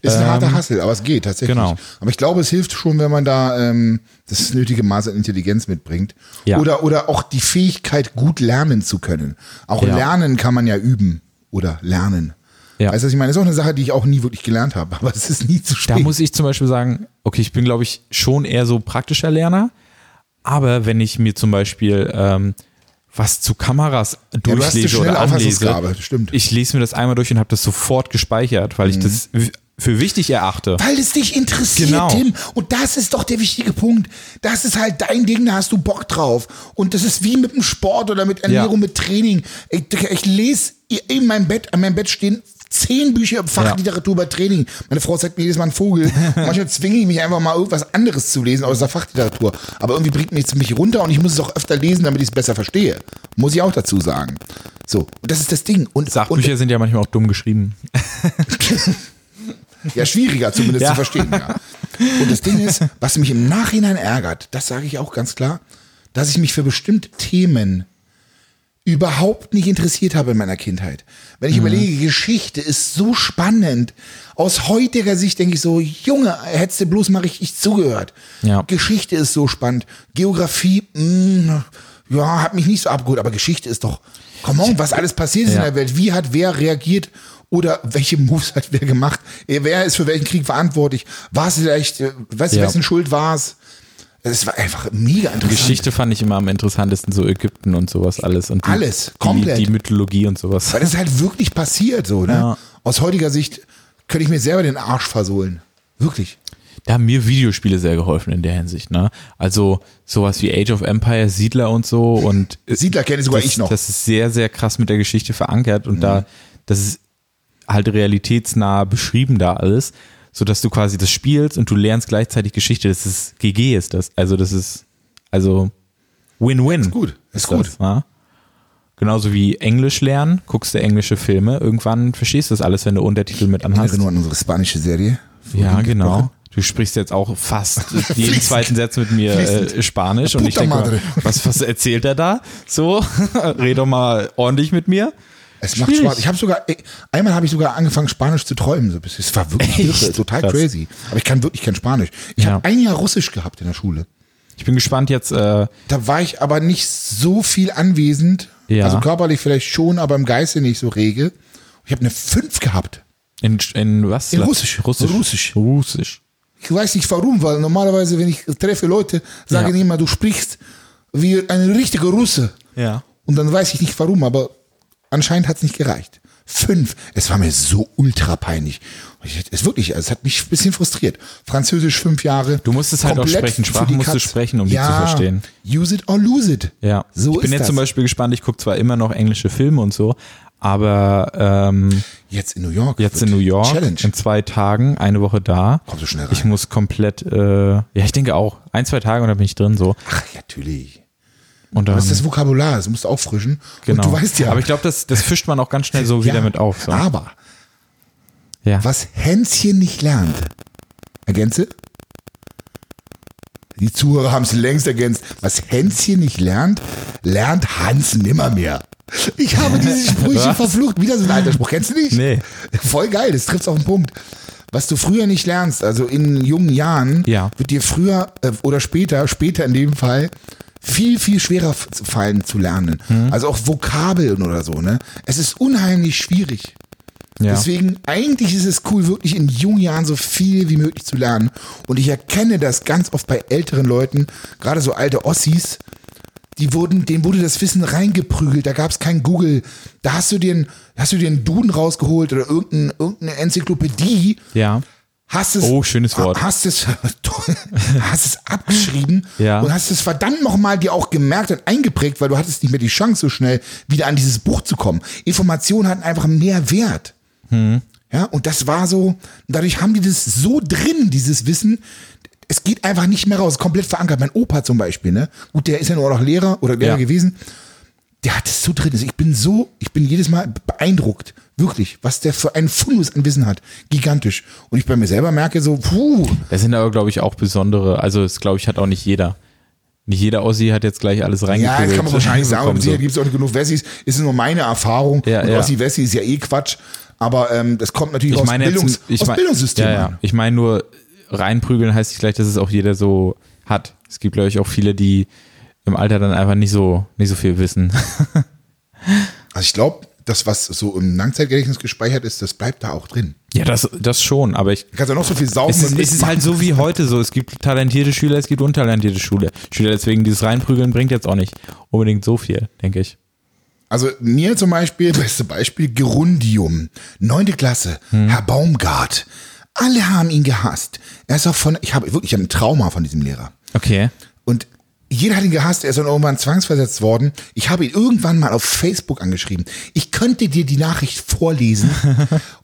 Speaker 1: Ist ein harter Hassel, aber es geht tatsächlich.
Speaker 2: Ähm, genau.
Speaker 1: Aber ich glaube, es hilft schon, wenn man da ähm, das nötige Maß an Intelligenz mitbringt.
Speaker 2: Ja.
Speaker 1: Oder, oder auch die Fähigkeit, gut lernen zu können. Auch
Speaker 2: Ja.
Speaker 1: lernen kann man ja üben oder lernen.
Speaker 2: Ja.
Speaker 1: Weißt du, was ich meine? Das ist auch eine Sache, die ich auch nie wirklich gelernt habe, aber es ist nie zu spät.
Speaker 2: Da muss ich zum Beispiel sagen, okay, ich bin, glaube ich, schon eher so praktischer Lerner, aber wenn ich mir zum Beispiel ähm, was zu Kameras
Speaker 1: du hast eine
Speaker 2: durchlese
Speaker 1: schnelle
Speaker 2: oder
Speaker 1: Auffassungsgabe,
Speaker 2: anlese,
Speaker 1: stimmt. Mhm.
Speaker 2: ich lese mir das einmal durch und habe das sofort gespeichert, weil ich das w- für wichtig erachte.
Speaker 1: Weil es dich interessiert,
Speaker 2: Genau.
Speaker 1: Tim. Und das ist doch der wichtige Punkt. Das ist halt dein Ding, da hast du Bock drauf. Und das ist wie mit dem Sport oder mit Ernährung, mit Training. Ich, ich lese in meinem Bett, an meinem Bett stehen zehn Bücher im Fach
Speaker 2: Ja.
Speaker 1: Literatur bei Training. Meine Frau zeigt mir jedes Mal einen Vogel. Manchmal zwinge ich mich einfach mal irgendwas anderes zu lesen aus der Fachliteratur. Aber irgendwie bringt mir jetzt mich runter und ich muss es auch öfter lesen, damit ich es besser verstehe. Muss ich auch dazu sagen. So, und das ist das Ding. Und, und
Speaker 2: Sachbücher sind ja manchmal auch dumm geschrieben.
Speaker 1: ja, schwieriger zumindest
Speaker 2: Ja.
Speaker 1: zu verstehen, ja. Und das Ding ist, was mich im Nachhinein ärgert, das sage ich auch ganz klar, dass ich mich für bestimmte Themen überhaupt nicht interessiert habe in meiner Kindheit. Wenn ich
Speaker 2: Mhm.
Speaker 1: überlege, Geschichte ist so spannend. Aus heutiger Sicht denke ich so, Junge, hättest du bloß mal richtig zugehört.
Speaker 2: Ja.
Speaker 1: Geschichte ist so spannend. Geografie, mh, ja, hat mich nicht so abgeholt, aber Geschichte ist doch, come on, was alles passiert ist
Speaker 2: Ja.
Speaker 1: in der Welt. Wie hat wer reagiert oder welche Moves hat wer gemacht? Eh, Wer ist für welchen Krieg verantwortlich? War es vielleicht, äh, weißt du,
Speaker 2: Ja.
Speaker 1: wessen Schuld war es? Es war einfach mega interessant.
Speaker 2: Geschichte fand ich immer am interessantesten, so Ägypten und sowas alles. Und die,
Speaker 1: Alles, komplett.
Speaker 2: Die, die Mythologie und sowas.
Speaker 1: Weil das ist halt wirklich passiert, so, ne?
Speaker 2: Ja.
Speaker 1: Aus heutiger Sicht könnte ich mir selber den Arsch versohlen. Wirklich.
Speaker 2: Da haben mir Videospiele sehr geholfen in der Hinsicht, ne? Also sowas wie Age of Empires, Siedler und so und
Speaker 1: Siedler kenne sogar
Speaker 2: Äh, das,
Speaker 1: ich noch. Mhm.
Speaker 2: das ist sehr, sehr krass mit der Geschichte verankert und da, das ist halt realitätsnah beschrieben da alles, sodass du quasi das spielst und du lernst gleichzeitig Geschichte. Das ist GG ist das. Also das ist, also Win-Win. Ist
Speaker 1: gut, ist gut.
Speaker 2: Das, ne? Genauso wie Englisch lernen, guckst du englische Filme, irgendwann verstehst du das alles, wenn du Untertitel mit anhast.
Speaker 1: Erinnere nur an unsere spanische Serie.
Speaker 2: Ja, genau. Du sprichst jetzt auch fast jeden
Speaker 1: Fließend.
Speaker 2: zweiten Satz mit mir äh,
Speaker 1: Fließend.
Speaker 2: Spanisch und ich
Speaker 1: Puta
Speaker 2: denke, mal,
Speaker 1: madre.
Speaker 2: was, was erzählt er da? So, red doch mal ordentlich mit mir.
Speaker 1: Es macht
Speaker 2: Schwierig.
Speaker 1: Spaß. Ich habe sogar, ey, einmal habe ich sogar angefangen, Spanisch zu träumen. So ein bisschen. Es war wirklich
Speaker 2: Echt?
Speaker 1: irre, total
Speaker 2: Krass.
Speaker 1: crazy. Aber ich kann wirklich kein Spanisch. Ich
Speaker 2: Ja.
Speaker 1: habe ein Jahr Russisch gehabt in der Schule.
Speaker 2: Ich bin gespannt jetzt, äh,
Speaker 1: Da war ich aber nicht so viel anwesend.
Speaker 2: Ja.
Speaker 1: Also körperlich vielleicht schon, aber im Geiste nicht so rege. Ich habe eine 5 gehabt.
Speaker 2: in, in was?
Speaker 1: In Russisch.
Speaker 2: Russisch.
Speaker 1: Russisch.
Speaker 2: Russisch.
Speaker 1: Ich weiß nicht warum, weil normalerweise, wenn ich treffe Leute, sagen
Speaker 2: Ja.
Speaker 1: die immer, du sprichst wie ein richtiger Russe.
Speaker 2: Ja.
Speaker 1: Und dann weiß ich nicht warum, aber anscheinend hat es nicht gereicht. Fünf. Es war mir so ultra peinlich. Ich, es wirklich, also es hat mich ein bisschen frustriert. Französisch fünf Jahre.
Speaker 2: Du musstest halt auch sprechen.
Speaker 1: für
Speaker 2: Sprachen
Speaker 1: die
Speaker 2: musst du
Speaker 1: Katz.
Speaker 2: sprechen, um die
Speaker 1: ja,
Speaker 2: zu verstehen.
Speaker 1: Use it or lose it.
Speaker 2: Ja.
Speaker 1: So
Speaker 2: ich bin
Speaker 1: ist
Speaker 2: jetzt
Speaker 1: das.
Speaker 2: zum Beispiel gespannt, ich gucke zwar immer noch englische Filme und so, aber ähm,
Speaker 1: Jetzt in New York.
Speaker 2: jetzt
Speaker 1: wird
Speaker 2: in New York,
Speaker 1: Challenge.
Speaker 2: in zwei Tagen, eine Woche da.
Speaker 1: Komm so schnell
Speaker 2: Ich
Speaker 1: rein.
Speaker 2: muss komplett, äh, ja, ich denke auch, ein, zwei Tage und dann bin ich drin so.
Speaker 1: Ach, ja, natürlich.
Speaker 2: Und dann,
Speaker 1: Das ist das Vokabular, das musst du auffrischen.
Speaker 2: Ähm, Genau.
Speaker 1: Und du weißt ja.
Speaker 2: Aber ich glaube, das, das fischt man auch ganz schnell so wieder
Speaker 1: Ja,
Speaker 2: mit auf. So.
Speaker 1: Aber
Speaker 2: Ja.
Speaker 1: was Hänschen nicht lernt, ergänze? Die Zuhörer haben es längst ergänzt. Was Hänschen nicht lernt, lernt Hans nimmermehr. Ich habe diese Sprüche
Speaker 2: Was?
Speaker 1: verflucht. Wieder so ein alter Spruch. Kennst du nicht?
Speaker 2: Nee.
Speaker 1: Voll geil, das trifft's auf den Punkt. Was du früher nicht lernst, also in jungen Jahren,
Speaker 2: Ja.
Speaker 1: wird dir früher äh, oder später, später in dem Fall, viel, viel schwerer f- fallen zu lernen.
Speaker 2: Hm.
Speaker 1: Also auch Vokabeln oder so, ne? Es ist unheimlich schwierig.
Speaker 2: Ja.
Speaker 1: Deswegen, eigentlich ist es cool, wirklich in jungen Jahren so viel wie möglich zu lernen. Und ich erkenne das ganz oft bei älteren Leuten, gerade so alte Ossis, die wurden, denen wurde das Wissen reingeprügelt, da gab es kein Google. Da hast du dir einen, hast du dir einen Duden rausgeholt oder irgendein, irgendeine Enzyklopädie,
Speaker 2: ja.
Speaker 1: hast es.
Speaker 2: Oh, schönes Wort.
Speaker 1: Hast es, hast es abgeschrieben
Speaker 2: Ja.
Speaker 1: und hast es verdammt nochmal dir auch gemerkt und eingeprägt, weil du hattest nicht mehr die Chance, so schnell wieder an dieses Buch zu kommen. Informationen hatten einfach mehr Wert. Ja, und das war so, dadurch haben die das so drin, dieses Wissen. Es geht einfach nicht mehr raus, komplett verankert. Mein Opa zum Beispiel, ne? Gut, der ist ja nur noch Lehrer oder Lehrer
Speaker 2: Ja.
Speaker 1: gewesen. Der hat es so drin. Also ich bin so, ich bin jedes Mal beeindruckt. Wirklich, was der für einen Fundus an Wissen hat. Gigantisch. Und ich bei mir selber merke so, puh,
Speaker 2: Das sind aber, glaube ich, auch besondere. Also, das, glaube ich, hat auch nicht jeder. Nicht jeder Ossi hat jetzt gleich alles
Speaker 1: Ja,
Speaker 2: reingekriegt.
Speaker 1: das kann man wahrscheinlich sagen. Und
Speaker 2: ne? so.
Speaker 1: sicher gibt es auch nicht genug Wessis. Ist nur meine Erfahrung.
Speaker 2: Ja,
Speaker 1: und
Speaker 2: ja.
Speaker 1: Ossi-Wessi ist ja eh Quatsch. Aber ähm, das kommt natürlich
Speaker 2: Ich
Speaker 1: aus,
Speaker 2: meine, jetzt,
Speaker 1: Bildungs
Speaker 2: ich
Speaker 1: aus
Speaker 2: mein,
Speaker 1: Bildungssystem
Speaker 2: Ja, ja.
Speaker 1: an.
Speaker 2: Ich meine nur, reinprügeln heißt nicht gleich, dass es auch jeder so hat. Es gibt, glaube ich, auch viele, die im Alter dann einfach nicht so, nicht so viel wissen.
Speaker 1: Also ich glaube, das, was so im Langzeitgedächtnis gespeichert ist, das bleibt da auch drin.
Speaker 2: ja, das, das schon. Aber ich
Speaker 1: Du kannst ja noch so viel saufen.
Speaker 2: Es ist,
Speaker 1: und
Speaker 2: es ist
Speaker 1: mitmachen.
Speaker 2: halt so wie heute so. Es gibt talentierte Schüler, es gibt untalentierte Schule. Schüler, deswegen dieses Reinprügeln bringt jetzt auch nicht unbedingt so viel, denke ich.
Speaker 1: Also mir zum Beispiel, beste Beispiel, Gerundium, neunte Klasse,
Speaker 2: Hm.
Speaker 1: Herr Baumgart. Alle haben ihn gehasst. Er ist auch von, ich habe wirklich ich hab ein Trauma von diesem Lehrer.
Speaker 2: Okay.
Speaker 1: Und Jeder hat ihn gehasst, er ist dann irgendwann zwangsversetzt worden. Ich habe ihn irgendwann mal auf Facebook angeschrieben. Ich könnte dir die Nachricht vorlesen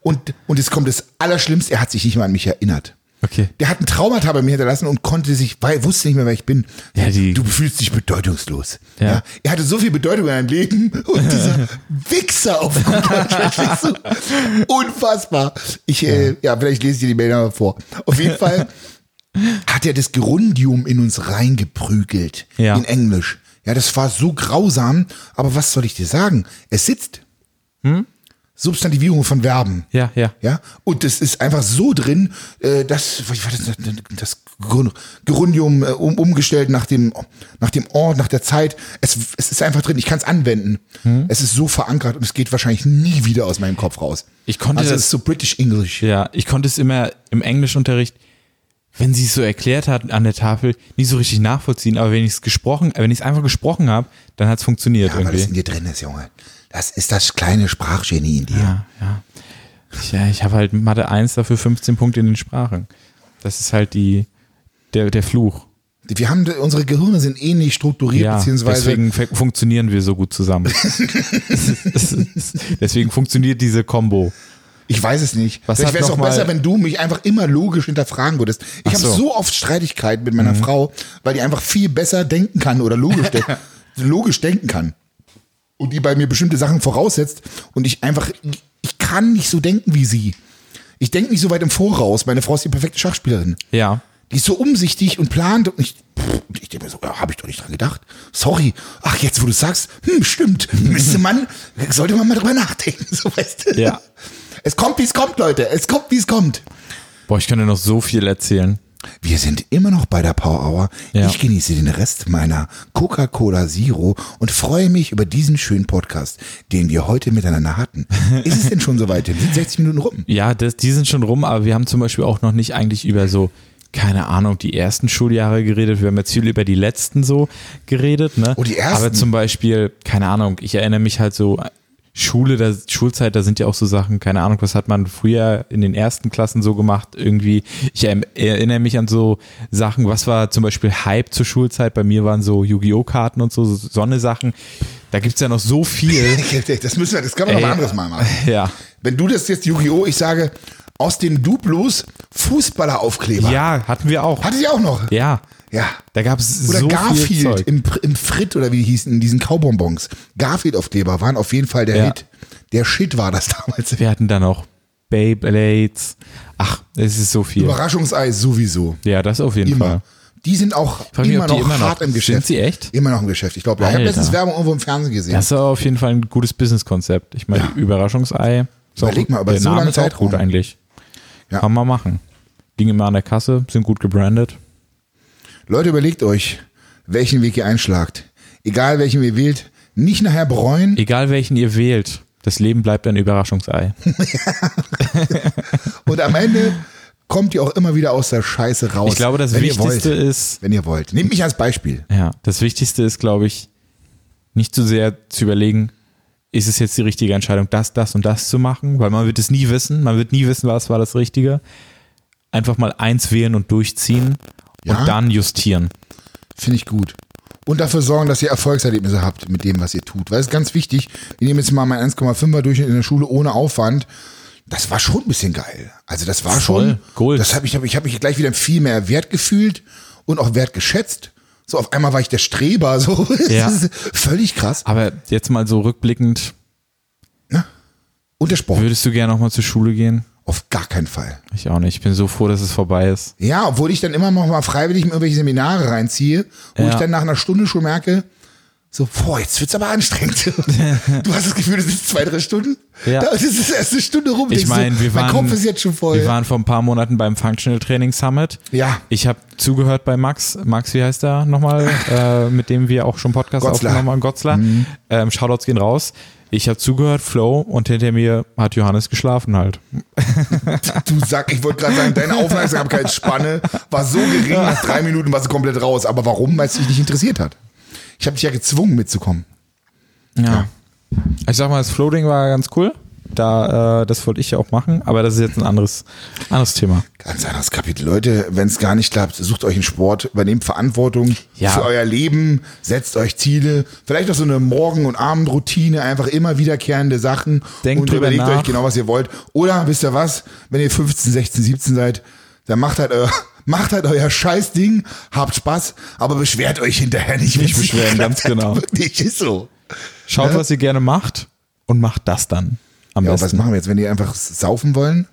Speaker 1: und, und es kommt das Allerschlimmste, er hat sich nicht mal an mich erinnert.
Speaker 2: Okay.
Speaker 1: Der hat ein Traumata bei mir hinterlassen und konnte sich, weil wusste nicht mehr, wer ich bin.
Speaker 2: Ja, die-
Speaker 1: du fühlst dich bedeutungslos.
Speaker 2: Ja.
Speaker 1: Er hatte so viel Bedeutung in seinem Leben und dieser Wichser auf gut Deutsch, wirklich so unfassbar. Ich, äh, ja, vielleicht lese ich dir die Mail nochmal vor. Auf jeden Fall hat er das Gerundium in uns reingeprügelt.
Speaker 2: Ja.
Speaker 1: In Englisch. Ja, das war so grausam. Aber was soll ich dir sagen? Es sitzt.
Speaker 2: Hm?
Speaker 1: Substantivierung von Verben.
Speaker 2: Ja, ja.
Speaker 1: Ja, und das ist einfach so drin, äh, dass was war das, das Grund- Gerundium äh, um, umgestellt nach dem, nach dem Ort, nach der Zeit. Es, es ist einfach drin, ich kann es anwenden.
Speaker 2: Hm?
Speaker 1: Es ist so verankert und es geht wahrscheinlich nie wieder aus meinem Kopf raus.
Speaker 2: Ich konnte
Speaker 1: also
Speaker 2: das-
Speaker 1: es ist so British English.
Speaker 2: Ja, ich konnte es immer im Englischunterricht, wenn sie es so erklärt hat an der Tafel, nicht so richtig nachvollziehen, aber wenn ich es gesprochen, wenn ich es einfach gesprochen habe, dann hat es funktioniert
Speaker 1: Ja, weil das in
Speaker 2: irgendwie.
Speaker 1: dir drin ist, Junge. Das ist das kleine Sprachgenie in dir.
Speaker 2: Ja, ja. Ich, ja, ich habe halt Mathe 1 dafür 15 Punkte in den Sprachen. Das ist halt die, der, der Fluch.
Speaker 1: Wir haben, unsere Gehirne sind ähnlich strukturiert,
Speaker 2: Ja,
Speaker 1: beziehungsweise
Speaker 2: deswegen fe- funktionieren wir so gut zusammen. deswegen funktioniert diese Combo.
Speaker 1: Ich weiß es nicht.
Speaker 2: Was
Speaker 1: Vielleicht
Speaker 2: hat
Speaker 1: wäre es
Speaker 2: noch
Speaker 1: auch
Speaker 2: mal-
Speaker 1: besser, wenn du mich einfach immer logisch hinterfragen würdest. Ich
Speaker 2: Ach
Speaker 1: habe
Speaker 2: so. Mhm.
Speaker 1: so oft Streitigkeiten mit meiner Frau, weil die einfach viel besser denken kann oder logisch, de logisch denken kann. Und die bei mir bestimmte Sachen voraussetzt und ich einfach, ich kann nicht so denken wie sie. Ich denke nicht so weit im Voraus. Meine Frau ist die perfekte Schachspielerin.
Speaker 2: Ja.
Speaker 1: Die ist so umsichtig und plant und ich, pff, ich denke mir so, ja, habe ich doch nicht dran gedacht. Sorry. Ach, jetzt wo du sagst, hm, stimmt. Müsste man, sollte man mal drüber nachdenken, so weißt du.
Speaker 2: Ja.
Speaker 1: Es kommt, wie es kommt, Leute. Es kommt, wie es kommt.
Speaker 2: Boah, ich könnte noch so viel erzählen.
Speaker 1: Wir sind immer noch bei der Power Hour.
Speaker 2: Ja.
Speaker 1: Ich genieße den Rest meiner Coca-Cola Zero und freue mich über diesen schönen Podcast, den wir heute miteinander hatten. Ist es denn schon soweit? Tim? Sind 60 Minuten rum?
Speaker 2: Ja, das, die sind schon rum, aber wir haben zum Beispiel auch noch nicht eigentlich über so, keine Ahnung, die ersten Schuljahre geredet. Wir haben jetzt viel über die letzten so geredet, ne?
Speaker 1: Oh, die ersten.
Speaker 2: Aber zum Beispiel, keine Ahnung, ich erinnere mich halt so, Schule, da, Schulzeit, da sind ja auch so Sachen, keine Ahnung, was hat man früher in den ersten Klassen so gemacht, irgendwie. Ich er- erinnere mich an so Sachen, was war zum Beispiel Hype zur Schulzeit? Bei mir waren so Yu-Gi-Oh! Karten und so, so so eine Sachen. Da gibt's ja noch so viel.
Speaker 1: Das müssen wir, das können wir noch
Speaker 2: Ey.
Speaker 1: mal anderes Mal machen.
Speaker 2: ja.
Speaker 1: Wenn du das jetzt Yu-Gi-Oh! ich sage, aus den Duplos Fußballeraufkleber.
Speaker 2: Ja, hatten wir auch.
Speaker 1: Hatte ich auch noch.
Speaker 2: Ja.
Speaker 1: Ja.
Speaker 2: Da gab es
Speaker 1: Oder
Speaker 2: so viel
Speaker 1: Garfield
Speaker 2: Zeug.
Speaker 1: im, Pr- im Frit oder wie die hießen, in diesen Kaubonbons. Garfield-Aufkleber waren auf jeden Fall der
Speaker 2: Ja.
Speaker 1: Hit. Der Shit war das damals.
Speaker 2: Wir hatten dann auch Beyblades. Ach, es ist so viel.
Speaker 1: Überraschungsei sowieso.
Speaker 2: Ja, das auf jeden
Speaker 1: Immer.
Speaker 2: Fall.
Speaker 1: Die sind auch
Speaker 2: frag mich,
Speaker 1: immer,
Speaker 2: ob die
Speaker 1: noch
Speaker 2: immer noch-
Speaker 1: hart im
Speaker 2: sind
Speaker 1: Geschäft.
Speaker 2: sie echt?
Speaker 1: Immer noch im Geschäft. Ich glaube, ja. ich habe
Speaker 2: Alter.
Speaker 1: letztens Werbung irgendwo im Fernsehen gesehen.
Speaker 2: Das ist auf jeden Fall ein gutes Businesskonzept. Ich meine, Überraschungsei. ist auch-
Speaker 1: Überleg mal, über
Speaker 2: der
Speaker 1: so
Speaker 2: Name
Speaker 1: lange
Speaker 2: ist auch
Speaker 1: Zeitraum.
Speaker 2: gut eigentlich.
Speaker 1: Ja.
Speaker 2: Kann man machen. Ging immer an der Kasse, sind gut gebrandet.
Speaker 1: Leute, überlegt euch, welchen Weg ihr einschlagt. Egal welchen ihr wählt, nicht nachher bereuen.
Speaker 2: Egal welchen ihr wählt, das Leben bleibt ein Überraschungsei.
Speaker 1: Und am Ende kommt ihr auch immer wieder aus der Scheiße raus.
Speaker 2: Ich glaube, das
Speaker 1: wenn
Speaker 2: Wichtigste
Speaker 1: ihr wollt,
Speaker 2: ist,
Speaker 1: Wenn ihr wollt. Nehmt mich als Beispiel.
Speaker 2: ja, das Wichtigste ist, glaube ich, nicht zu sehr zu überlegen, ist es jetzt die richtige Entscheidung, das, das und das zu machen, weil man wird es nie wissen, man wird nie wissen, was war das Richtige. Einfach mal eins wählen und durchziehen
Speaker 1: Ja.
Speaker 2: und dann justieren.
Speaker 1: Finde ich gut. Und dafür sorgen, dass ihr Erfolgserlebnisse habt mit dem, was ihr tut. Weil es ist ganz wichtig, wir nehmen jetzt mal meinen 1,5er Durchschnitt in der Schule ohne Aufwand. Das war schon ein bisschen geil. Also das war
Speaker 2: Voll,
Speaker 1: schon.
Speaker 2: Gold.
Speaker 1: Das habe ich, hab, ich habe mich gleich wieder viel mehr wert gefühlt und auch wertgeschätzt. So auf einmal war ich der Streber. So Das
Speaker 2: Ja.
Speaker 1: ist völlig krass.
Speaker 2: Aber jetzt mal so rückblickend,
Speaker 1: Und der Sport
Speaker 2: würdest du gerne nochmal zur Schule gehen?
Speaker 1: auf gar keinen Fall.
Speaker 2: Ich auch nicht. Ich bin so froh, dass es vorbei ist.
Speaker 1: Ja, obwohl ich dann immer noch mal freiwillig in irgendwelche Seminare reinziehe, wo
Speaker 2: Ja.
Speaker 1: ich dann nach einer Stunde schon merke, so, boah, jetzt wird's aber anstrengend. du hast das Gefühl, das sind zwei, drei Stunden.
Speaker 2: Ja.
Speaker 1: Da ist es erst eine Stunde rum.
Speaker 2: Ich
Speaker 1: denkst du,
Speaker 2: meine, wir
Speaker 1: mein
Speaker 2: waren,
Speaker 1: Kopf ist jetzt schon voll.
Speaker 2: wir waren vor ein paar Monaten beim Functional Training Summit.
Speaker 1: Ja.
Speaker 2: Ich habe zugehört bei Max. Max, wie heißt er nochmal? Äh, mit dem wir auch schon Podcast
Speaker 1: Gotzler.
Speaker 2: aufgenommen haben. Gotzler.
Speaker 1: Mhm.
Speaker 2: Ähm, Shoutouts gehen raus. Ich habe zugehört, Flow, und hinter mir hat Johannes geschlafen halt.
Speaker 1: du Sack, ich wollte gerade sagen, deine Aufmerksamkeitsspanne war so gering, nach drei Minuten warst du komplett raus. Aber warum? Weil es dich nicht interessiert hat. Ich habe dich ja gezwungen mitzukommen.
Speaker 2: Ja. Ich sag mal, das Floating war ganz cool. Da, äh, das wollte ich ja auch machen, aber das ist jetzt ein anderes, anderes Thema.
Speaker 1: Ganz anderes Kapitel. Leute, wenn es gar nicht klappt, sucht euch einen Sport, übernehmt Verantwortung
Speaker 2: Ja.
Speaker 1: für euer Leben, setzt euch Ziele, vielleicht auch so eine Morgen- und Abendroutine, einfach immer wiederkehrende Sachen
Speaker 2: Denkt
Speaker 1: und
Speaker 2: drüber
Speaker 1: überlegt
Speaker 2: nach.
Speaker 1: euch genau, was ihr wollt. Oder wisst ihr was, wenn ihr 15, 16, 17 seid, dann macht halt euer, macht halt euer Scheißding, habt Spaß, aber beschwert euch hinterher nicht.
Speaker 2: Nicht
Speaker 1: wenn's
Speaker 2: beschweren, ganz
Speaker 1: klappt.
Speaker 2: genau.
Speaker 1: Wirklich, ist so.
Speaker 2: Schaut, was ihr gerne macht und macht das dann. Am
Speaker 1: Ja, aber was
Speaker 2: besten.
Speaker 1: machen wir jetzt, wenn die einfach saufen wollen?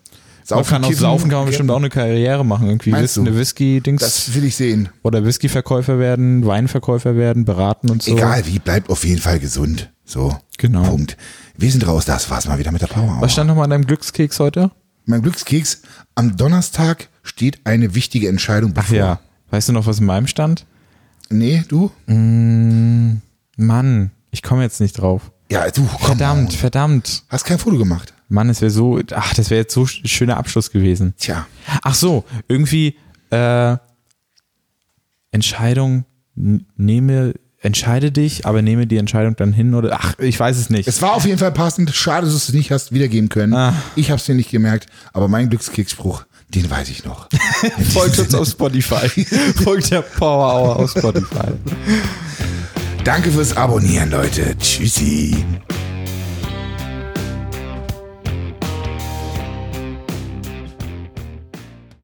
Speaker 2: Man kann auch
Speaker 1: kiffen,
Speaker 2: saufen, kann man
Speaker 1: kiffen?
Speaker 2: bestimmt auch eine Karriere machen. Irgendwie
Speaker 1: Meinst
Speaker 2: Whis eine
Speaker 1: du?
Speaker 2: Whisky-Dings
Speaker 1: Das will ich sehen.
Speaker 2: oder Whisky-Verkäufer werden, Weinverkäufer werden, beraten und so.
Speaker 1: Egal wie, bleibt auf jeden Fall gesund. So.
Speaker 2: Genau.
Speaker 1: Punkt. Wir sind raus, das war's mal wieder mit der Power Hour.
Speaker 2: Was stand nochmal an deinem Glückskeks heute?
Speaker 1: Mein Glückskeks, am Donnerstag steht eine wichtige Entscheidung bevor.
Speaker 2: Ja. Weißt du noch, was in meinem stand?
Speaker 1: Nee, du?
Speaker 2: Mann, ich komme jetzt nicht drauf.
Speaker 1: Ja, du, komm.
Speaker 2: Verdammt, verdammt.
Speaker 1: Hast kein Foto gemacht.
Speaker 2: Mann, es wäre so, ach, das wäre jetzt so sch- schöner Abschluss gewesen.
Speaker 1: Tja.
Speaker 2: Ach so, irgendwie äh, Entscheidung n- nehme, entscheide dich, aber nehme die Entscheidung dann hin oder ach, ich weiß es nicht.
Speaker 1: Es war auf jeden Fall passend. Schade, dass du es nicht hast wiedergeben können.
Speaker 2: Ah.
Speaker 1: Ich hab's dir nicht gemerkt, aber mein Glückskeksspruch, den weiß ich noch.
Speaker 2: Folgt uns auf Spotify. Folgt der Power Hour auf Spotify.
Speaker 1: Danke fürs Abonnieren, Leute. Tschüssi.